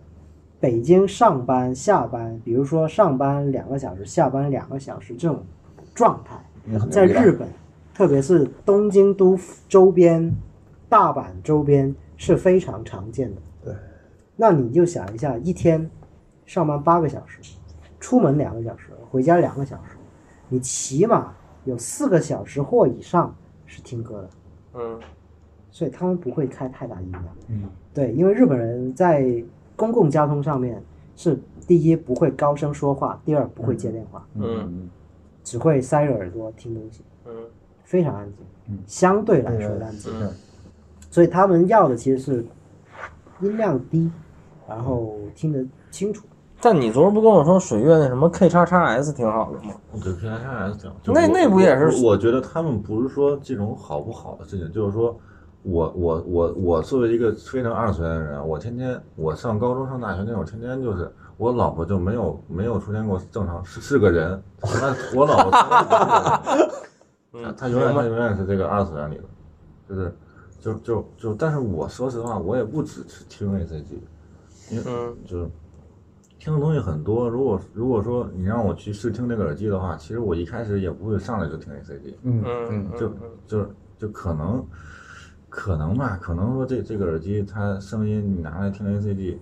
Speaker 3: 北京上班下班，比如说上班两个小时，下班两个小时这种状态，在日本，特别是东京都周边、大阪周边是非常常见的。
Speaker 5: 对，
Speaker 3: 那你就想一下，一天上班八个小时，出门两个小时，回家两个小时，你起码有四个小时或以上是听歌的，
Speaker 1: 嗯，
Speaker 3: 所以他们不会开太大音量。
Speaker 6: 嗯，
Speaker 3: 对，因为日本人在公共交通上面是第一不会高声说话，第二不会接电话，
Speaker 1: 嗯
Speaker 3: 只会塞着耳朵听东西。
Speaker 1: 嗯
Speaker 3: 非常安静，
Speaker 6: 嗯
Speaker 3: 相对来说安静，所以他们要的其实是音量低，然后听得清楚。
Speaker 6: 嗯
Speaker 1: 但你昨儿不跟我说水月那什么 K 叉叉 S 挺好的吗？
Speaker 8: 我对 P S S 讲，
Speaker 1: 那那不也是
Speaker 8: 我？我觉得他们不是说这种好不好的事情，就是说我我我我作为一个非常二次元的人，我天天我上高中上大学那会儿，天天就是我老婆就没有没有出现过正常是是个人，她我老婆从来不
Speaker 1: *laughs* 嗯
Speaker 8: 是个人她她永远她永远是这个二次元里的，就是就就就，但是我说实话，我也不只是听 A C G，因为
Speaker 1: 嗯
Speaker 8: 就是听的东西很多。如果如果说你让我去试听那个耳机的话，其实我一开始也不会上来就听 ACG，
Speaker 6: 嗯
Speaker 1: 嗯
Speaker 8: 就就是就可能可能吧，可能说这这个耳机它声音你拿来听 ACG。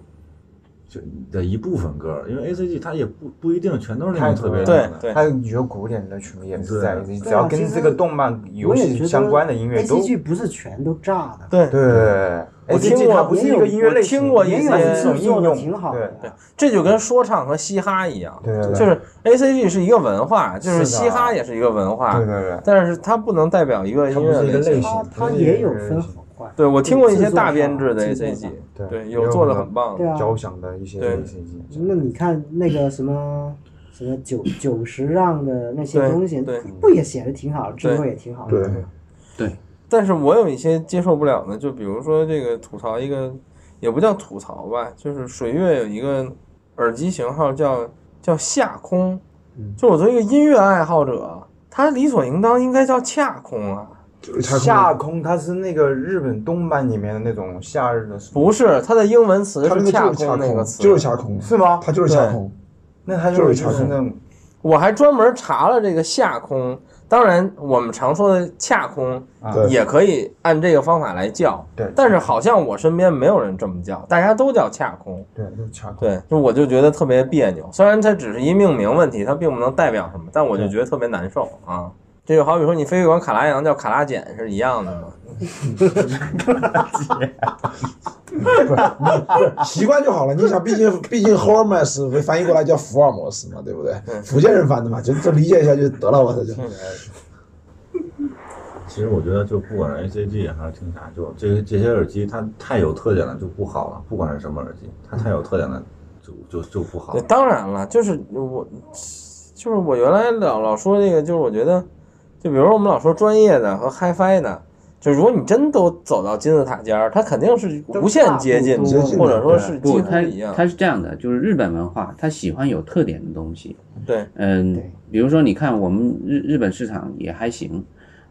Speaker 8: 就的一部分歌，因为 A C G 它也不不一定全都是那种特别
Speaker 6: 太多
Speaker 1: 对
Speaker 8: 亮的
Speaker 1: 对，
Speaker 6: 还有有古典的曲目也是
Speaker 8: 对
Speaker 6: 在，只
Speaker 3: 对啊
Speaker 6: 要
Speaker 3: 其
Speaker 6: 跟
Speaker 3: 实
Speaker 6: 这个动漫、游戏相关的音乐都
Speaker 3: A C G 不是全都炸的，
Speaker 1: 对
Speaker 6: 对。哎
Speaker 1: 我
Speaker 6: A
Speaker 1: 听过
Speaker 6: C G 它不是一个音乐类型，
Speaker 1: 我听过
Speaker 6: 它
Speaker 1: 一
Speaker 3: 也
Speaker 1: 些
Speaker 3: 有
Speaker 6: 是
Speaker 3: 制
Speaker 6: 一种应
Speaker 3: 作的
Speaker 6: 用，
Speaker 3: 挺好的。
Speaker 6: 对
Speaker 1: 这就跟说唱和嘻哈一样，
Speaker 6: 对对对
Speaker 1: 就是 A C G 是一个文化，就是
Speaker 6: 的
Speaker 1: 嘻哈也是一个文化
Speaker 6: 对，对对，
Speaker 1: 但是它不能代表一个
Speaker 6: 它
Speaker 1: 音
Speaker 6: 不
Speaker 1: 乐
Speaker 6: 是一个
Speaker 1: 类型。
Speaker 6: 类型
Speaker 3: 它，它
Speaker 6: 是一个
Speaker 3: 也有
Speaker 6: 类
Speaker 3: 分
Speaker 6: 型
Speaker 3: 好坏。
Speaker 1: 对我听过一些
Speaker 3: 制作
Speaker 1: 大
Speaker 3: 上
Speaker 1: 编制的 A C
Speaker 3: 制作
Speaker 1: G，
Speaker 3: 上
Speaker 6: 对
Speaker 1: 对，
Speaker 6: 也
Speaker 1: 有做的
Speaker 6: 很
Speaker 1: 很棒
Speaker 3: 对
Speaker 1: 的，
Speaker 3: 啊，
Speaker 6: 交响的一些
Speaker 1: 对
Speaker 6: A C G，
Speaker 3: 那你看那个什么什么九九十让的那些
Speaker 1: 对
Speaker 3: 东西
Speaker 1: 对，
Speaker 3: 不也写的挺好，制作
Speaker 1: 对
Speaker 3: 也挺好的。
Speaker 5: 对，
Speaker 1: 但是我有一些接受不了的，就比如说这个吐槽一个，也不叫吐槽吧，就是水月有一个耳机型号叫叫夏空，就我作为一个音乐爱好者，它理所应当应该叫恰空啊，
Speaker 5: 就是他
Speaker 6: 夏空它是那个日本动漫里面的那种夏日的，
Speaker 1: 不是它的英文词
Speaker 5: 他那
Speaker 1: 是
Speaker 5: 个
Speaker 1: 恰
Speaker 5: 就是
Speaker 1: 空
Speaker 5: 掐
Speaker 1: 那个
Speaker 5: 空，
Speaker 1: 词，
Speaker 5: 就是掐空，
Speaker 6: 是吗？
Speaker 5: 他就是掐空，
Speaker 6: 那它
Speaker 5: 就是是
Speaker 6: 就是
Speaker 5: 夏
Speaker 6: 那种
Speaker 1: 我还专门查了这个夏空，当然我们常说的恰空
Speaker 6: 啊
Speaker 5: 对
Speaker 1: 也可以按这个方法来叫，
Speaker 6: 对
Speaker 1: 但是好像我身边没有人这么叫，大家都叫恰空。
Speaker 6: 对，就是恰空。
Speaker 1: 对，就我就觉得特别别扭。虽然它只是一命名问题，它并不能代表什么，但我就觉得特别难受啊。这就好比说你非管卡拉扬叫卡拉简是一样的嘛。
Speaker 7: 啊
Speaker 5: 习惯就好了。你想，毕竟 *laughs* 毕竟 Hormes 被翻译过来叫福尔摩斯嘛，对不对？
Speaker 7: 嗯
Speaker 5: 福建人翻的嘛，就就理解一下就得了，我操就。
Speaker 8: 其实我觉得，就不管是 ACG 还是听啥，就这这些耳机它太有特点了，就不好了。不管是什么耳机，它太有特点了，就就就不好
Speaker 1: 对，。当然了，就是我，就是我原来老老说这个，就是我觉得，就比如说我们老说专业的和 HiFi 的，就如果你真都走到金字塔尖儿，它肯定是无限接近
Speaker 3: 都差
Speaker 1: 的，
Speaker 5: 不
Speaker 1: 或
Speaker 5: 多
Speaker 1: 者说是几
Speaker 7: 不，
Speaker 1: 乎
Speaker 7: 它
Speaker 1: 一样。
Speaker 7: 它是这样的，就是日本文化，它喜欢有特点的东西。
Speaker 1: 对，
Speaker 7: 嗯
Speaker 3: 对，
Speaker 7: 比如说你看我们日日本市场也还行，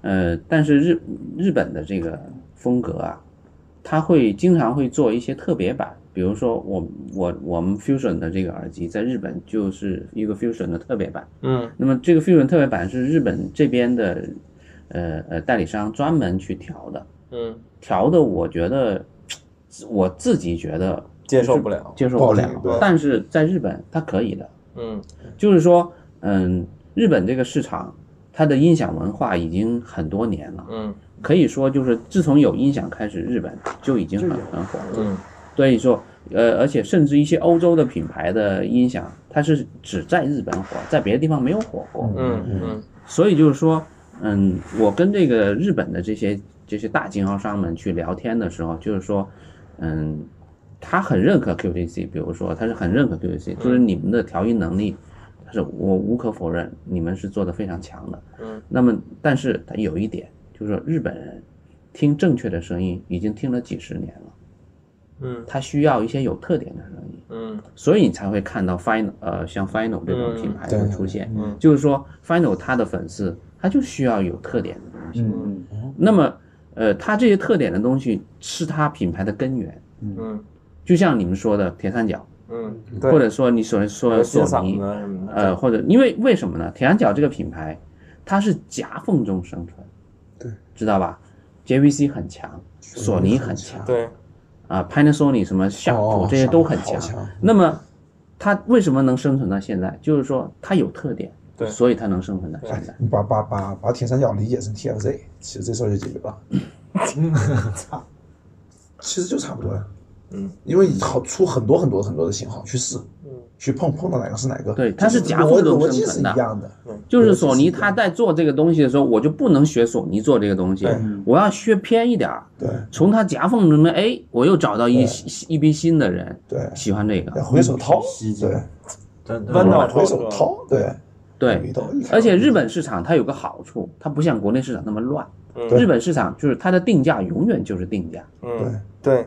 Speaker 7: 呃，但是日日本的这个风格啊，它会经常会做一些特别版，比如说我我我们 Fusion 的这个耳机在日本就是一个 Fusion 的特别版。
Speaker 1: 嗯
Speaker 7: 那么这个 Fusion 特别版是日本这边的，呃呃代理商专门去调的，
Speaker 1: 嗯，
Speaker 7: 调的我觉得我自己觉得
Speaker 1: 接受不了。
Speaker 7: 接受
Speaker 5: 不
Speaker 7: 不
Speaker 5: 好听
Speaker 7: 了
Speaker 5: 对，
Speaker 7: 但是在日本它可以的，
Speaker 1: 嗯
Speaker 7: 就是说，嗯，日本这个市场它的音响文化已经很多年了，
Speaker 1: 嗯
Speaker 7: 可以说就是自从有音响开始，日本就已经很很火了。
Speaker 1: 嗯
Speaker 7: 所以说，呃，而且甚至一些欧洲的品牌的音响，它是只在日本火，在别的地方没有火过。
Speaker 1: 嗯嗯
Speaker 7: 所以就是说，嗯，我跟这个日本的这些这些大经销商们去聊天的时候，就是说，嗯，他很认可 QTC，比如说他是很认可 QTC，就是你们的调音能力，但是我无可否认，你们是做的非常强的。
Speaker 1: 嗯，
Speaker 7: 那么但是他有一点，就是说日本人听正确的声音已经听了几十年了，
Speaker 1: 嗯
Speaker 7: 他需要一些有特点的声音。
Speaker 1: 嗯
Speaker 7: 所以你才会看到 Final 呃像 Final 这种品牌的出现。
Speaker 1: 嗯
Speaker 7: 就是说 Final 它的粉丝他就需要有特点的东西。
Speaker 6: 嗯
Speaker 7: 那么呃，它这些特点的东西是它品牌的根源。
Speaker 1: 嗯
Speaker 7: 就像你们说的铁三角，
Speaker 1: 嗯，对，
Speaker 7: 或者说你所说
Speaker 1: 还
Speaker 7: 的
Speaker 1: 有金
Speaker 7: 索
Speaker 1: 嗓
Speaker 7: 尼
Speaker 1: 子，什么的，
Speaker 7: 呃，或者因为为什么呢？铁三角这个品牌，它是夹缝中生存，
Speaker 5: 对，
Speaker 7: 知道吧？JVC 很强，索尼很强，
Speaker 1: 对，
Speaker 7: 啊，Panasonic 什么
Speaker 5: 哦
Speaker 7: Sharp 这些都很
Speaker 5: 好
Speaker 7: 强。
Speaker 5: 强
Speaker 7: 那么它为什么能生存到现在？就是说它有特点，
Speaker 1: 对
Speaker 7: 所以它能生存到现在。
Speaker 5: 哎你把把把把铁三角理解成 TFZ，其实这事儿就解决了。差，
Speaker 7: *laughs*
Speaker 5: 其实就差不多呀。
Speaker 1: 嗯，
Speaker 5: 因为你好出很多很多很多的型号去试，去碰碰到哪个是哪个。
Speaker 7: 嗯对它是
Speaker 5: 其实
Speaker 7: 夹
Speaker 5: 逻
Speaker 7: 缝中
Speaker 5: 逻辑
Speaker 7: 生
Speaker 5: 是
Speaker 7: 存
Speaker 5: 一
Speaker 7: 的
Speaker 5: 样的。
Speaker 7: 就是索尼，它在做这个东西的时候，我就不能学索尼做这个东西
Speaker 5: 对，
Speaker 7: 我要学偏一点儿，
Speaker 5: 对
Speaker 7: 从它夹缝中呢，哎，我又找到一一批新的人
Speaker 5: 对，
Speaker 7: 喜欢这
Speaker 5: 要
Speaker 7: 个，
Speaker 5: 回手掏，
Speaker 8: 吸睛
Speaker 5: 对，
Speaker 8: 但但
Speaker 1: 弯
Speaker 8: 我
Speaker 1: 道
Speaker 5: 回手掏，对，
Speaker 7: 对。
Speaker 5: 刀。
Speaker 7: 而且日本市场它有个好处，它不像国内市场那么乱。
Speaker 1: 嗯
Speaker 7: 日本市场就是它的定价永远就是定价，
Speaker 1: 嗯，对，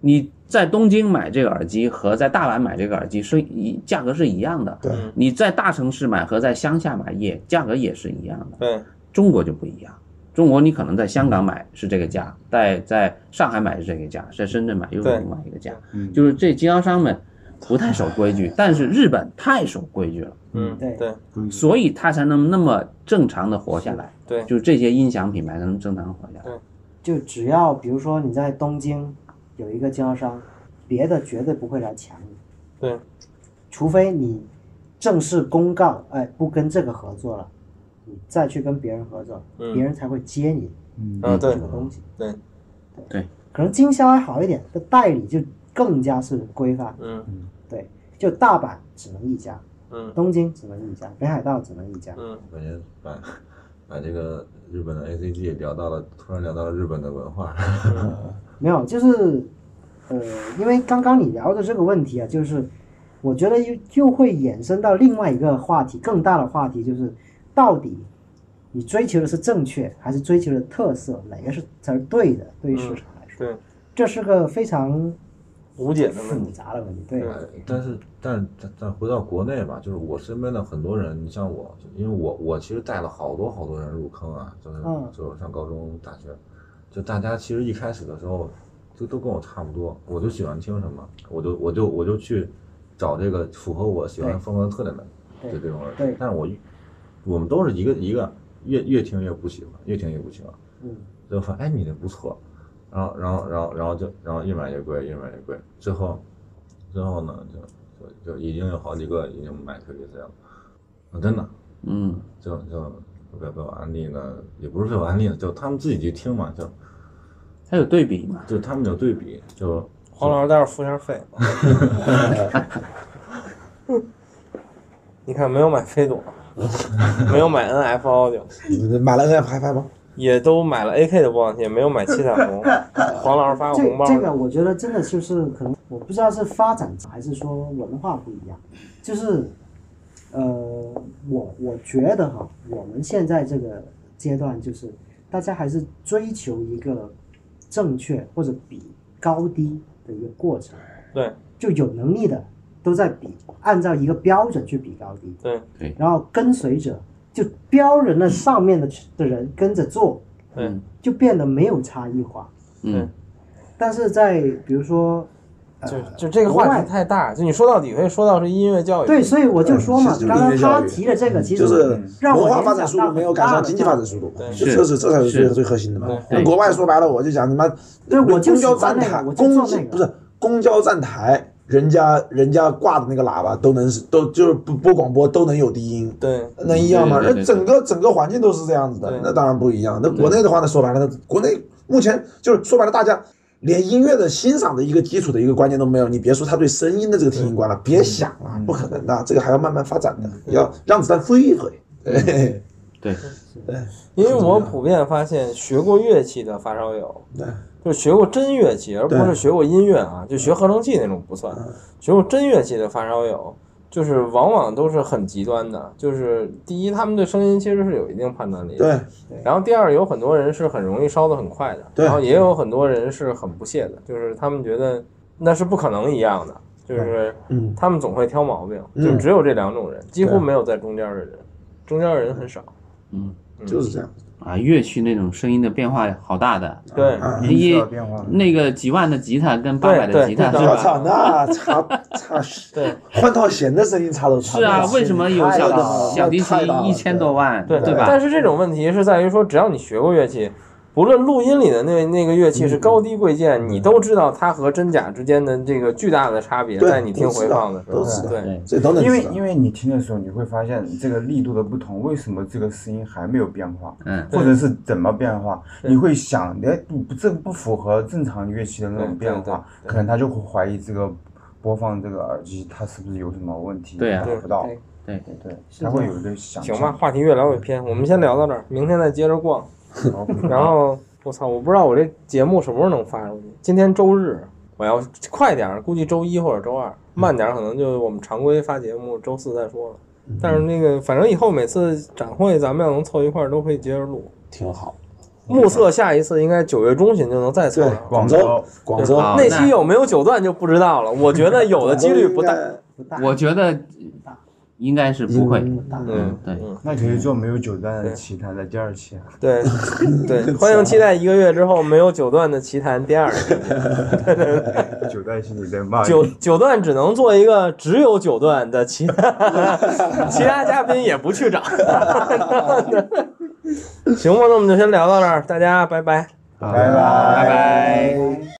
Speaker 7: 你在东京买这个耳机和在大阪买这个耳机是一价格是一样的，
Speaker 5: 对
Speaker 7: 你在大城市买和在乡下买也价格也是一样的。
Speaker 1: 对，
Speaker 7: 中国就不一样，中国你可能在香港买是这个价，在在上海买是这个价，在深圳买又是
Speaker 1: 对
Speaker 7: 另外一个价，
Speaker 5: 嗯
Speaker 7: 就是这经销商们不太守规矩，但是日本太守规矩了，
Speaker 1: 嗯，
Speaker 3: 对
Speaker 1: 对，
Speaker 7: 所以他才能那么正常的活下来。
Speaker 1: 对
Speaker 7: 就是这些音响品牌才能正常地活下来。
Speaker 3: 就只要比如说你在东京有一个经销商，别的绝对不会来抢你，
Speaker 1: 对，
Speaker 3: 除非你正式公告，哎，不跟这个合作了，你再去跟别人合作，
Speaker 1: 嗯
Speaker 3: 别人才会接你
Speaker 1: 啊，对
Speaker 3: 这，个东西。
Speaker 1: 对，
Speaker 7: 对，
Speaker 3: 可能经销还好一点，这代理就更加是规范。
Speaker 1: 嗯
Speaker 3: 对，就大阪只能一家，
Speaker 1: 嗯
Speaker 3: 东京只能一家，北海道只能一家。
Speaker 1: 嗯，
Speaker 8: 感觉把把这个日本的 ACG 聊到了，突然聊到了日本的文化。
Speaker 3: 没有，就是，呃，因为刚刚你聊的这个问题啊，就是我觉得又又会衍生到另外一个话题，更大的话题就是，到底你追求的是正确，还是追求的特色，哪个是才是对的？对于市场来说，
Speaker 1: 对，
Speaker 3: 这是个非常
Speaker 1: 无解的问
Speaker 3: 复
Speaker 1: 题，
Speaker 3: 杂的问题。对，
Speaker 8: 哎但是，但是但但回到国内吧，就是我身边的很多人，你像我，就因为我我其实带了好多好多人入坑啊，就是
Speaker 3: 嗯
Speaker 8: 就是上高中、大学，就大家其实一开始的时候就都跟我差不多，我就喜欢听什么，我就我就我就去找这个符合我喜欢
Speaker 3: 对
Speaker 8: 风格特点的，
Speaker 3: 对
Speaker 8: 就这种人。
Speaker 3: 对
Speaker 8: 但是我一我们都是一个一个越越听越不喜欢，越听越不喜欢。
Speaker 3: 嗯，
Speaker 8: 就发现哎你这不错，然后然后然后然后就然后越买越贵，越买越贵，最后最后呢就就就已经有好几个已经买 QVC 了，啊真的
Speaker 7: 嗯，
Speaker 8: 就就被被我安利的，也不是被我安利的，就他们自己去听嘛，就
Speaker 7: 它有对比嘛？
Speaker 8: 就他们有对比，就
Speaker 1: 黄老师待会儿付一下费，你看没有买飞朵，没有买 NF Audio，
Speaker 5: 你买了 NF 还拍吗？
Speaker 1: 也都买了 AK 的播放器，没有买七彩虹，黄老师发个红包
Speaker 3: 这，这个我觉得真的就是可能我不知道是发展还是说文化不一样，就是，呃，我我觉得哈，我们现在这个阶段就是大家还是追求一个正确或者比高低的一个过程，
Speaker 1: 对，
Speaker 3: 就有能力的都在比，按照一个标准去比高低，
Speaker 1: 对
Speaker 7: 对
Speaker 3: 然后跟随者就标准的上面的的人跟着做，
Speaker 1: 对
Speaker 7: 嗯
Speaker 3: 就变得没有差异化。
Speaker 7: 嗯，
Speaker 3: 但是在比如说，呃
Speaker 1: 就就这个话题太大，就你说到底可以说到是音乐教育，
Speaker 3: 对，所以我就说嘛，
Speaker 5: 对
Speaker 3: 刚刚
Speaker 5: 是
Speaker 3: 他
Speaker 5: 教育嗯
Speaker 3: 提的这个，其实
Speaker 5: 就是
Speaker 3: 让我
Speaker 5: 文化
Speaker 3: 联
Speaker 5: 发
Speaker 3: 想
Speaker 5: 展速度
Speaker 3: 到
Speaker 5: 没有
Speaker 3: 很
Speaker 5: 赶
Speaker 3: 大
Speaker 5: 上
Speaker 3: 的
Speaker 5: 经济
Speaker 3: 差
Speaker 5: 发
Speaker 3: 别
Speaker 5: 展速度，
Speaker 1: 对
Speaker 5: 就这是这才是最最核心的嘛。
Speaker 1: 对
Speaker 5: 国外说白了，我就讲你妈，
Speaker 3: 对我就
Speaker 5: 公交
Speaker 3: 喜欢
Speaker 5: 站
Speaker 3: 那个
Speaker 5: 台，
Speaker 3: 我就
Speaker 5: 公
Speaker 3: 做那个
Speaker 5: 不是公交站台，人家人家挂的那个喇叭都能是都就是播播广播都能有低音，
Speaker 1: 对，
Speaker 5: 能一样吗？
Speaker 7: 对对
Speaker 5: 那
Speaker 7: 对对
Speaker 5: 整个整个环境都是这样子的
Speaker 1: 对，
Speaker 5: 那当然不一样。那国内的话呢，说白了，那国内目前就是说白了，大家连音乐的欣赏的一个基础的一个观念都没有，你别说他对声音的这个听音观了，别想了，
Speaker 7: 嗯
Speaker 5: 不可能的，这个还要慢慢发展的，要让子弹飞一飞。 *laughs* 对，
Speaker 7: 对，
Speaker 1: 因为我普遍发现学过乐器的发烧友，
Speaker 5: 对，
Speaker 1: 就学过真乐器，而不是学过音乐啊，
Speaker 5: 嗯
Speaker 1: 就学合成器那种不算。学过真乐器的发烧友，就是往往都是很极端的，就是第一，他们对声音其实是有一定判断力的。
Speaker 5: 对，
Speaker 1: 然后第二，有很多人是很容易烧得很快的，
Speaker 5: 对
Speaker 1: 然后也有很多人是很不屑的，就是他们觉得那是不可能一样的，就是
Speaker 5: 嗯
Speaker 1: 他们总会挑毛病，
Speaker 5: 嗯
Speaker 1: 就只有这两种人，几乎
Speaker 5: 对嗯
Speaker 1: 没有在中间的人，中间的人很少。
Speaker 5: 就是这样。
Speaker 7: 啊，乐器那种声音的变化好大的，
Speaker 5: 嗯
Speaker 1: 对
Speaker 5: 啊
Speaker 7: 一
Speaker 6: 音色变化
Speaker 7: 那个几万的吉他跟八百
Speaker 1: 对对
Speaker 7: 的吉他
Speaker 1: 对
Speaker 5: *laughs*
Speaker 7: 是
Speaker 5: 我
Speaker 1: 对
Speaker 7: 吧？
Speaker 5: 操，那差
Speaker 7: *laughs*
Speaker 5: 差
Speaker 1: 对
Speaker 5: 换套弦的声音差都差不
Speaker 7: 是啊，为什么有
Speaker 5: 太
Speaker 7: 小
Speaker 5: 大了
Speaker 7: 小提琴
Speaker 5: 太大了
Speaker 7: 一千多万，对吧？
Speaker 1: 但是这种问题是在于说，只要你学过乐器，不论录音里的那那个乐器
Speaker 5: 嗯
Speaker 1: 是高低贵贱，你都知道它和真假之间的这个巨大的差别，
Speaker 5: 对
Speaker 1: 在你听回放的时候
Speaker 5: 都知，道
Speaker 1: 对。
Speaker 5: 这等等，
Speaker 6: 因为因为你听的时候，你会发现这个力度的不同，为什么这个声音还没有变化，
Speaker 7: 嗯，
Speaker 6: 或者是怎么变化？
Speaker 1: 对
Speaker 6: 你会想，哎，不不，这不符合正常乐器的那种
Speaker 1: 对对
Speaker 6: 变化，
Speaker 1: 对对
Speaker 6: 可能他就会怀疑这个播放这个耳机它是不是有什么问题，
Speaker 7: 对啊
Speaker 6: 达
Speaker 1: 对
Speaker 6: 不到，
Speaker 1: 对
Speaker 7: 对
Speaker 6: 对对，他会有一个想
Speaker 1: 行吧，，话题越聊越偏，我们先聊到这儿，明天再接着逛。然后我操，我不知道我这节目什么时候能发出去。今天周日，我要快点儿，估计周一或者周二；慢点儿，可能就我们常规发节目，周四再说了。
Speaker 5: 嗯
Speaker 1: 但是那个，反正以后每次展会咱们要能凑一块儿，都可以接着录。
Speaker 5: 挺好。
Speaker 1: 目测下一次应该九月中旬就能再凑
Speaker 5: 对
Speaker 1: 上，。
Speaker 5: 广
Speaker 6: 广
Speaker 5: 州
Speaker 6: 州，
Speaker 5: 广州
Speaker 7: 好
Speaker 1: 那期有没有九段就不知道了，我觉得有的几率不大。。
Speaker 7: 我觉得应该是不会，
Speaker 1: 嗯，
Speaker 7: 对
Speaker 1: 嗯，
Speaker 6: *laughs* 那可以做没有九段的奇谈的第二期啊， *laughs*
Speaker 1: 对嗯对，欢迎期待一个月之后没有九段的奇谈第二期。
Speaker 6: 九段心里在骂你
Speaker 1: 九九段只能做一个只有九段的其他其他嘉宾也不去找。 *laughs* 行吧，那我们就先聊到这儿，大家拜拜。
Speaker 6: 拜拜。